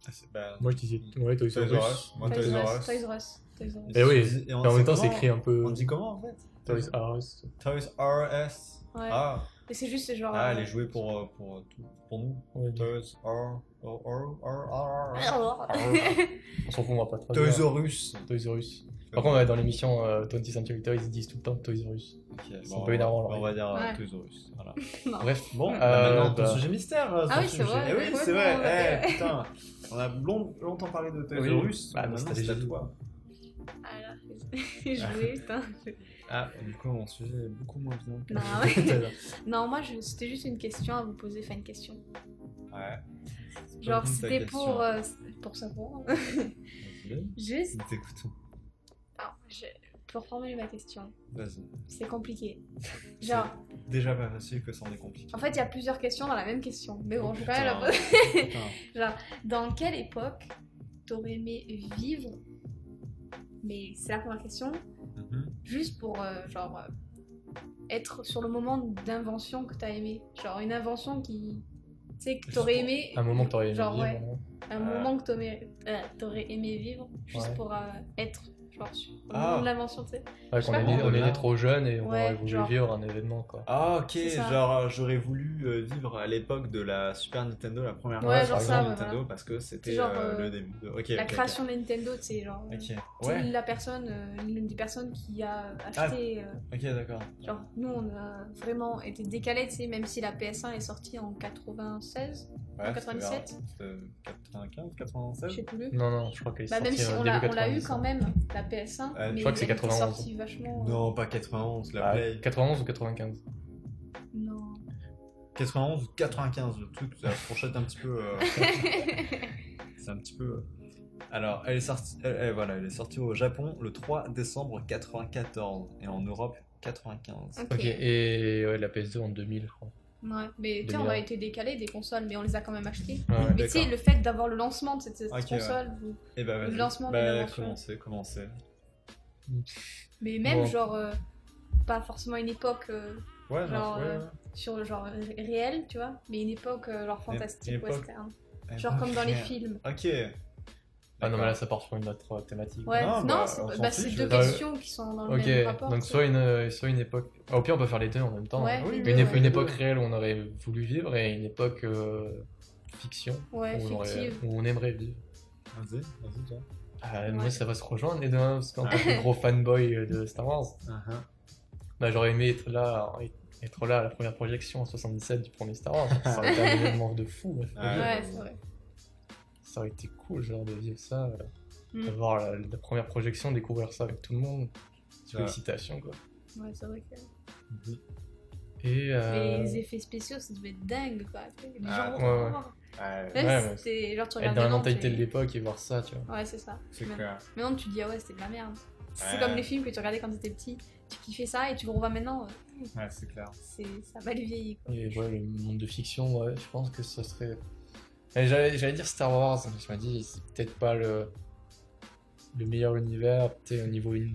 Speaker 4: Ah, c'est- bah,
Speaker 3: Moi, je disais. Ouais, Toys
Speaker 4: Toys R
Speaker 3: R
Speaker 4: Us.
Speaker 3: Us.
Speaker 4: Moi, Toys R Us.
Speaker 2: Toys R Us. Toys R Us.
Speaker 3: Eh oui,
Speaker 4: Squeezie- et
Speaker 3: mais
Speaker 4: on-
Speaker 3: en même temps, c'est
Speaker 4: comment-
Speaker 3: écrit un peu.
Speaker 4: On dit comment en fait
Speaker 3: Toys R Us.
Speaker 4: Toys R Us.
Speaker 2: Ouais.
Speaker 4: Ah,
Speaker 2: Mais c'est juste, genre.
Speaker 4: ah,
Speaker 2: euh,
Speaker 4: les jouets pour, euh, pour, euh, tout- pour nous.
Speaker 3: Ouais,
Speaker 4: Toys R R- R-
Speaker 2: Ah,
Speaker 4: R- R- R-
Speaker 2: alors.
Speaker 3: On s'en comprend pas trop.
Speaker 4: Toys R Us.
Speaker 3: Toys R Us. Par contre, ouais, dans l'émission euh, 20th Century Toys, ils disent tout le temps Toys R Us.
Speaker 4: Ok,
Speaker 3: c'est
Speaker 4: bon,
Speaker 3: un peu énervant,
Speaker 4: On va-
Speaker 3: leur
Speaker 4: on va dire euh,
Speaker 2: Ouais.
Speaker 4: Toys R Us. Voilà.
Speaker 2: Non.
Speaker 3: Bref, bon,
Speaker 4: Bah,
Speaker 3: euh,
Speaker 4: maintenant, ton
Speaker 3: bah,
Speaker 4: sujet mystère. euh,
Speaker 2: Ah
Speaker 4: ton
Speaker 2: oui,
Speaker 4: sujet.
Speaker 2: c'est vrai,
Speaker 4: Eh
Speaker 2: ouais,
Speaker 4: oui, c'est vrai.
Speaker 2: ouais.
Speaker 4: Eh, putain, on a long- longtemps parlé de Toys
Speaker 3: Oui.
Speaker 4: R Us.
Speaker 3: Bah,
Speaker 4: maintenant, c'est à
Speaker 3: nostalgie.
Speaker 4: toi.
Speaker 2: Ah là, les jouets, putain.
Speaker 4: Ah, du coup, mon sujet est beaucoup moins bien. que
Speaker 2: Non,
Speaker 4: le sujet de tout à l'heure.
Speaker 2: Non, moi, je- c'était juste une question à vous poser, enfin une question.
Speaker 4: Ouais.
Speaker 2: Genre,
Speaker 4: Raconte ta
Speaker 2: c'était
Speaker 4: question.
Speaker 2: pour, euh, pour savoir.
Speaker 4: Vas-y,
Speaker 2: juste.
Speaker 4: nous t'écoutons.
Speaker 2: Alors, Ah, je- pour formuler ma question,
Speaker 4: Vas-y.
Speaker 2: c'est compliqué. Genre,
Speaker 4: C'est Déjà pas facile que ça en est compliqué.
Speaker 2: en fait, il y a plusieurs questions dans la même question. Mais bon, je vais quand même la poser.
Speaker 4: la
Speaker 2: Dans quelle époque t'aurais aimé vivre Mais c'est la première question,
Speaker 4: Mhm.
Speaker 2: juste pour euh, genre euh, être sur le moment d'invention que t'as aimé, genre une invention qui, tu sais, que
Speaker 4: Juste
Speaker 2: t'aurais
Speaker 4: pour
Speaker 2: aimé.
Speaker 3: un moment que t'aurais aimé
Speaker 2: Genre,
Speaker 3: vivre.
Speaker 2: ouais.
Speaker 3: hein.
Speaker 2: Un
Speaker 4: Euh.
Speaker 2: moment que t'aurais euh, t'aurais aimé vivre, juste
Speaker 3: Ouais.
Speaker 2: pour euh, être genre sur- au
Speaker 4: Ah.
Speaker 2: moment de l'invention, tu sais.
Speaker 3: Ouais,
Speaker 2: Je
Speaker 3: qu'on
Speaker 2: sais
Speaker 3: est,
Speaker 2: pas
Speaker 3: né- on est
Speaker 4: comment-
Speaker 3: né trop jeune et on
Speaker 2: Ouais,
Speaker 3: aurait voulu
Speaker 2: genre.
Speaker 3: vivre un événement, quoi.
Speaker 4: Ah ok,
Speaker 2: C'est ça.
Speaker 4: genre euh, j'aurais voulu euh, vivre à l'époque de la Super Nintendo, la première
Speaker 2: Ouais,
Speaker 4: fois
Speaker 3: genre
Speaker 4: Super
Speaker 3: ça,
Speaker 2: ouais,
Speaker 4: Nintendo,
Speaker 2: voilà.
Speaker 4: parce que c'était
Speaker 2: Genre,
Speaker 4: euh,
Speaker 2: euh,
Speaker 4: le début. de- Ok,
Speaker 2: la
Speaker 4: ok,
Speaker 2: création de Nintendo, tu sais, genre.
Speaker 4: Ok,
Speaker 2: c'est
Speaker 4: ouais. Ah.
Speaker 2: la personne, euh, l'une des personnes qui a acheté. euh,
Speaker 4: Ok, d'accord.
Speaker 2: genre, nous, on a vraiment été décalés, tu sais, même si la PS1 est sortie en 96,
Speaker 4: Ouais,
Speaker 2: en 97,
Speaker 4: c'était vers- c'était 95,
Speaker 2: je sais
Speaker 4: 96
Speaker 2: plus.
Speaker 3: Non, non, je crois qu'elle est
Speaker 2: Bah, même
Speaker 3: sortie,
Speaker 2: si
Speaker 3: euh,
Speaker 2: on
Speaker 3: début
Speaker 2: l'a on l'a eu
Speaker 3: 90,
Speaker 2: quand
Speaker 3: hein.
Speaker 2: même, la PS1.
Speaker 4: Euh, je
Speaker 2: mais
Speaker 3: crois que c'est
Speaker 2: elle était
Speaker 3: 91.
Speaker 2: sortie vachement. euh,
Speaker 4: Non, pas 91, la
Speaker 3: Ah,
Speaker 4: Play.
Speaker 3: 91 ou 95
Speaker 2: Non.
Speaker 4: 91 ou 95, le truc, ça fourchette un petit peu. euh, C'est un petit peu. euh. Alors, elle est sortie, elle- elle- voilà, elle est sortie au Japon le 3 décembre 94 et en Europe 95.
Speaker 2: ok.
Speaker 3: Ok, et ouais, la PS2 en 2000, je crois.
Speaker 2: Ouais, mais tu sais, on
Speaker 3: 2001.
Speaker 2: a été décalés des consoles, mais on les a quand même achetées.
Speaker 3: Ouais,
Speaker 2: mais tu sais,
Speaker 4: Ah, d'accord.
Speaker 2: le fait d'avoir le lancement de cette, cette
Speaker 4: Ok, ouais.
Speaker 2: console, vous-
Speaker 4: Et bah, vas-y.
Speaker 2: le lancement de
Speaker 4: bah,
Speaker 2: l'invention.
Speaker 4: commencez, commencez.
Speaker 2: mais même
Speaker 3: Bon.
Speaker 2: genre, euh, pas forcément une époque euh,
Speaker 4: Ouais,
Speaker 2: Genre,
Speaker 4: non, ouais,
Speaker 2: euh,
Speaker 4: ouais.
Speaker 2: sur le genre ré- réel, tu vois, mais une époque euh, genre fantastique
Speaker 4: une époque-
Speaker 2: western.
Speaker 4: Eh
Speaker 2: Genre
Speaker 3: ben,
Speaker 4: bah,
Speaker 2: comme dans les
Speaker 4: frère.
Speaker 2: films.
Speaker 4: Ok.
Speaker 3: Ah non, mais
Speaker 4: D'accord.
Speaker 3: là, ça part sur une autre euh, thématique.
Speaker 2: Ouais,
Speaker 4: Non,
Speaker 2: non,
Speaker 4: bah,
Speaker 2: c'est
Speaker 4: on
Speaker 2: bah,
Speaker 4: s'en
Speaker 2: c'est
Speaker 4: fiche,
Speaker 2: deux
Speaker 3: je- Ah ouais.
Speaker 2: questions qui sont dans le
Speaker 3: Ok,
Speaker 2: même rapport.
Speaker 3: donc
Speaker 2: tu
Speaker 3: soit
Speaker 2: sais.
Speaker 3: une, euh, soit une époque. Ah, au pire, on peut faire les deux en même temps.
Speaker 2: Ouais,
Speaker 3: hein.
Speaker 4: oui,
Speaker 2: les
Speaker 4: mais
Speaker 2: deux,
Speaker 3: Une, épo-
Speaker 2: ouais.
Speaker 3: une époque réelle où on aurait voulu vivre et une époque euh, fiction
Speaker 2: Ouais,
Speaker 3: où, on aurait-
Speaker 2: fictive.
Speaker 3: où on aimerait vivre.
Speaker 4: Vas-y, vas-y, toi.
Speaker 3: Ah,
Speaker 2: Ouais.
Speaker 3: Moi, ça va se rejoindre les deux, hein, parce qu'en tant que gros fanboy euh, de Star Wars,
Speaker 4: Uh-huh.
Speaker 3: bah, j'aurais aimé être là, être là à la première projection en 77 du premier Star Wars. Ça aurait été un événement de fou. ouais.
Speaker 4: Ah,
Speaker 2: Ouais, c'est vrai.
Speaker 3: Ça aurait été cool, genre, de vivre ça, euh,
Speaker 2: Mm.
Speaker 3: d'avoir la, la première projection, découvrir ça avec tout le monde. Félicitations, quoi.
Speaker 2: Ouais, c'est vrai que
Speaker 4: Mhm.
Speaker 3: Et. euh,
Speaker 2: les effets spéciaux, ça devait être dingue quoi. tu sais, Les
Speaker 4: Ah,
Speaker 2: gens vont
Speaker 3: ouais, ouais.
Speaker 2: voir.
Speaker 4: Ouais,
Speaker 2: Même
Speaker 3: Ouais,
Speaker 2: si
Speaker 3: ouais.
Speaker 2: c'était- genre tu
Speaker 3: être
Speaker 2: regardes
Speaker 3: dans la
Speaker 2: maintenant,
Speaker 3: mentalité
Speaker 2: tu-
Speaker 3: de l'époque et voir ça, tu vois.
Speaker 2: Ouais, c'est ça.
Speaker 4: c'est
Speaker 2: Même-
Speaker 4: clair.
Speaker 2: Maintenant, tu te dis, ah ouais, c'était de la merde. C'est
Speaker 4: Ouais.
Speaker 2: comme les films que tu regardais quand t'étais petit. Tu kiffais ça et tu le revois maintenant, euh,
Speaker 4: Ouais, c'est clair.
Speaker 2: c'est ça va le vieillir. quoi.
Speaker 3: Et ouais, le monde de fiction, ouais, je pense que ça serait. Eh, J'allais j'allais dire Star Wars, mais je me dis, c'est peut-être pas le, le meilleur univers, peut-être au niveau in-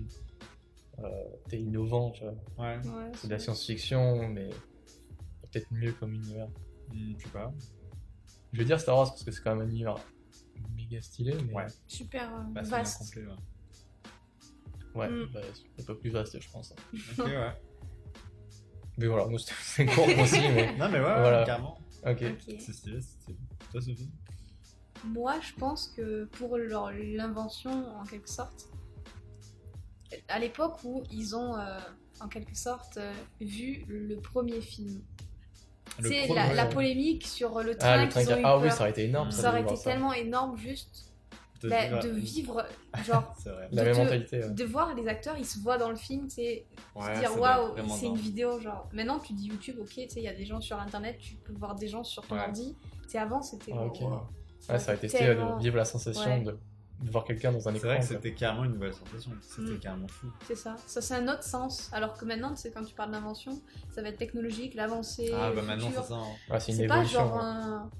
Speaker 3: euh, peut-être innovant, tu vois.
Speaker 4: Ouais.
Speaker 2: Ouais,
Speaker 3: C'est de la science-fiction, mais peut-être mieux comme univers.
Speaker 4: Hmm, je sais pas.
Speaker 3: Je vais dire Star Wars parce que c'est quand même un univers méga stylé, mais
Speaker 4: Ouais.
Speaker 2: super euh,
Speaker 4: Bah, c'est bien
Speaker 2: vaste.
Speaker 4: complet, ouais.
Speaker 3: ouais,
Speaker 2: Mm.
Speaker 3: bah, c'est un peu plus vaste, je pense.
Speaker 4: Ok, ouais.
Speaker 3: Mais voilà, moi, c'était- c'est court aussi, mais
Speaker 4: Non, mais ouais, ouais,
Speaker 3: Voilà.
Speaker 4: carrément.
Speaker 3: ok.
Speaker 2: Ok.
Speaker 4: C'est stylé, c'est stylé. Toi, Sophie
Speaker 2: Moi, je pense que pour leur- l'invention, en quelque sorte, à l'époque où ils ont, euh, en quelque sorte, euh, vu le premier film.
Speaker 4: Le
Speaker 2: C'est
Speaker 4: premier,
Speaker 2: la, la
Speaker 3: ouais.
Speaker 2: polémique sur le train
Speaker 3: Ah, le train
Speaker 2: qu'ils ont
Speaker 3: qui-
Speaker 2: eu
Speaker 3: Ah oui,
Speaker 2: peur.
Speaker 3: ça aurait été énorme.
Speaker 2: ça,
Speaker 3: de
Speaker 2: aurait
Speaker 3: voir
Speaker 2: été tellement énorme juste bah, de vivre, genre,
Speaker 4: C'est vrai.
Speaker 3: La
Speaker 2: de-
Speaker 3: même
Speaker 2: de-
Speaker 3: mentalité. ouais.
Speaker 2: de voir les acteurs, ils se voient dans le film, tu sais,
Speaker 4: Ouais,
Speaker 2: se
Speaker 4: ça
Speaker 2: dire
Speaker 4: doit être
Speaker 2: waouh,
Speaker 4: vraiment
Speaker 2: c'est une
Speaker 4: dingue.
Speaker 2: vidéo genre. Maintenant tu dis YouTube, ok, tu sais, il y a des gens sur internet, tu peux voir des gens sur ton
Speaker 4: Ouais.
Speaker 2: ordi. C'est avant c'était.
Speaker 3: Ah, ok.
Speaker 2: waouh,
Speaker 3: Ouais, ça aurait été stylé
Speaker 2: tellement-
Speaker 3: de vivre la sensation
Speaker 2: Ouais.
Speaker 3: de, de voir quelqu'un dans un
Speaker 4: C'est
Speaker 3: écran.
Speaker 4: vrai que
Speaker 3: quoi.
Speaker 4: c'était carrément une nouvelle sensation. C'était
Speaker 2: Mm.
Speaker 4: carrément fou.
Speaker 2: C'est ça. Ça c'est un autre sens. Alors que maintenant, c'est quand tu parles d'invention, ça va être technologique, l'avancée.
Speaker 4: Ah,
Speaker 2: le
Speaker 4: bah maintenant,
Speaker 2: futur.
Speaker 4: c'est ça. hein.
Speaker 3: Ouais, Ah, c'est une
Speaker 2: C'est pas
Speaker 3: évolution.
Speaker 2: genre
Speaker 3: ouais.
Speaker 2: un,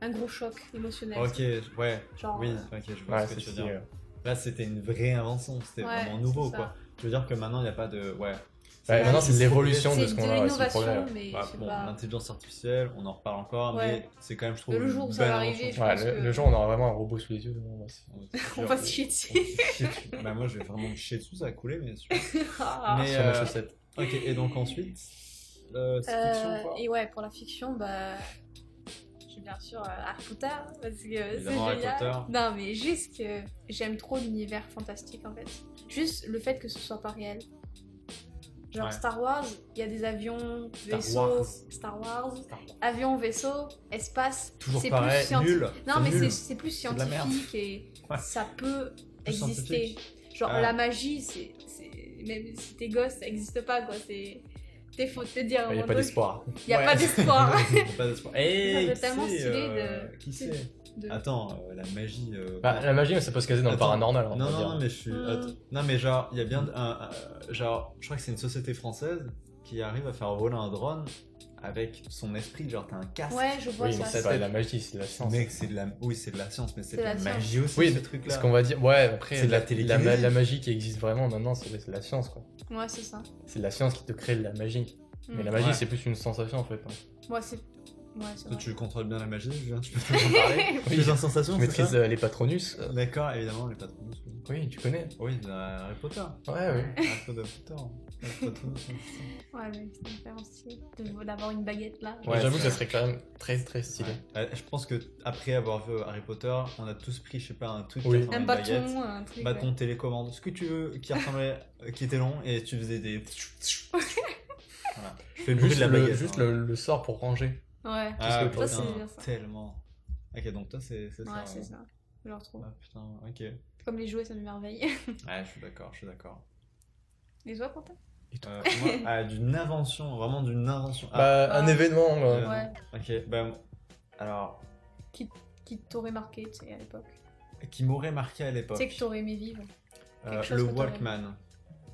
Speaker 2: un gros choc émotionnel.
Speaker 4: Ok, je- ouais.
Speaker 2: Genre,
Speaker 4: Oui,
Speaker 2: euh,
Speaker 4: ok, je vois
Speaker 3: Ouais,
Speaker 4: ce que
Speaker 3: c'est
Speaker 4: tu veux
Speaker 3: si,
Speaker 4: dire.
Speaker 3: euh,
Speaker 4: Là, c'était une vraie invention. C'était
Speaker 2: Ouais,
Speaker 4: vraiment nouveau,
Speaker 2: c'est ça.
Speaker 4: quoi. Je veux dire que maintenant, il n'y a pas de. Ouais.
Speaker 3: ouais, maintenant, c'est de
Speaker 4: C'est-
Speaker 3: l'évolution de
Speaker 2: C'est
Speaker 3: ce
Speaker 2: de
Speaker 3: qu'on a, ouais, c'est le
Speaker 2: l'innovation,
Speaker 3: progrès.
Speaker 2: mais
Speaker 4: Bah,
Speaker 2: je sais
Speaker 4: bon,
Speaker 2: pas.
Speaker 4: l'intelligence artificielle, on en reparle encore,
Speaker 2: Ouais.
Speaker 4: mais c'est quand même, je trouve.
Speaker 2: Le
Speaker 4: une
Speaker 2: jour où ça
Speaker 4: bonne
Speaker 2: va
Speaker 4: invention.
Speaker 2: arriver, je
Speaker 3: Ouais,
Speaker 2: pense
Speaker 3: le,
Speaker 2: que-
Speaker 3: le jour, on aura vraiment un robot sous les yeux. on va se-
Speaker 2: On va se chier dessus.
Speaker 4: dessus. bah, moi, je vais vraiment me chier dessus, ça a coulé, mais.
Speaker 2: Ah.
Speaker 4: Mais,
Speaker 3: sur nos
Speaker 4: euh,
Speaker 3: chaussettes.
Speaker 4: Ok, et donc ensuite, euh, c'est
Speaker 2: Euh,
Speaker 4: fiction, quoi.
Speaker 2: et ouais, pour la fiction, bah. J'ai bien sûr euh, Harry Potter, parce que c'est
Speaker 4: Évidemment, Harry
Speaker 2: génial.
Speaker 4: Potter.
Speaker 2: Non, mais juste que j'aime trop l'univers fantastique en fait. Juste le fait que ce soit pas réel. Genre
Speaker 4: Ouais.
Speaker 2: Star Wars, il y a des avions, vaisseaux,
Speaker 4: Wars.
Speaker 2: Star Wars,
Speaker 4: Star Wars.
Speaker 2: avions, vaisseaux, espace.
Speaker 4: Toujours
Speaker 2: c'est
Speaker 4: pareil,
Speaker 2: plus scienti-
Speaker 4: nul.
Speaker 2: Non, mais c'est-
Speaker 4: nul.
Speaker 2: c'est plus
Speaker 4: de la merde.
Speaker 2: scientifique et
Speaker 4: Ouais.
Speaker 2: ça peut
Speaker 4: Plus
Speaker 2: exister.
Speaker 4: scientifique.
Speaker 2: Genre
Speaker 4: Ah.
Speaker 2: la magie, c'est. c'est- Même si t'es gosse, ça existe pas quoi. C'est. T'es faux de te dire.
Speaker 3: Il n'y a pas d'espoir.
Speaker 2: Il a pas
Speaker 4: Ouais.
Speaker 2: d'espoir.
Speaker 4: Il y a pas d'espoir. Eh,
Speaker 2: Ça serait
Speaker 4: qui
Speaker 2: tellement
Speaker 4: sait,
Speaker 2: stylé
Speaker 4: euh,
Speaker 2: de-
Speaker 4: Qui
Speaker 2: de-
Speaker 4: sait
Speaker 2: de-
Speaker 4: Attends, euh, la magie. euh,
Speaker 3: Bah, la magie, mais ça peut se caser dans le
Speaker 4: Attends.
Speaker 3: paranormal. on
Speaker 4: Non,
Speaker 3: va
Speaker 4: non,
Speaker 3: dire.
Speaker 4: non, mais je suis.
Speaker 2: Hmm.
Speaker 4: attends. Non, mais genre, il y a bien. un- un- genre, je crois que c'est une société française qui arrive à faire voler un drone avec son esprit. Genre, t'as un casque.
Speaker 2: Ouais, je vois
Speaker 3: Oui, mais
Speaker 2: ça.
Speaker 3: c'est pas de la magie, c'est de la science.
Speaker 4: Mec, c'est de la. Oui, c'est de la science, mais c'est de
Speaker 2: C'est
Speaker 4: la,
Speaker 2: la science.
Speaker 4: magie aussi,
Speaker 3: Oui,
Speaker 4: ce truc-là.
Speaker 3: Ce qu'on va dire, ouais, après,
Speaker 4: C'est de la télékinésie.
Speaker 3: ma- la magie qui existe vraiment maintenant, c'est c'est de la science, quoi.
Speaker 2: Ouais, c'est ça.
Speaker 3: C'est de la science qui te crée de la magie. Mais
Speaker 2: Mm.
Speaker 3: la magie,
Speaker 4: Ouais.
Speaker 3: c'est plus une sensation, en fait. hein.
Speaker 2: Moi, c'est. Ouais, c'est
Speaker 4: Toi,
Speaker 2: vrai.
Speaker 4: tu contrôles bien la magie, Julien, tu peux toujours en parler. Tu fais en sensation,
Speaker 3: Tu
Speaker 4: c'est
Speaker 3: maîtrises
Speaker 4: ça
Speaker 3: euh, les patronus
Speaker 4: D'accord, évidemment, les patrons.
Speaker 3: Oui, tu connais.
Speaker 4: Oui, euh, Harry Potter.
Speaker 3: Ouais, ouais.
Speaker 4: Harry Potter. hein. Harry Potter.
Speaker 2: Ouais, mais c'est hyper stylé de- d'avoir une baguette là.
Speaker 3: Ouais,
Speaker 4: Ouais,
Speaker 3: j'avoue que
Speaker 4: c'est
Speaker 3: ça serait quand même très très stylé.
Speaker 4: Ouais. Euh, Je pense que après avoir vu Harry Potter, on a tous pris, je sais pas, un truc
Speaker 3: Oui.
Speaker 4: qui ressemblait à
Speaker 2: Un
Speaker 4: une baguette.
Speaker 2: bâton, un truc.
Speaker 4: Bâton, télécommande, ce que tu veux, qui ressemblait, euh, qui était long, et tu faisais des. voilà. Je fais le bruit
Speaker 3: Juste,
Speaker 4: de la
Speaker 3: le,
Speaker 4: baguette.
Speaker 3: juste
Speaker 4: hein.
Speaker 3: le, le sort pour ranger.
Speaker 2: Ouais, ouais,
Speaker 4: Ah,
Speaker 3: Parce que-
Speaker 2: Ça, c'est
Speaker 4: putain,
Speaker 2: bien, ça.
Speaker 4: tellement. Ok, donc toi, c'est c'est ça.
Speaker 2: ouais, c'est
Speaker 4: ouais.
Speaker 2: ça. Je le retrouve.
Speaker 4: Ah putain, ok.
Speaker 2: Comme les jouets, ça me merveille.
Speaker 4: Ouais, je suis d'accord, je suis d'accord.
Speaker 2: Les doigts, Quentin
Speaker 4: Euh, moi, ah, d'une invention, vraiment d'une invention. Ah,
Speaker 3: Bah, un
Speaker 2: Ah.
Speaker 3: événement. euh,
Speaker 4: Ouais.
Speaker 2: Ouais,
Speaker 4: ok, bah. Alors,
Speaker 2: qui t'aurait marqué, tu sais, à l'époque.
Speaker 4: qui m'aurait marqué à
Speaker 2: Tu
Speaker 4: l'époque
Speaker 2: sais que t'aurais aimé vivre.
Speaker 4: Euh,
Speaker 2: quelque chose
Speaker 4: Le
Speaker 2: que t'aurais-
Speaker 4: Walkman.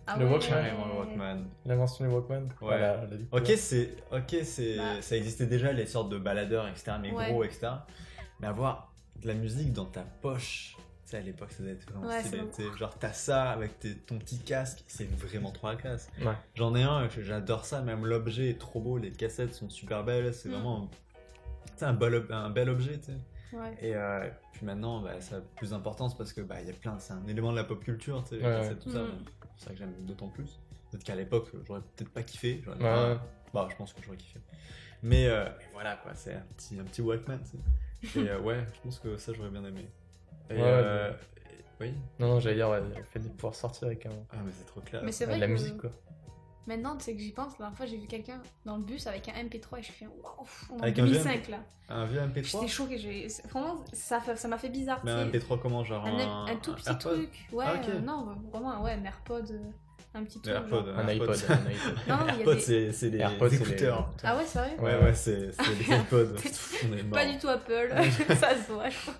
Speaker 2: Ah
Speaker 3: Le
Speaker 2: ouais.
Speaker 3: Walkman.
Speaker 4: Carrément, le Walkman.
Speaker 3: L'invention du Walkman. Voilà, la
Speaker 4: Ok,
Speaker 3: découverte.
Speaker 4: c'est, ok, c'est,
Speaker 2: Bah.
Speaker 4: ça existait déjà les sortes de baladeurs, etc., mais
Speaker 2: Ouais.
Speaker 4: gros, etc. Mais avoir de la musique dans ta poche, tu sais, à l'époque, ça devait être vraiment
Speaker 2: Ouais,
Speaker 4: stylé,
Speaker 2: c'est bon.
Speaker 4: tu sais. Genre, t'as ça avec tes- ton petit casque, c'est vraiment trop la classe.
Speaker 3: Ouais.
Speaker 4: J'en ai un, j'adore ça, même l'objet est trop beau, les cassettes sont super belles, c'est
Speaker 2: Mm.
Speaker 4: vraiment, c'est un bel, ob- un bel objet, tu sais.
Speaker 2: Ouais.
Speaker 4: Et euh, puis maintenant, bah, ça a plus d'importance parce que bah, il y a plein, c'est un élément de la pop culture, tu sais, les
Speaker 3: Ouais,
Speaker 4: cassettes, tout ça.
Speaker 2: Mm.
Speaker 4: donc C'est ça que j'aime d'autant plus. Peut-être qu'à l'époque, j'aurais peut-être pas kiffé. j'aurais
Speaker 3: Ouais,
Speaker 4: pas-
Speaker 3: ouais.
Speaker 4: Bah, je pense que j'aurais kiffé. Mais, euh, mais voilà, quoi, c'est un petit, un petit Walkman, tu sais. Et euh, ouais, je pense que ça, j'aurais bien aimé. Et,
Speaker 3: Ouais,
Speaker 4: euh, et- oui.
Speaker 3: Non, non, j'allais dire, ouais, le fait de pouvoir sortir avec un- euh,
Speaker 4: Ah, mais c'est trop classe.
Speaker 2: Mais c'est vrai
Speaker 3: de la
Speaker 2: que
Speaker 3: musique, quoi.
Speaker 2: maintenant, tu sais que j'y pense, la dernière fois j'ai vu quelqu'un dans le bus avec un MP3 et je fais waouh, on est en
Speaker 4: Avec un
Speaker 2: 2005 là.
Speaker 4: Un vieux
Speaker 2: J'étais
Speaker 4: MP3
Speaker 2: choquée, j'ai- c'est- vraiment ça fait- ça m'a fait bizarre.
Speaker 4: Mais un
Speaker 2: tu sais.
Speaker 4: MP3 comment Genre
Speaker 2: Un,
Speaker 4: un,
Speaker 2: un tout petit
Speaker 4: AirPod
Speaker 2: truc. Ouais,
Speaker 4: Ah, ok.
Speaker 2: euh, non, vraiment, ouais, un AirPod, euh, un petit
Speaker 4: Un
Speaker 2: truc.
Speaker 4: AirPod.
Speaker 2: genre.
Speaker 3: Un iPod. un
Speaker 2: Non,
Speaker 3: iPod.
Speaker 2: non, il y a
Speaker 4: AirPod,
Speaker 2: des-
Speaker 4: c'est c'est des
Speaker 3: AirPod, c'est les-
Speaker 4: écouteurs.
Speaker 2: Ah ouais, sérieux
Speaker 4: Ouais, ouais, c'est c'est les iPods. On est
Speaker 2: Pas
Speaker 4: mort.
Speaker 2: du tout Apple, ça se voit. je crois.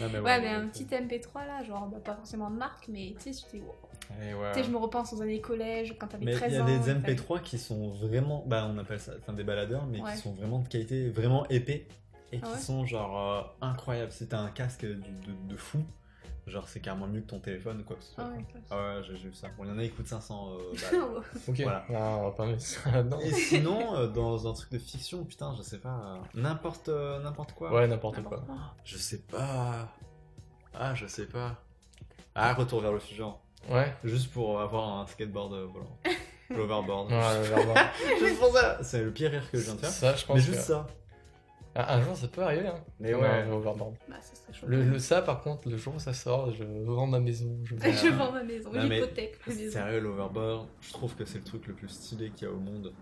Speaker 4: Non, mais
Speaker 2: Ouais, mais un petit MP3 là, genre bah, pas forcément de marque, mais tu sais, tu t'es- wow.
Speaker 4: Eh ouais.
Speaker 2: Tu sais, je me repense aux années collège quand t'avais
Speaker 4: Mais
Speaker 2: 13
Speaker 4: il y a
Speaker 2: ans.
Speaker 4: des
Speaker 2: t'avais-
Speaker 4: MP3 qui sont vraiment, bah on appelle ça, enfin des baladeurs, mais
Speaker 2: Ouais.
Speaker 4: qui sont vraiment de qualité vraiment épais et qui
Speaker 2: Ah ouais
Speaker 4: sont genre euh, incroyables. Si t'as un casque du- de, de fou, genre c'est carrément mieux que ton téléphone ou quoi que ce soit.
Speaker 2: Ah
Speaker 4: quoi.
Speaker 2: ouais, Oh, classe.
Speaker 4: Ah ouais, j'ai j'ai vu ça. Bon, il y en a qui coûtent 500 euh, balles.
Speaker 3: Ok.
Speaker 4: Voilà.
Speaker 3: Non, on va pas mettre ça là-dedans.
Speaker 4: Et sinon, euh, dans un truc de fiction, putain, je sais pas, euh, n'importe euh, n'importe quoi.
Speaker 3: Ouais, n'importe quoi.
Speaker 4: Je sais pas. Ah, je sais pas. Ah, retour vers le futur.
Speaker 3: Ouais.
Speaker 4: Juste pour avoir un skateboard euh, volant. L'overboard.
Speaker 3: Ouais, vraiment.
Speaker 4: Juste pour ça. C'est le pire rire que je viens de faire.
Speaker 3: euh, Ça, je
Speaker 4: Mais
Speaker 3: pense
Speaker 4: juste
Speaker 3: que...
Speaker 4: ça.
Speaker 3: Ah, un jour, ça peut arriver, hein.
Speaker 4: Mais
Speaker 3: Non,
Speaker 4: ouais.
Speaker 3: mais overboard.
Speaker 2: Bah, ça serait chaud.
Speaker 3: Le, le ça, par contre, le jour où ça sort, je vends ma maison. Je vends-
Speaker 2: Je vends ma maison,
Speaker 4: Non, mais-
Speaker 2: l'hypothèque, ma maison.
Speaker 4: Sérieux, l'overboard, je trouve que c'est le truc le plus stylé qu'il y a au monde.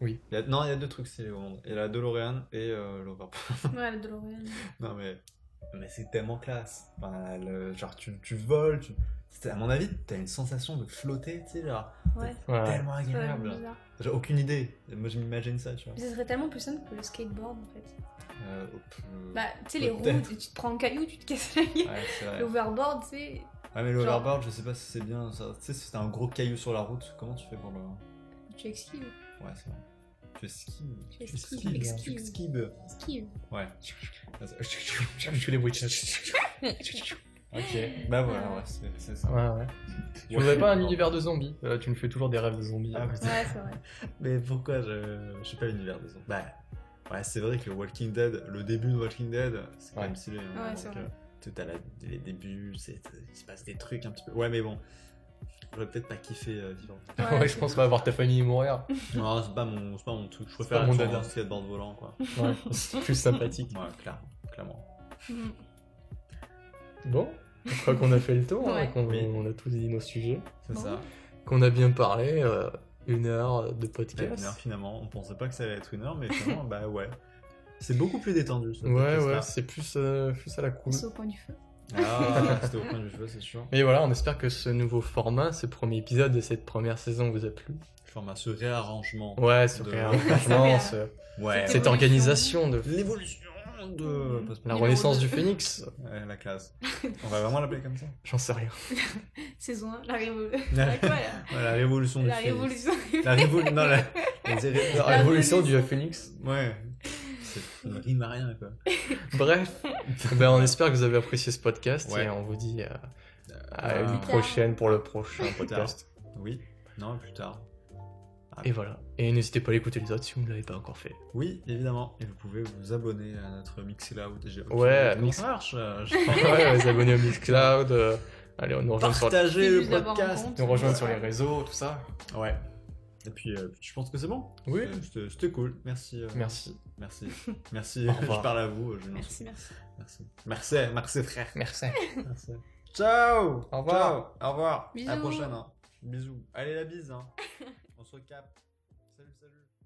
Speaker 3: Oui.
Speaker 4: Il y a- Non, il y a deux trucs stylés au monde. Il y a la DeLorean et euh, l'overboard.
Speaker 2: Ouais, le DeLorean.
Speaker 4: Non, mais, mais c'est tellement classe. Enfin, le- Genre, tu, tu voles. Tu... c'est- À mon avis, t'as une sensation de flotter, tu sais, genre,
Speaker 2: Ouais,
Speaker 3: Ouais.
Speaker 4: tellement
Speaker 2: c'est vraiment
Speaker 4: agréable.
Speaker 2: bizarre.
Speaker 4: J'ai aucune idée. Moi, je m'imagine ça, tu vois.
Speaker 2: Mais ça serait tellement plus simple que le skateboard en fait.
Speaker 4: Euh, hop, euh,
Speaker 2: Bah, tu sais, les roues,
Speaker 4: Peut-être.
Speaker 2: tu tu te prends un caillou, tu te casses la gueule.
Speaker 4: Ouais, c'est vrai.
Speaker 2: L'overboard, tu sais.
Speaker 4: Ouais, mais l'overboard, je sais pas si c'est bien ça. Tu sais, si t'as un gros caillou sur la route, comment tu fais pour le.
Speaker 2: Tu esquives.
Speaker 4: Ouais, c'est vrai. Tu esquives.
Speaker 2: Tu esquives.
Speaker 4: Tu
Speaker 2: Esquives.
Speaker 4: esquives.
Speaker 2: Esquive.
Speaker 4: Ouais.
Speaker 3: Je fais les bruits de chat.
Speaker 4: ok. Bah voilà, ouais, c'est- c'est ça.
Speaker 3: Ouais, ouais. Je voudrais pas un univers de zombies. Euh, tu me fais toujours des rêves de zombies.
Speaker 4: Ah, putain.
Speaker 2: Ouais, c'est vrai.
Speaker 4: Mais pourquoi je. Je sais pas l'univers de zombies. Bah. Ouais, c'est vrai que Walking Dead, le début de Walking Dead, c'est quand
Speaker 3: Ouais.
Speaker 4: même stylé. hein,
Speaker 2: Ouais,
Speaker 4: donc,
Speaker 2: c'est vrai.
Speaker 4: euh, Tout à la... les débuts, c'est... il se passe des trucs un petit peu. Ouais, mais bon. J'aurais peut-être pas kiffé euh, vivant.
Speaker 3: ouais, je pense pas voir ta famille mourir.
Speaker 4: non, c'est pas, mon... c'est pas mon truc. Je
Speaker 3: pas
Speaker 4: préfère
Speaker 3: mon
Speaker 4: être
Speaker 3: dada.
Speaker 4: sur un skateboard volant, quoi.
Speaker 3: Ouais. C'est plus sympathique.
Speaker 4: Ouais, clairement. clairement.
Speaker 2: Mhm.
Speaker 3: Bon, je crois qu'on a fait le tour, hein,
Speaker 2: Ouais.
Speaker 3: qu'on
Speaker 4: Oui.
Speaker 3: on a tous dit nos sujets,
Speaker 4: C'est
Speaker 2: Bon.
Speaker 4: ça.
Speaker 3: qu'on a bien parlé. euh, une heure de
Speaker 4: Ouais,
Speaker 3: podcast.
Speaker 4: une heure, finalement, on pensait pas que ça allait être une heure, mais finalement, bah ouais. C'est beaucoup plus détendu. ce
Speaker 3: Ouais,
Speaker 4: podcast-là.
Speaker 3: ouais, c'est plus, euh, plus à la cool.
Speaker 2: C'est au coin du feu.
Speaker 4: Ah, c'était au point du feu, c'est sûr.
Speaker 3: Mais voilà, on espère que ce nouveau format, ce premier épisode de cette première saison vous a plu.
Speaker 4: Format ce réarrangement.
Speaker 3: Ouais, ce
Speaker 4: De-
Speaker 3: réarrangement, ce-
Speaker 4: Ouais.
Speaker 2: C'était-
Speaker 3: cette organisation de
Speaker 4: L'évolution de.
Speaker 3: la
Speaker 2: Numéro
Speaker 3: renaissance
Speaker 2: deux.
Speaker 3: du phoenix.
Speaker 4: Ouais, la classe. On va vraiment l'appeler comme ça
Speaker 3: J'en sais rien.
Speaker 2: Saison 1, la révolution. La quoi là
Speaker 4: Ouais, La révolution
Speaker 2: La
Speaker 4: du phénix.
Speaker 2: révolution.
Speaker 4: La révolution. Non, la. on dirait-
Speaker 3: La révolution du phoenix.
Speaker 4: Ouais. C'est une rime à rien, quoi.
Speaker 3: Bref, ben, on espère que vous avez apprécié ce podcast
Speaker 4: Ouais.
Speaker 3: et on vous dit euh, à
Speaker 4: Euh,
Speaker 3: une prochaine pour le prochain
Speaker 4: Plus tard.
Speaker 3: podcast.
Speaker 4: Oui. Non, plus tard.
Speaker 3: Et voilà. Et n'hésitez pas à l'écouter les autres si vous ne l'avez pas encore fait.
Speaker 4: Oui, évidemment. Et vous pouvez vous abonner à notre Mixcloud. J'ai aucune
Speaker 3: Ouais,
Speaker 4: idée comment
Speaker 3: Mix-
Speaker 4: ça marche. euh, je-
Speaker 3: ouais, les abonner au Mixcloud. euh, allez, on nous rejoint sur,
Speaker 4: Partagez
Speaker 2: Plus
Speaker 4: le
Speaker 2: d'avoir en
Speaker 4: podcast.
Speaker 2: compte.
Speaker 3: nous rejoindre sur les réseaux, tout ça.
Speaker 4: Ouais. Et puis, euh, je pense que c'est bon.
Speaker 3: Oui.
Speaker 4: Euh, C'était c'était cool. Merci. euh,
Speaker 3: Merci.
Speaker 4: Merci. Merci.
Speaker 3: Au
Speaker 4: je
Speaker 3: revoir.
Speaker 4: parle à vous. euh, Je m'en
Speaker 2: Merci,
Speaker 4: souviens.
Speaker 2: merci.
Speaker 4: Merci. Merci. Merci, frère.
Speaker 3: Merci.
Speaker 4: Merci. Ciao.
Speaker 3: Au revoir.
Speaker 4: Ciao. Au revoir. À la
Speaker 2: Bisous.
Speaker 4: prochaine. hein. Bisous. Allez, la bise. hein. On se recapte. Salut, salut.